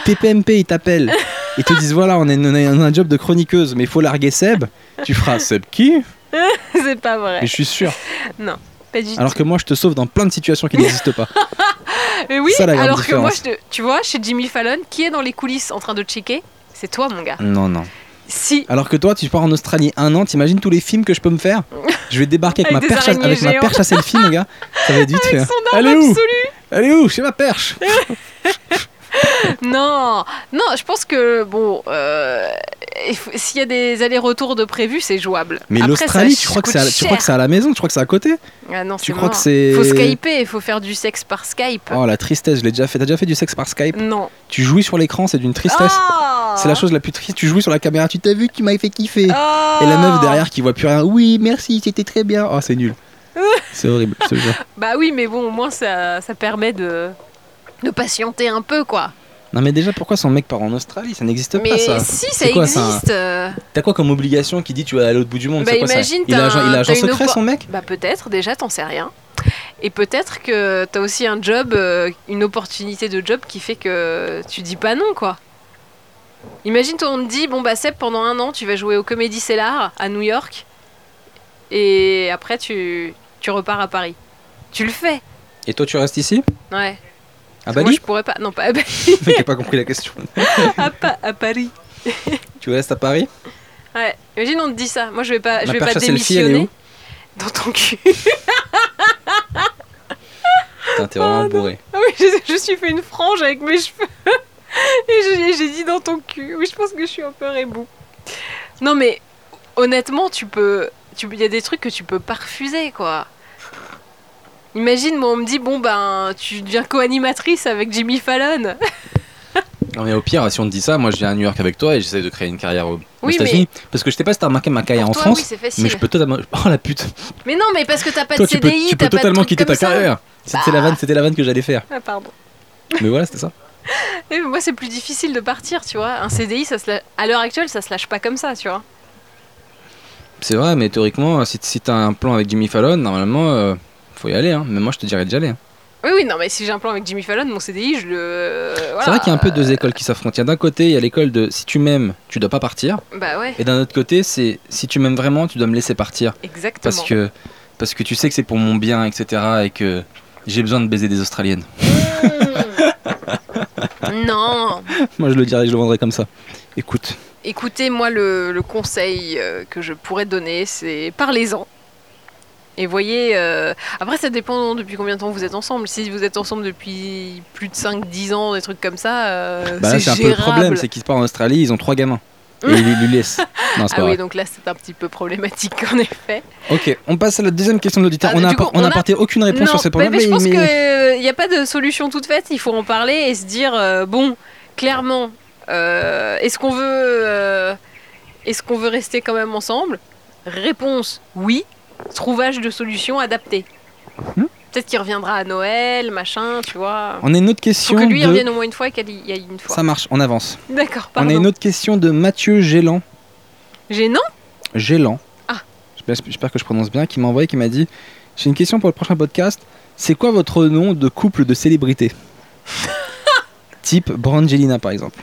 S2: TPMP, ils t'appellent. Ils te disent voilà, on a, on a- on a un job de chroniqueuse, mais il faut larguer Seb. Tu feras Seb qui
S1: (laughs) c'est pas vrai.
S2: Mais je suis sûr.
S1: Pas du
S2: Alors
S1: tout.
S2: que moi, je te sauve dans plein de situations qui n'existent pas.
S1: Mais oui,
S2: Ça, la grande
S1: alors que moi,
S2: différence.
S1: je te- tu vois, chez Jimmy Fallon, qui est dans les coulisses en train de checker C'est toi, mon gars.
S2: Non, non.
S1: Si.
S2: Alors que toi, tu pars en Australie un an, t'imagines tous les films que je peux me faire Je vais débarquer avec,
S1: Avec des
S2: ma, perche à,
S1: araignées
S2: avec ma
S1: géantes.
S2: perche à selfie, mon gars. Ça va être vite fait. hein.
S1: Avec son
S2: Elle est
S1: arme
S2: où
S1: absolue.
S2: Elle est où Chez ma perche
S1: Non, non, je pense que, bon, euh, il faut- s'il y a des allers-retours de prévus, c'est jouable.
S2: Mais
S1: Après,
S2: l'Australie,
S1: ça
S2: tu, crois que
S1: coûte
S2: c'est à- tu crois que c'est à la maison Tu crois que c'est à côté
S1: cher. Ah non,
S2: Tu
S1: c'est
S2: crois que
S1: mort.
S2: c'est.
S1: Faut skyper, il faut faire du sexe par Skype.
S2: Oh la tristesse, je l'ai déjà fait. T'as déjà fait du sexe par Skype
S1: Non.
S2: Tu jouis sur l'écran, c'est d'une tristesse.
S1: Ah
S2: C'est la chose la plus triste. Tu jouis sur la caméra, tu
S3: T'as vu, tu m'as fait kiffer.
S1: Ah
S2: Et la meuf derrière qui voit plus rien. Oui, merci, c'était très bien. Oh, c'est
S1: (laughs)
S2: nul. C'est horrible, je te le jure.
S1: Bah oui, mais bon, au moins, ça, ça permet de, de patienter un peu, quoi.
S2: Non, mais déjà, pourquoi son mec part en Australie Ça n'existe
S1: Mais
S2: pas, ça.
S1: si, ça
S2: C'est quoi, ça, un-
S1: existe. euh,
S2: T'as quoi comme obligation qui dit tu vas aller à l'autre bout du monde
S1: Bah,
S2: C'est quoi ça
S1: imagine,
S2: Il a un,
S1: t'as
S2: genre- il a un
S1: un-
S2: genre
S1: t'as une
S2: secret
S1: oppo-
S2: son mec
S1: Bah peut-être, déjà t'en sais rien. Et peut-être que t'as aussi un job, euh, une opportunité de job qui fait que tu dis pas non quoi. Imagine toi on te dit bon bah Seb pendant un an tu vas jouer au Comédie Cellar à New York et après tu, tu repars à Paris. Tu le fais
S2: Et toi tu restes ici Ah,
S1: Ouais.
S2: À
S1: Moi je
S2: Bali
S1: pourrais pas. Non pas à, Bali,
S2: T'as pas compris la question.
S1: (laughs) à Pa- à Paris.
S2: Tu restes à Paris
S1: Ouais. Imagine on te dit ça. Moi je vais pas, je
S2: Ma
S1: vais pas
S2: perche à selfie, elle est
S1: démissionner. Dans ton cul.
S2: Putain, t'es vraiment bourré.
S1: Ah oui, (laughs) je, je suis fait une frange avec mes cheveux. (laughs) Et je- et j'ai dit dans ton cul. Oui, je pense que je suis un peu rebou. Non, mais honnêtement, tu peux. tu- Il y a des trucs que tu peux pas refuser, quoi. Imagine, moi, on me dit, bon, ben, tu deviens co-animatrice avec Jimmy Fallon.
S2: Non mais au pire, si on te dit ça, moi je viens à New York avec toi et j'essaie de créer une carrière aux aux
S1: (laughs) Oui, mais-
S2: États-Unis. Parce que je sais pas si t'as remarqué ma carrière
S1: Pour
S2: en
S1: toi,
S2: France.
S1: oui, c'est facile.
S2: mais je peux totalement. (laughs) Oh la pute
S1: Mais non, mais parce que t'as pas
S2: Toi
S1: de
S2: tu peux,
S1: CDI,
S2: tu peux
S1: t'as pas de
S2: totalement
S1: trucs
S2: quitter
S1: comme ça.
S2: ta carrière C'était la vanne, c'était la vanne que j'allais faire.
S1: Ah, pardon.
S2: Mais voilà, c'était ça.
S1: Et moi, c'est plus difficile de partir, tu vois. Un CDI, ça se la- à l'heure actuelle, ça se lâche pas comme ça, tu vois.
S2: C'est vrai, mais théoriquement, si, si t'as un plan avec Jimmy Fallon, normalement, euh, faut y aller. Hein. Mais moi, je te dirais d'y aller. hein.
S1: Oui, oui, non, mais si j'ai un plan avec Jimmy Fallon, mon CDI, je le. euh, voilà.
S2: C'est vrai qu'il y a un peu deux écoles qui s'affrontent. Il y a D'un côté, il y a l'école de si tu m'aimes, tu dois pas partir.
S1: Bah ouais,
S2: Et d'un autre côté, c'est si tu m'aimes vraiment, tu dois me laisser partir.
S1: exactement.
S2: Parce que, parce que tu sais que c'est pour mon bien, etc. Et que j'ai besoin de baiser des Australiennes.
S1: Non
S2: (laughs) Moi, je le dirais, je le vendrais comme ça. Écoute,
S1: Écoutez, moi, le, le conseil euh, que je pourrais donner, c'est parlez-en. Et voyez, euh, après ça dépend depuis combien de temps vous êtes ensemble. Si vous êtes ensemble depuis plus de 5-10 ans, des trucs comme ça, euh,
S2: bah là, c'est un peu le
S1: gérable.
S2: problème. C'est qu'ils partent en Australie, ils ont trois gamins. Et ils lui
S1: (laughs)
S2: laissent. Non, c'est
S1: Ah
S2: pas
S1: oui,
S2: vrai.
S1: donc là c'est un petit peu problématique (laughs) en effet.
S2: Ok, on passe à la deuxième question de l'auditeur.
S1: Ah,
S2: on n'a
S1: du coup,
S2: appor- on
S1: on
S2: n'a
S1: a-
S2: apporté aucune réponse sur ces problèmes.
S1: mais je pense
S2: mais-
S1: qu'il n'y a pas de solution toute faite, il faut en parler et se dire, euh, bon, clairement, euh, est-ce qu'on veut, euh, est-ce qu'on veut rester quand même ensemble Réponse, oui. Trouvage de solutions adaptées.
S4: Hmm.
S2: Hum.
S1: Peut-être qu'il reviendra à Noël, machin, tu vois.
S2: On a une autre
S1: Faut
S2: question.
S1: que lui
S2: de-
S1: revienne au moins une fois et qu'elle y y aille une fois.
S2: Ça marche, on avance.
S1: D'accord,
S2: On a
S1: pardon.
S2: une autre question de Mathieu Gélan.
S1: Gênant
S2: Gélan.
S1: Ah.
S2: J'espère j'espère que je prononce bien, qui m'a envoyé, qui m'a dit J'ai une question pour le prochain podcast. C'est quoi votre nom de couple
S1: (laughs)
S2: de célébrités Type Brangelina, par exemple.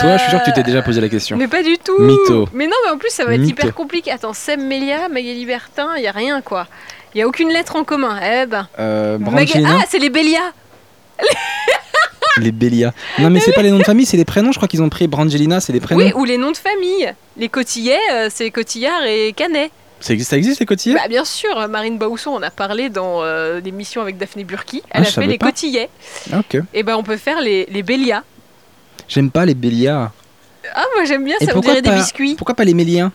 S2: Toi, je suis sûr que tu t'es déjà posé la question.
S1: Mais pas du tout.
S2: Mytho.
S1: Mais non, mais en plus ça va être
S2: Mytho.
S1: hyper compliqué. Attends, Sem Melia, Magali Bertin, il y a rien quoi. Il y a aucune lettre en commun. Eh ben.
S2: Euh,
S1: Maga-
S2: Brangelina,
S1: Ah, c'est les Bélia.
S2: les Bélia. Non, mais c'est pas les noms de famille, c'est les prénoms. Je crois qu'ils ont pris Brangelina, c'est les prénoms.
S1: Oui, ou les noms de famille. Les Cotillets, euh, c'est Cotillard et Canet.
S2: Ça, existe, ça existe, les cotillés
S1: Bah bien sûr, Marine Baousson, on a parlé dans euh, l'émission avec Daphné Burki.
S2: Ah,
S1: Elle
S2: je
S1: a fait
S2: savais
S1: les
S2: pas.
S1: Cotillets.
S2: Ah, Ok.
S1: Et ben on peut faire les, les Bélia.
S2: J'aime pas les Bélia.
S1: Ah, moi j'aime bien,
S2: Et
S1: ça me
S2: pourquoi
S1: dirait des
S2: pas-
S1: biscuits.
S2: Pourquoi pas les Méliens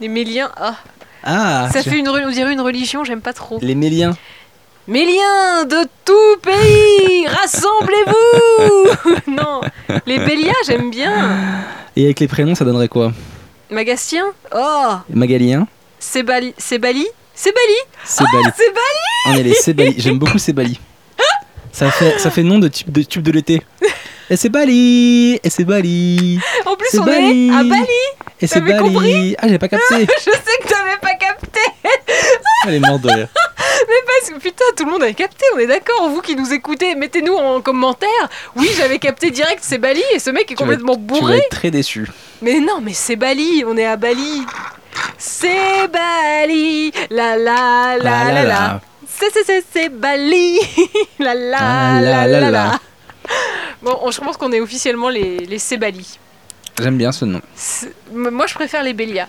S1: Les Méliens, ah.
S2: Ah
S1: ça
S2: j'ai-
S1: fait une, re- on dirait une religion, j'aime pas trop.
S2: Les Méliens.
S1: Méliens de tout pays, rassemblez-vous (laughs) Non, les Bélias, j'aime bien.
S2: Et avec les prénoms, ça donnerait quoi
S1: Magastien Oh
S2: Magalien
S1: Sébali Sébali Sébali
S2: Sébali.
S1: Sébali
S2: On est les Sébali. J'aime beaucoup Sébali. Ça fait, ça fait nom de tube de, tube de l'été. Et c'est Bali Et c'est Bali
S1: En plus,
S2: C'est
S1: on est à Bali
S2: Et c'est
S1: T'avais
S2: Bali Ah, j'ai
S1: (laughs)
S2: pas capté
S1: Je sais que t'avais pas capté
S2: Elle est morte de rire.
S1: Parce que putain, tout le monde a capté, on est d'accord. Vous qui nous écoutez, mettez-nous en commentaire. Oui, j'avais capté direct, c'est Bali, et ce mec est
S2: vas être-
S1: complètement
S2: Tu vas
S1: bourré.
S2: être très déçu.
S1: Mais non, mais c'est Bali, on est à Bali. C'est Bali La
S2: Ah
S1: la la la la C'est c'est c'est c'est Bali (laughs) La la
S2: Ah
S1: la la
S2: là là
S1: la
S2: là.
S1: Bon, on- je pense qu'on est officiellement les, les c'est Bali.
S2: J'aime bien ce nom.
S1: C'est- m- Moi, je préfère les Bélias.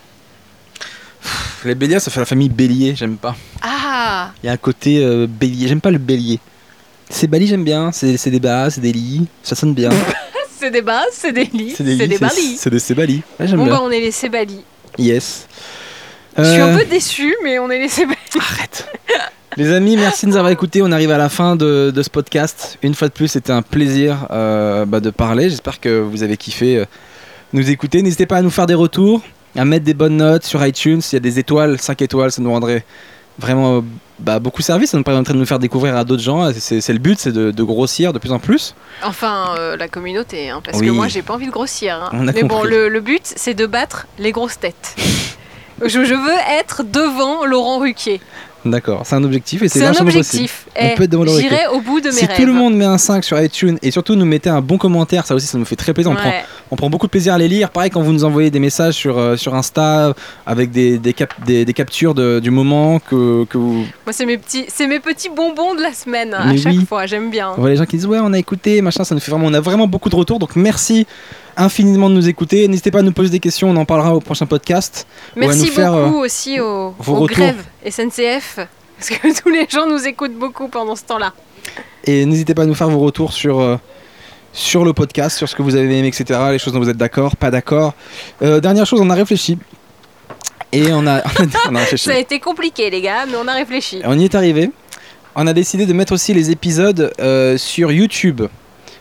S2: Les Béliers, ça fait la famille Bélier, j'aime pas.
S1: Ah
S2: Il y a un côté euh, bélier. J'aime pas le bélier. C'est Bali, j'aime bien. C'est c'est des bas, c'est des lits. Ça sonne bien.
S1: C'est des bases, c'est des lits, (laughs) c'est des,
S2: lits,
S1: Bali.
S2: C'est des Sébali. Ouais, j'aime
S1: Bon,
S2: bien.
S1: bah, on est les c'est Bali.
S2: Yes.
S1: Je suis un
S2: Euh,
S1: peu déçue, mais on est les c'est Bali.
S2: Arrête. Les amis, merci de nous avoir écoutés. On arrive à la fin de, de ce podcast. Une fois de plus, c'était un plaisir euh, bah, de parler. J'espère que vous avez kiffé euh, nous écouter. N'hésitez pas à nous faire des retours, à mettre des bonnes notes sur iTunes. S'il y a des étoiles, 5 étoiles, ça nous rendrait vraiment euh, bah, beaucoup service. Ça nous permettrait de nous faire découvrir à d'autres gens. C'est c'est le but, c'est de, de grossir de plus en plus.
S1: (laughs) Enfin, euh, la communauté, hein, parce
S2: Oui.
S1: que moi, j'ai pas envie de grossir. hein.
S2: On a
S1: Mais bon,
S2: compris.
S1: le, le but, c'est de battre les grosses
S2: (laughs)
S1: têtes. je, je veux être devant Laurent Ruquier.
S2: D'accord, c'est un objectif et c'est
S1: C'est un
S2: largement possible.
S1: objectif.
S2: On
S1: Eh,
S2: peut être devant Laurent
S1: J'irai au bout de mes
S2: Si
S1: rêves.
S2: tout le monde met un 5 sur iTunes et surtout nous mettez un bon commentaire, ça aussi ça nous fait très plaisir. On prend
S1: Ouais.
S2: On prend beaucoup de plaisir à les lire. Pareil, quand vous nous envoyez des messages sur, euh, sur Insta avec des, des, cap- des, des captures de- du moment que, que vous.
S1: Moi, c'est mes petits, c'est mes petits bonbons de la semaine hein, à
S2: Mais
S1: chaque
S2: oui.
S1: fois. J'aime bien.
S2: On voit les gens qui disent Ouais, on a écouté, machin, ça nous fait vraiment. On a vraiment beaucoup de retours. Donc merci infiniment de nous écouter. N'hésitez pas à nous poser des questions, on en parlera au prochain podcast.
S1: Merci
S2: nous faire, euh,
S1: beaucoup aussi aux,
S2: vos
S1: aux
S2: retours.
S1: grèves SNCF, parce que (laughs) tous les gens nous écoutent beaucoup pendant ce temps-là.
S2: Et n'hésitez pas à nous faire vos retours sur. euh, sur le podcast, sur ce que vous avez aimé, etc. Les choses dont vous êtes d'accord, pas d'accord. Euh, dernière chose, on a réfléchi. Et on a, (laughs) on a réfléchi.
S1: Ça a été compliqué, les gars, mais on a réfléchi.
S2: On y est arrivé. On a décidé de mettre aussi les épisodes euh, sur YouTube.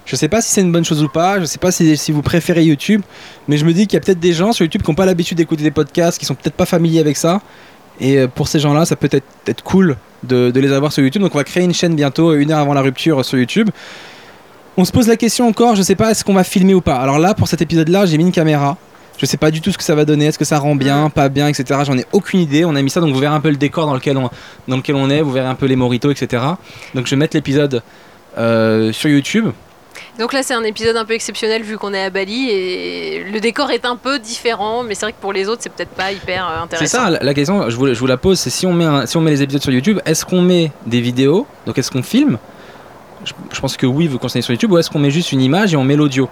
S2: Je sais pas si c'est une bonne chose ou pas, je sais pas si, si vous préférez YouTube, mais je me dis qu'il y a peut-être des gens sur YouTube qui n'ont pas l'habitude d'écouter des podcasts, qui sont peut-être pas familiers avec ça. Et euh, pour ces gens-là, ça peut être, être cool de, de les avoir sur YouTube. Donc on va créer une chaîne bientôt, euh, une heure avant la rupture euh, sur YouTube.
S4: On se pose la question encore, je sais pas, est-ce qu'on va filmer ou pas Alors là, pour cet épisode-là, j'ai mis une caméra. Je sais pas du tout ce que ça va donner, est-ce que ça rend bien, pas bien, etc. J'en ai aucune idée. On a mis ça, donc vous verrez un peu le décor dans lequel on, dans lequel on est, vous verrez un peu les moritos, etc. Donc je vais mettre l'épisode euh, sur YouTube.
S1: Donc là, c'est un épisode un peu exceptionnel vu qu'on est à Bali et le décor est un peu différent, mais c'est vrai que pour les autres, c'est peut-être pas hyper euh,
S2: C'est
S1: intéressant.
S2: ça, la- la question, je vous, je vous la pose, c'est si, on met un- si on met les épisodes sur YouTube, est-ce qu'on met des vidéos Donc est-ce qu'on filme je, je pense que oui, vous conseillez sur YouTube, ou est-ce qu'on met juste une image et on met l'audio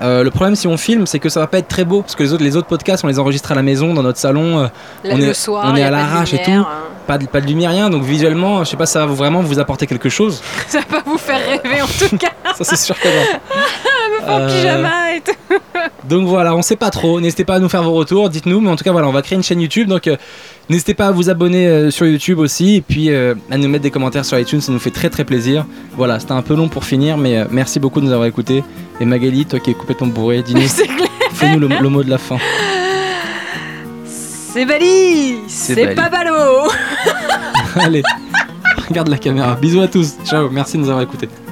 S2: Euh, le problème si on filme c'est que ça va pas être très beau parce que les autres, les autres podcasts on les enregistre à la maison dans notre salon euh,
S1: Là,
S2: On
S1: le
S2: est-
S1: soir,
S2: on est
S1: y a
S2: à
S1: pas de
S2: l'arrache et
S1: lumière, hein.
S2: pas de, pas de lumière rien donc visuellement je sais pas ça va vraiment vous apporter quelque chose
S1: hein. (laughs) Ça va pas vous faire rêver en tout
S2: (laughs)
S1: cas,
S2: ça c'est sûr que non
S1: (laughs) en
S2: Euh,
S1: pyjama et tout.
S2: Donc voilà, on sait pas trop. N'hésitez pas à nous faire vos retours, dites-nous. Mais en tout cas, voilà, on va créer une chaîne YouTube. Donc euh, n'hésitez pas à vous abonner euh, sur YouTube aussi. Et puis euh, à nous mettre des commentaires sur iTunes, ça nous fait très très plaisir. Voilà, c'était un peu long pour finir, mais euh, merci beaucoup de nous avoir écoutés. Et Magali, toi qui es complètement bourrée, dis-nous,
S1: (laughs) C'est clair.
S2: fais-nous le, le mot de la fin. (laughs)
S1: C'est Bali, c'est
S2: Bali.
S1: pas ballot.
S2: Allez, regarde la caméra. Bisous à tous. Ciao, merci de nous avoir écoutés.